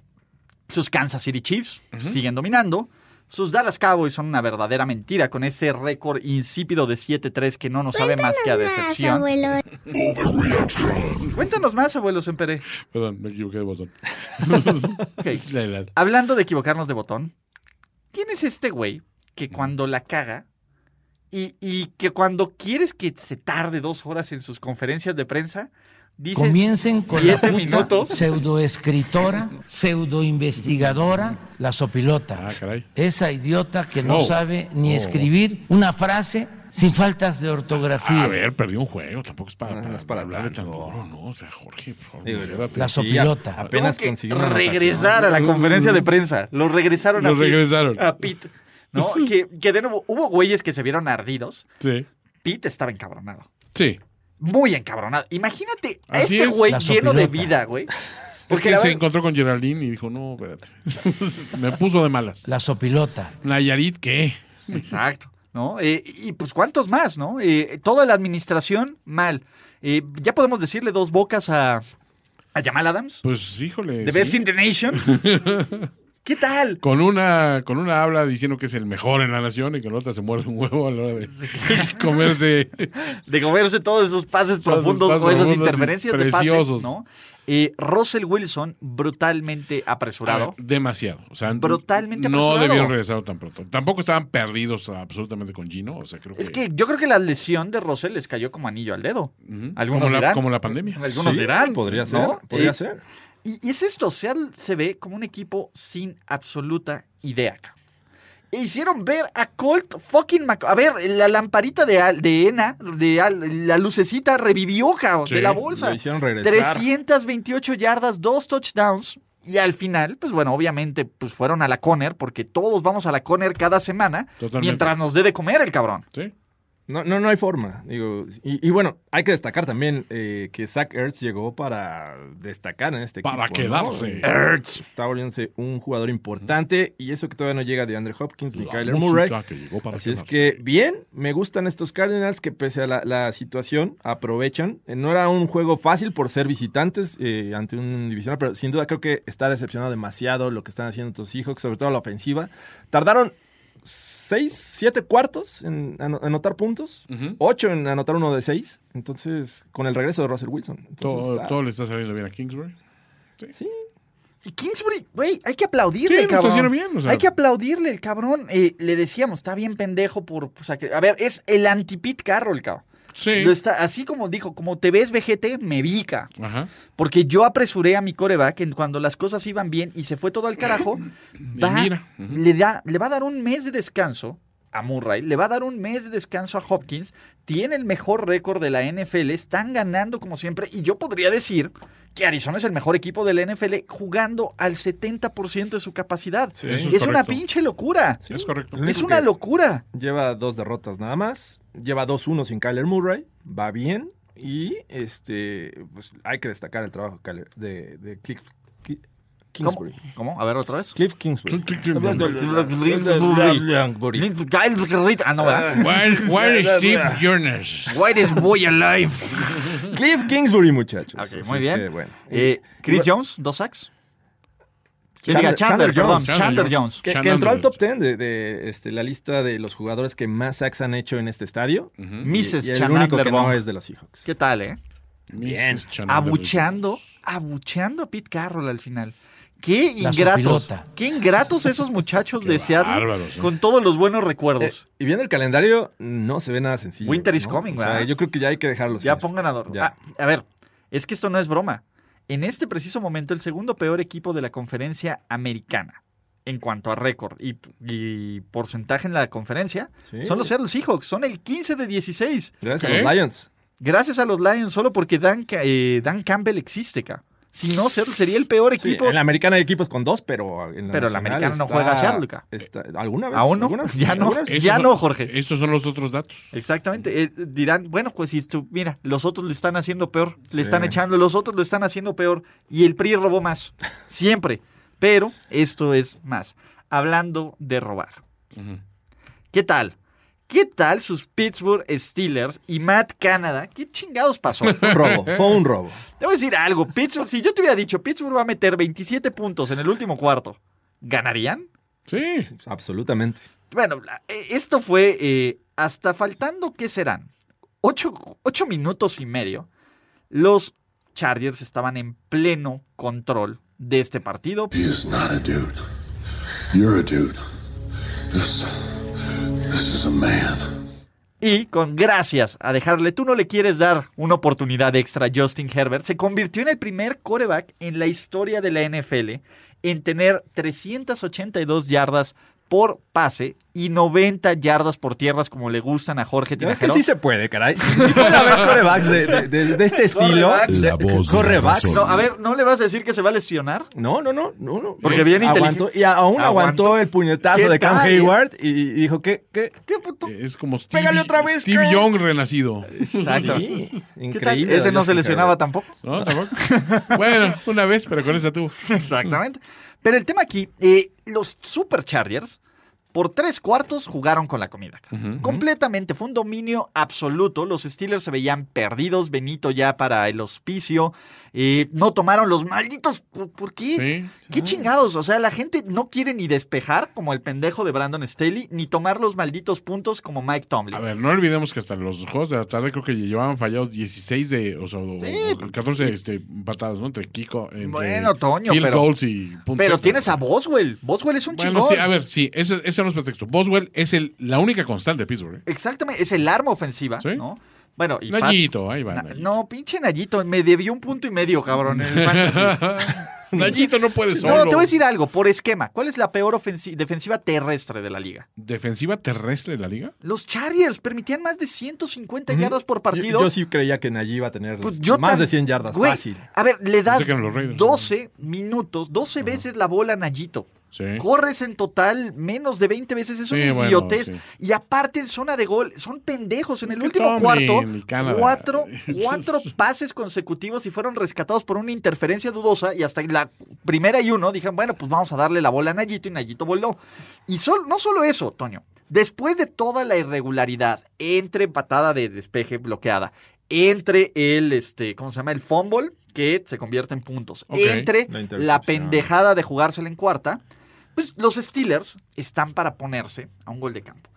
B: sus Kansas City Chiefs siguen dominando. Sus Dallas Cowboys son una verdadera mentira con ese récord insípido de 7-3 que no nos sabe más que a decepción. Cuéntanos más, abuelos Empere.
D: Perdón, me equivoqué de botón.
B: Ok.
D: La edad.
B: Hablando de equivocarnos de botón, tienes este güey que cuando la caga y, y que cuando quieres que se tarde dos horas en sus conferencias de prensa, dices
I: Comiencen con la
B: siete minutos.
I: pseudoescritora, pseudoinvestigadora, la sopilota.
D: Ah, caray.
I: Esa idiota que no
D: Oh.
I: sabe ni
D: Oh.
I: escribir una frase sin faltas de ortografía.
D: A ver, perdí un juego, tampoco es para,
E: Ah,
D: para,
E: no es para
D: hablarle
E: tanto.
D: tan duro, ¿no? O sea, Jorge, por favor,
E: Digo,
D: llévate.
I: La
E: Sí,
I: sopilota.
E: a- apenas
B: Tuvo que
E: consiguió una
B: regresar a la conferencia de prensa. Lo regresaron a
D: Lo
B: Pete-
D: regresaron.
B: A Pete. ¿no? que, que de nuevo hubo güeyes que se vieron ardidos.
D: Sí,
B: Pete estaba encabronado.
D: sí.
B: Muy encabronado. Imagínate a
D: Así
B: este
D: es.
B: güey
I: La
B: lleno de
I: sopilota.
B: vida, güey.
D: Es
B: Porque
D: que
B: la
D: se
B: verdad-
D: encontró con Geraldine y dijo, no, espérate. me puso de malas.
I: La sopilota.
D: Nayarit, ¿qué?
B: Exacto. ¿No? Eh, y pues cuántos más, ¿no? Eh, toda la administración mal. Eh, ya podemos decirle dos bocas a, a Jamal Adams,
D: Pues, híjole.
B: de
D: sí.
B: Best in the Nation. ¿Qué tal?
D: Con una, con una habla diciendo que es el mejor en la nación y con otra se muerde un huevo a la hora de comerse.
B: de comerse todos esos pases
D: Todos esos
B: profundos
D: pases
B: o esas
D: profundos y
B: interferencias de pase,
D: preciosos.
B: ¿no? Eh, Russell Wilson brutalmente
D: A
B: apresurado.
D: ver, demasiado. O sea,
B: Brutalmente
D: no
B: apresurado.
D: debieron regresar tan pronto. Tampoco estaban perdidos absolutamente con Gino. O sea, creo
B: Es que yo creo que la lesión de Russell les cayó como anillo al dedo.
D: Ujú.
B: Algunos
D: como, la,
B: dirán.
D: como la pandemia.
B: Algunos
E: Sí,
B: dirán.
E: Podría ser.
B: ¿no?
E: Podría
B: Eh,
E: ser.
B: Y, y es esto, Seattle se ve como un equipo sin absoluta idea. acá. E hicieron ver a Colt fucking Mac A ver, la lamparita de, Al- de Ena, de Al- la lucecita revivió, cabrón,
D: Sí,
B: de la bolsa.
E: lo hicieron regresar.
B: 328 yardas, dos touchdowns. Y al final, pues bueno, obviamente, pues fueron a la Conner, porque todos vamos a la Conner cada semana,
D: Totalmente.
B: mientras nos dé de comer el cabrón.
D: Sí.
E: No, no, no hay forma. Digo, y, y bueno, hay que destacar también eh, que Zach Ertz llegó para destacar en este
D: Para
E: equipo. ¿no?
D: quedarse.
E: Está volviéndose un jugador importante y eso que todavía no llega de Andre Hopkins ni
D: La
E: Kyler
D: música
E: Murray.
D: que llegó para
E: Así es
D: quedarse.
E: que bien, me gustan estos Cardinals que pese a la, la situación aprovechan. Eh, No era un juego fácil por ser visitantes eh, ante un divisional, pero sin duda creo que está decepcionado demasiado lo que están haciendo estos Seahawks, sobre todo la ofensiva. Tardaron seis, siete cuartos en ano- anotar puntos,
D: Ujú.
E: ocho en anotar uno de seis. Entonces, con el regreso de Russell Wilson. Entonces,
D: Todo,
E: está-
D: todo le está saliendo bien a Kingsbury.
E: sí,
B: Y Kingsbury, güey, hay que aplaudirle,
D: Sí, lo está
B: cabrón.
D: haciendo bien, o sea.
B: Hay que aplaudirle, el cabrón. Eh, le decíamos, está bien pendejo por... o sea, que- a ver, es el anti-Pete Carroll, cabrón.
D: Sí.
B: Lo está, así como dijo, como te ves vejete, me vica.
D: Ajá.
B: Porque yo apresuré a mi coreback en cuando las cosas iban bien y se fue todo al carajo. va-
D: mira, ujú.
B: le, da, le va a dar un mes de descanso a Murray, le va a dar un mes de descanso a Hopkins. Tiene el mejor récord de la NFL, están ganando como siempre. Y yo podría decir que Arizona es el mejor equipo de la NFL jugando al 70% de su capacidad.
D: Sí,
B: es
D: eso es
B: una
D: correcto.
B: pinche locura.
D: Es correcto.
B: Es una locura.
E: Lleva dos derrotas nada más. Lleva 2-1 sin Kyler Murray. Va bien. Y este pues hay que destacar el trabajo Kyler- de, de Cliff, Cli- Cliff, Kingsbury.
B: ¿Cómo? A ver, otra vez.
E: Cliff Kingsbury.
B: Kyle Ah, no, ¿verdad?
D: Why- why is Steve Jonas?
B: Why is boy alive?
E: Cliff Kingsbury, muchachos.
B: Ok,
E: Pues Así
B: muy
E: es
B: bien.
E: que, bueno.
B: Eh, Chris
E: Y-
B: Jones, dos sacks. Que
E: Chandler-
B: diga, Chandler,
E: Chandler
B: perdón,
E: Jones.
B: Chandler Jones.
E: Que, que
D: Chandler
E: entró al
D: Jones.
E: top 10 de, de, este, la lista de los jugadores que más sacks han hecho en este estadio. Y-
B: Mrs.
E: y el único
B: Chandler
E: que no
B: Bong.
E: es de los Seahawks.
B: ¿Qué tal, eh?
D: Bien.
B: Abucheando, abucheando a Pete Carroll al final. Qué
I: La
B: ingratos.
I: sopilota.
B: Qué ingratos esos muchachos de Seattle
D: bárbaros, ¿eh?
B: con todos los buenos
E: Eh,
B: recuerdos.
E: y viendo el calendario, no se ve nada sencillo.
B: Winter is
E: ¿no?
B: coming,
E: O sea,
B: ¿verdad?
E: yo creo que ya hay que dejarlo.
B: ya
E: ir.
B: pongan a dormir.
E: Ya.
B: Ah, a ver, es que esto no es broma. En este preciso momento, el segundo peor equipo de la conferencia americana en cuanto a récord y, y porcentaje en la conferencia
E: Sí.
B: son los Seattle Seahawks. Son el 15 de 16.
E: Gracias
D: ¿Qué?
E: a los Lions.
B: Gracias a los Lions, solo porque Dan, Ca- eh, Dan Campbell existe, ca. Si no, Seattle sería el peor
E: Sí,
B: equipo.
E: en la americana hay equipos con dos, pero en la
B: Pero la
E: nacional
B: americana no
E: está-
B: juega Seattle, ca.
E: está- ¿Alguna vez?
B: ¿Aún no?
E: ¿Alguna vez?
B: Ya no.
E: ¿Alguna vez?
D: Estos
B: Ya
D: son-
B: no, Jorge.
D: Estos son los otros datos.
B: Exactamente. Eh, dirán, bueno, pues si tú- mira, los otros lo están haciendo peor, le
E: Sí.
B: están echando, los otros lo están haciendo peor y el PRI robó más. Siempre. Pero esto es más. Hablando de robar. ¿Qué tal? ¿Qué tal sus Pittsburgh Steelers y Matt Canada? ¿Qué chingados pasó?
E: Fue un robo. Fue un robo.
B: Te voy a decir algo. Pittsburgh, si yo te hubiera dicho, Pittsburgh va a meter 27 puntos en el último cuarto, ¿ganarían?
D: Sí.
E: Absolutamente.
B: Bueno, la- eh, esto fue eh, hasta faltando, ¿qué serán? Ocho, ocho minutos y medio. Los Chargers estaban en pleno control de este partido.
J: He's not a dude. You're a dude. This, this is a man.
B: Y con gracias a dejarle, tú no le quieres dar una oportunidad extra a Justin Herbert, se convirtió en el primer coreback en la historia de la NFL en tener 382 yardas por pase y 90 yardas por tierras como le gustan a Jorge
E: Ya ves que
B: Tinajero.
E: sí se puede, caray. Sí puede haber corebacks de, de- de- de este estilo.
B: Cornerbacks.
A: La voz de la
E: Cornerbacks.
A: razón.
B: No, a ver, ¿no le vas a decir que se va a lesionar?
E: No, no, no, no, no.
B: Porque bien
E: Aguantó-
B: inteligente.
E: Y
B: Aguantó.
E: aún aguantó el puñetazo
B: ¿Qué
E: de Cam
B: tal, eh?
E: Hayward y y dijo, ¿qué? ¿Qué? ¿Qué puto?
D: Es como Steve,
E: Pégale otra vez,
D: Steve
E: cabrón.
D: Young renacido.
B: Exacto.
E: pues, Sí,
B: ¿Qué tal?
E: increíble.
B: Ese no se
E: Justin
B: lesionaba
E: Herbert.
B: tampoco.
D: ¿No? ¿Tampoco? bueno, una vez, pero con esta tú.
B: Exactamente. Pero el tema aquí, eh, los Superchargers por tres cuartos jugaron con la comida. Completamente, fue un dominio absoluto. Los Steelers se veían perdidos, Benito ya para el hospicio. eh, no tomaron los malditos. ¿Por, por qué?
D: Sí.
B: ¿Qué chingados? O sea, la gente no quiere ni despejar como el pendejo de Brandon Staley, ni tomar los malditos puntos como Mike Tomlin.
D: A ver, no olvidemos que hasta los juegos de la tarde creo que llevaban fallados 16 de, o sea, o- o 14 este, patadas, ¿no? Entre Kiko, entre
B: pues, Bueno, Toño,
D: field
B: pero-
D: goals y puntos
B: Pero
D: extras.
B: tienes a Boswell. Boswell es un
D: Bueno,
B: chingón.
D: sí, a ver, sí, ese, ese no es pretexto. Boswell es el, la única constante de Pittsburgh. ¿eh?
B: Exactamente, es el arma ofensiva,
D: Sí.
B: ¿no? Bueno, y Pat-
D: Nayito, ahí va.
B: Na-
D: Nayito.
B: no, pinche Nayito, me debió un punto y medio, cabrón, en el fantasy.
D: Nayito no puede solo.
B: No, te voy a decir algo, por esquema. ¿Cuál es la peor ofensi- defensiva terrestre de la liga?
D: ¿Defensiva terrestre de la liga?
B: Los Chargers permitían más de 150 yardas por
E: Yo,
B: partido.
E: yo sí creía que Najee iba a tener
B: Pues yo
E: más
B: tam-
E: de 100 yardas.
B: Güey,
E: Fácil.
B: A ver, le das
D: que eran los Raiders.
B: 12 minutos, 12 veces la bola a Nayito.
D: Sí.
B: Corres en total menos de 20 veces, es
D: Sí,
B: una
D: bueno,
B: idiotez.
D: sí.
B: Y aparte en zona de gol, son pendejos. En
D: Es
B: el
D: que
B: último
D: Tomlin
B: cuarto,
D: y Canadá.
B: cuatro, cuatro pases consecutivos y fueron rescatados por una interferencia dudosa. Y hasta en la primera y uno dijeron, bueno, pues vamos a darle la bola a Nayito y Nayito voló. Y sol- no solo eso, Toño. Después de toda la irregularidad entre patada de despeje bloqueada, entre el, este, ¿cómo se llama? El fumble, que se convierte en puntos,
D: Ok.
B: entre
E: La
B: la,
E: intercepción.
B: pendejada de jugársela en cuarta, pues los Steelers están para ponerse a un gol de campo.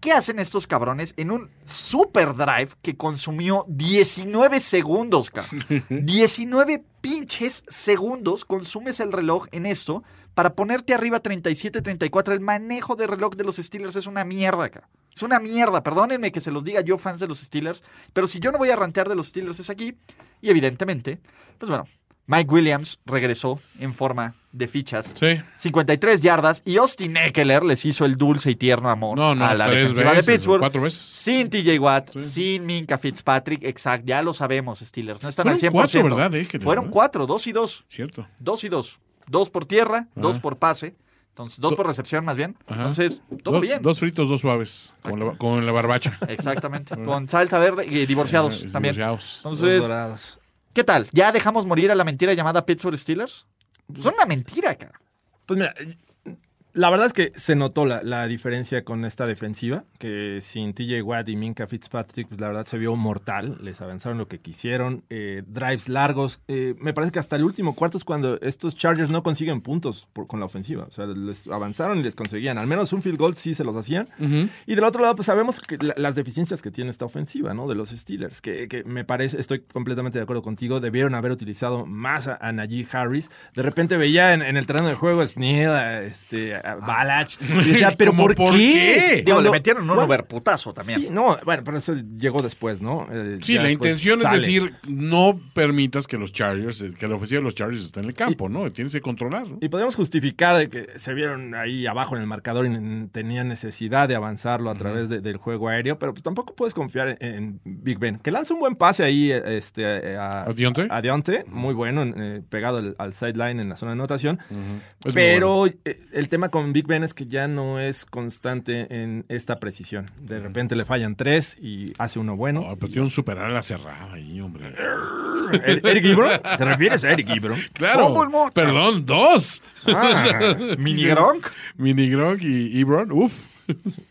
B: ¿Qué hacen estos cabrones en un super drive que consumió 19 segundos, cabrón? 19 pinches segundos consumes el reloj en esto para ponerte arriba 37-34. El manejo de reloj de los Steelers es una mierda, cabrón. Es una mierda, perdónenme que se los diga yo, fans de los Steelers, pero si yo no voy a rantear de los Steelers es aquí, y evidentemente, pues bueno, Mike Williams regresó en forma de fichas
D: Sí.
B: 53 yardas y Austin Eckler les hizo el dulce y tierno amor
D: No, no,
B: a la
D: tres
B: defensiva
D: veces,
B: de Pittsburgh.
D: cuatro veces.
B: Sin TJ Watt,
D: Sí.
B: sin Minka Fitzpatrick, exacto, ya lo sabemos, Steelers. No están
D: Fueron
B: al 100%.
D: cuatro, ¿verdad, Eckler,
B: Fueron
D: verdad?
B: cuatro, dos y dos.
D: Cierto.
B: Dos y dos. Dos por tierra, dos por pase. Entonces, dos
D: Ah. Do-
B: por recepción más bien.
D: Ajá.
B: Entonces, todo
D: Dos-
B: bien.
D: Dos fritos, dos suaves, como la, como en la barbacha.
B: Exactamente. Con salsa verde y divorciados
D: Ajá,
B: también.
D: Eh, divorciados.
E: Los
B: Entonces,
E: dorados.
B: ¿qué tal? ¿Ya dejamos morir a la mentira llamada Pittsburgh Steelers? Pues Son una mentira, cara.
E: Pues mira, la verdad es que se notó la, la diferencia con esta defensiva, que sin TJ Watt y Minka Fitzpatrick, pues la verdad se vio mortal, les avanzaron lo que quisieron, eh, drives largos, eh, me parece que hasta el último cuarto es cuando estos Chargers no consiguen puntos por- con la ofensiva, o sea, les avanzaron y les conseguían, al menos un field goal sí se los hacían,
D: Ujú.
E: y del otro lado, pues sabemos que la- las deficiencias que tiene esta ofensiva, ¿no? De los Steelers, que, que me parece, estoy completamente de acuerdo contigo, debieron haber utilizado más a, a Najee Harris. De repente veía en, en el terreno de juego a Sneed, a, este,
D: Ah.
E: a Balach, y decía, ¿pero
B: ¿Cómo
E: por,
B: por qué?
E: qué?
B: Digo, le metieron un
E: cuan-
B: overputazo también.
E: Sí, no, bueno, pero eso llegó después, ¿no? Eh,
D: Sí,
E: ya
D: la
E: después
D: intención
E: sale.
D: es decir, no permitas que los Chargers, eh, que la ofensiva de los Chargers esté en el campo, ¿no? Tienes que controlar, ¿no?
E: Y podríamos justificar de que se vieron ahí abajo en el marcador y n- tenían necesidad de avanzarlo a través de- del juego aéreo, pero pues tampoco puedes confiar en, en Big Ben, que lanza un buen pase ahí eh, este, eh, a,
D: ¿A Dionte?
E: a Dionte, muy bueno, en- eh, pegado al, al sideline en la zona de anotación.
D: muy
E: Pero eh, el tema con Big Ben es que ya no es constante en esta precisión. De repente le fallan tres y hace uno bueno.
D: Ah, pero tiene un super ala cerrada ahí, hombre.
E: Er- Eric Ibron, ¿te refieres a Eric Ibron?
D: Claro.
E: ¿Cómo el mo-
D: Perdón, dos.
E: Ah,
B: ¿Mini Gronk?
D: Mini Gronk y Ibron, uf.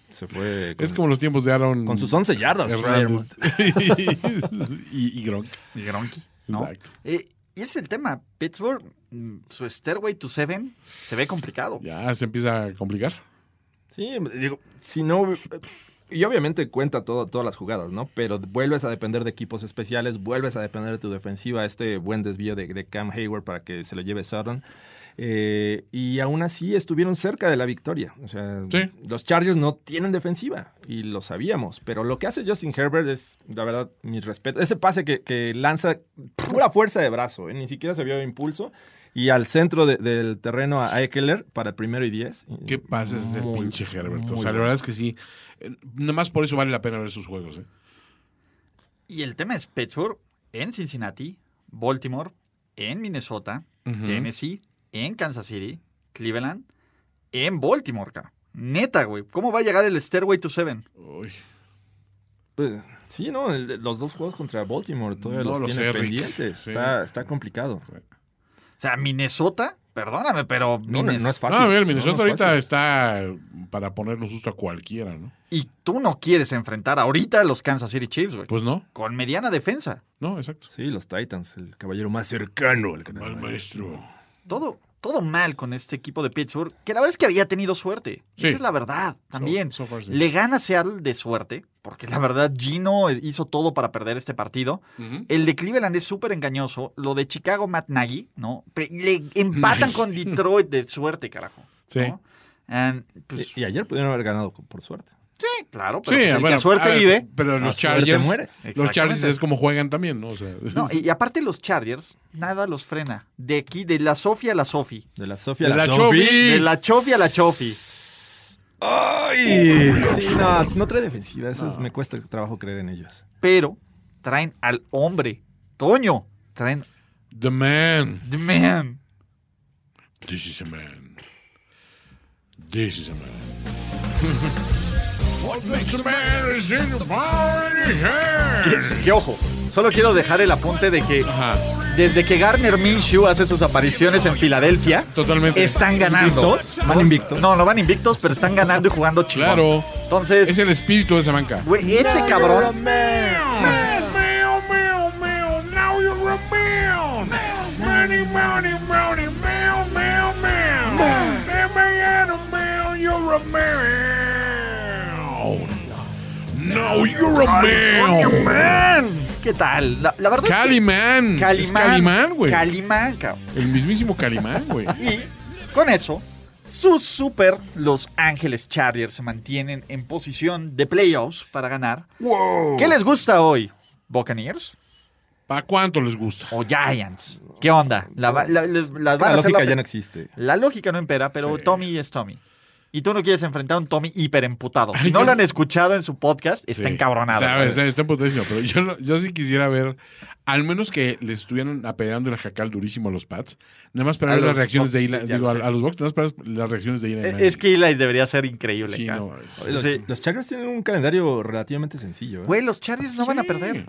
E: Se fue con,
D: Es como los tiempos de Aaron.
E: con sus 11 yardas.
D: Hernández. y, y Gronk.
B: Y Gronky, ¿no?
D: Exacto.
B: Eh, y ese es el tema. Pittsburgh, mm, su Stairway to Seven se ve complicado.
D: Ya se empieza a complicar.
E: Sí, digo, si no. Y obviamente cuenta todo, todas las jugadas, ¿no? Pero vuelves a depender de equipos especiales, vuelves a depender de tu defensiva, este buen desvío de, de Cam Hayward para que se lo lleve Sutton. Eh, y aún así estuvieron cerca de la victoria. O sea,
D: Sí.
E: los Chargers no tienen defensiva y lo sabíamos. Pero lo que hace Justin Herbert es, la verdad, mi respeto. Ese pase que, que lanza pura fuerza de brazo, ¿eh? ni siquiera se vio impulso. Y al centro de- del terreno a Eckler para el primero y diez.
D: ¿Qué pasa es el
E: Muy-
D: pinche Herbert?
E: muy
D: O sea, la
E: bueno.
D: verdad es que sí. Eh, Nada más por eso vale la pena ver sus juegos. ¿eh?
B: Y el tema es Pittsburgh en Cincinnati, Baltimore, en Minnesota,
D: Ujú.
B: Tennessee, en Kansas City, Cleveland, en Baltimore, cara. Neta, güey. ¿Cómo va a llegar el Stairway to Seven?
D: Uy,
E: Pues, sí, ¿no? El de- los dos juegos contra Baltimore todavía
D: No
E: los
D: lo
E: tiene
D: sé, Rick.
E: pendientes.
D: Sí.
E: Está, está complicado.
B: O sea, Minnesota, perdóname, pero
E: No, no,
B: Minnes-
E: no es
D: No,
E: fácil.
D: a ver,
E: No,
D: Minnesota
E: no es
D: ahorita
E: fácil.
D: está para ponernos susto a cualquiera, ¿no?
B: Y tú no quieres enfrentar ahorita a los Kansas City Chiefs, güey.
D: Pues no,
B: Con mediana defensa.
D: no, exacto.
E: Sí, los Titans, el caballero más cercano al canal.
D: Mal maestro.
B: Todo, todo mal con este equipo de Pittsburgh, que la verdad es que había tenido suerte.
D: Sí.
B: Esa es la verdad también.
D: So- so far, sí.
B: Le gana Seattle de suerte, porque la verdad Gino hizo todo para perder este partido.
D: Ujú.
B: El de Cleveland es súper engañoso. Lo de Chicago, Matt Nagy, ¿no? Pe- Le empatan
D: Nagy.
B: con Detroit de suerte, carajo.
D: Sí. Eh,
B: ¿no? And, pues,
E: Y, y ayer pudieron haber ganado por suerte.
B: sí, claro,
D: Sí,
B: pero pues, el que
D: bueno,
B: a suerte
D: a ver,
B: vive.
D: Pero
E: a
D: los
E: suerte
D: Chargers.
E: muere.
D: Los
B: Exactamente.
D: Chargers es como juegan también, ¿no? O sea,
B: No, y, y aparte los Chargers, nada los frena. De aquí, de la Sofi a la Sofi.
E: De la Sofía
D: De
E: a la,
D: la
E: Sofi.
D: Chofi.
B: De la Chofi a la Chofi.
E: ¡Ay!
D: Uh,
E: Sí, no, no trae defensiva. Eso es- me cuesta trabajo creer en ellos.
B: pero traen al hombre. Toño, traen
D: The man.
B: the man.
D: This is a man. This is a man. What makes a man is in the power in his hand.
B: Que ojo, solo quiero dejar el apunte de que
D: Ajá,
B: desde que Garner Minshew hace sus apariciones en Filadelfia,
D: totalmente.
B: están ganando.
E: Van invictos.
B: No, no van invictos, pero están ganando y jugando chingón.
D: Claro.
B: Entonces,
D: Es el espíritu de esa banca.
B: güey, ese cabrón
D: Now you're a man.
B: ¿Qué tal? La, la verdad
D: Calimán.
B: es que.
D: Es
B: Calimán.
D: Calimán, güey.
B: Calimán, cabrón.
D: El mismísimo Calimán, güey.
B: Y con eso, sus super Los Ángeles Chargers se mantienen en posición de playoffs para ganar. ¿Qué les gusta hoy? ¿Buccaneers
D: ¿Para cuánto les gusta?
B: o Giants? ¿Qué onda? La, va- la- les- las van
E: La
B: a hacer
E: lógica
B: la,
E: ya no existe.
B: La lógica no impera, pero Tommy es Tommy. Y tú no quieres enfrentar a un Tommy hiperemputado. Si
D: Ay,
B: no
D: yo-
B: lo han escuchado en su podcast, está
D: Sí.
B: encabronado.
D: Está, está- está putadísimo, pero yo, lo- yo sí quisiera ver, al menos que le estuvieran apedreando el jacal durísimo a los Pats, nada más para
B: A
D: ver las
B: los
D: reacciones
B: Bucks,
D: de Eli,
B: ya
D: digo,
B: lo
D: a,
B: sé.
D: a los Bucks, nada más para ver las reacciones de Eli.
B: es, es que Eli debería ser increíble.
D: Sí,
B: cara.
D: no, es-
E: Los,
B: Sí.
E: los Chargers tienen un calendario relativamente sencillo. ¿eh?
B: Güey, los Chargers no van a
D: Sí.
B: perder.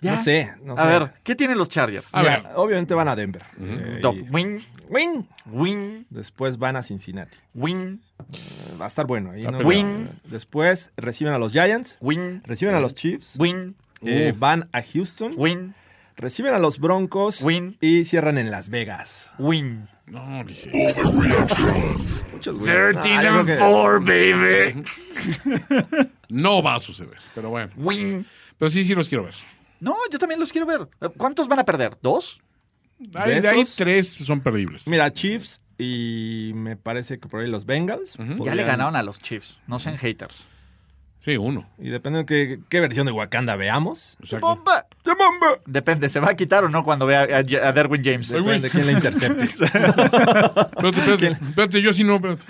E: No sé, no
B: A
E: sé.
B: ver, ¿qué tienen los Chargers?
E: Mira, Obviamente van a Denver. Eh,
B: Top.
E: y
B: Win.
E: Win.
B: Win.
E: Después van a Cincinnati.
B: Win.
E: va a estar bueno. ahí,
B: Está
E: ¿no?
B: peleado. Win.
E: Después reciben a los Giants.
B: Win.
E: Reciben a los Chiefs.
B: Win.
E: Eh,
B: Uh.
E: Van a Houston.
B: Win.
E: Reciben a los Broncos.
B: Win.
E: Y cierran en Las Vegas.
B: Win.
D: No, dice.
E: Muchas gracias.
D: 13 and 4, baby. No va a suceder, pero bueno.
B: Win.
D: Pero sí, sí los quiero ver.
B: No, yo también los quiero ver. ¿Cuántos van a perder? ¿Dos?
D: Ahí-
E: ¿De
D: de ahí
E: esos?
D: tres son perdibles.
E: Mira, Chiefs y me parece que por ahí los Bengals.
B: Ya le
E: podrían-
B: ganaron a los Chiefs. No sean haters.
D: Sí, uno.
E: Y depende de qué, qué versión de Wakanda veamos.
D: Exacto.
B: Depende, ¿se va a quitar o no cuando vea a, a Derwin James?
E: Depende de quién la intercepte.
D: Espérate, espérate, espérate, yo sí no, espérate.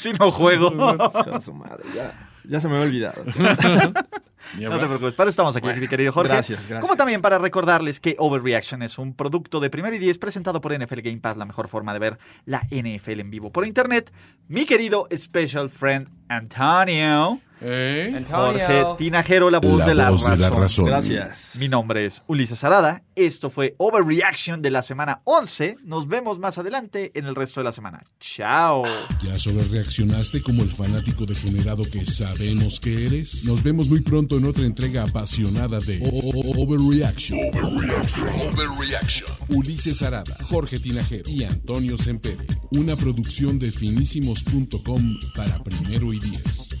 B: Si no juego. No
E: Hija de su madre, ya, ya se me había olvidado.
D: Ni
B: te
D: hablar.
B: preocupes, para eso estamos aquí, mi querido Jorge.
E: gracias, gracias.
B: Como también para recordarles que Overreaction es un producto de Primero y Diez presentado por NFL Game Pass, la mejor forma de ver la NFL en vivo por internet. Mi querido special friend Antonio,
D: ¿Eh?
B: Jorge
H: Antonio.
B: Tinajero, la voz,
A: La
B: de, la
A: voz de la
B: razón.
A: razón.
E: Gracias.
B: Mm, Mi nombre es Ulises Arada. Esto fue Overreaction de la semana 11. Nos vemos más adelante en el resto de la semana. Chao.
A: ¿Ya sobre reaccionaste como el fanático degenerado que sabemos que eres? Nos vemos muy pronto en otra entrega apasionada de O- O- O- Overreaction. Ulises Arada, Jorge Tinajero y Antonio Sempere. Una producción de finísimos.com para primero y diez.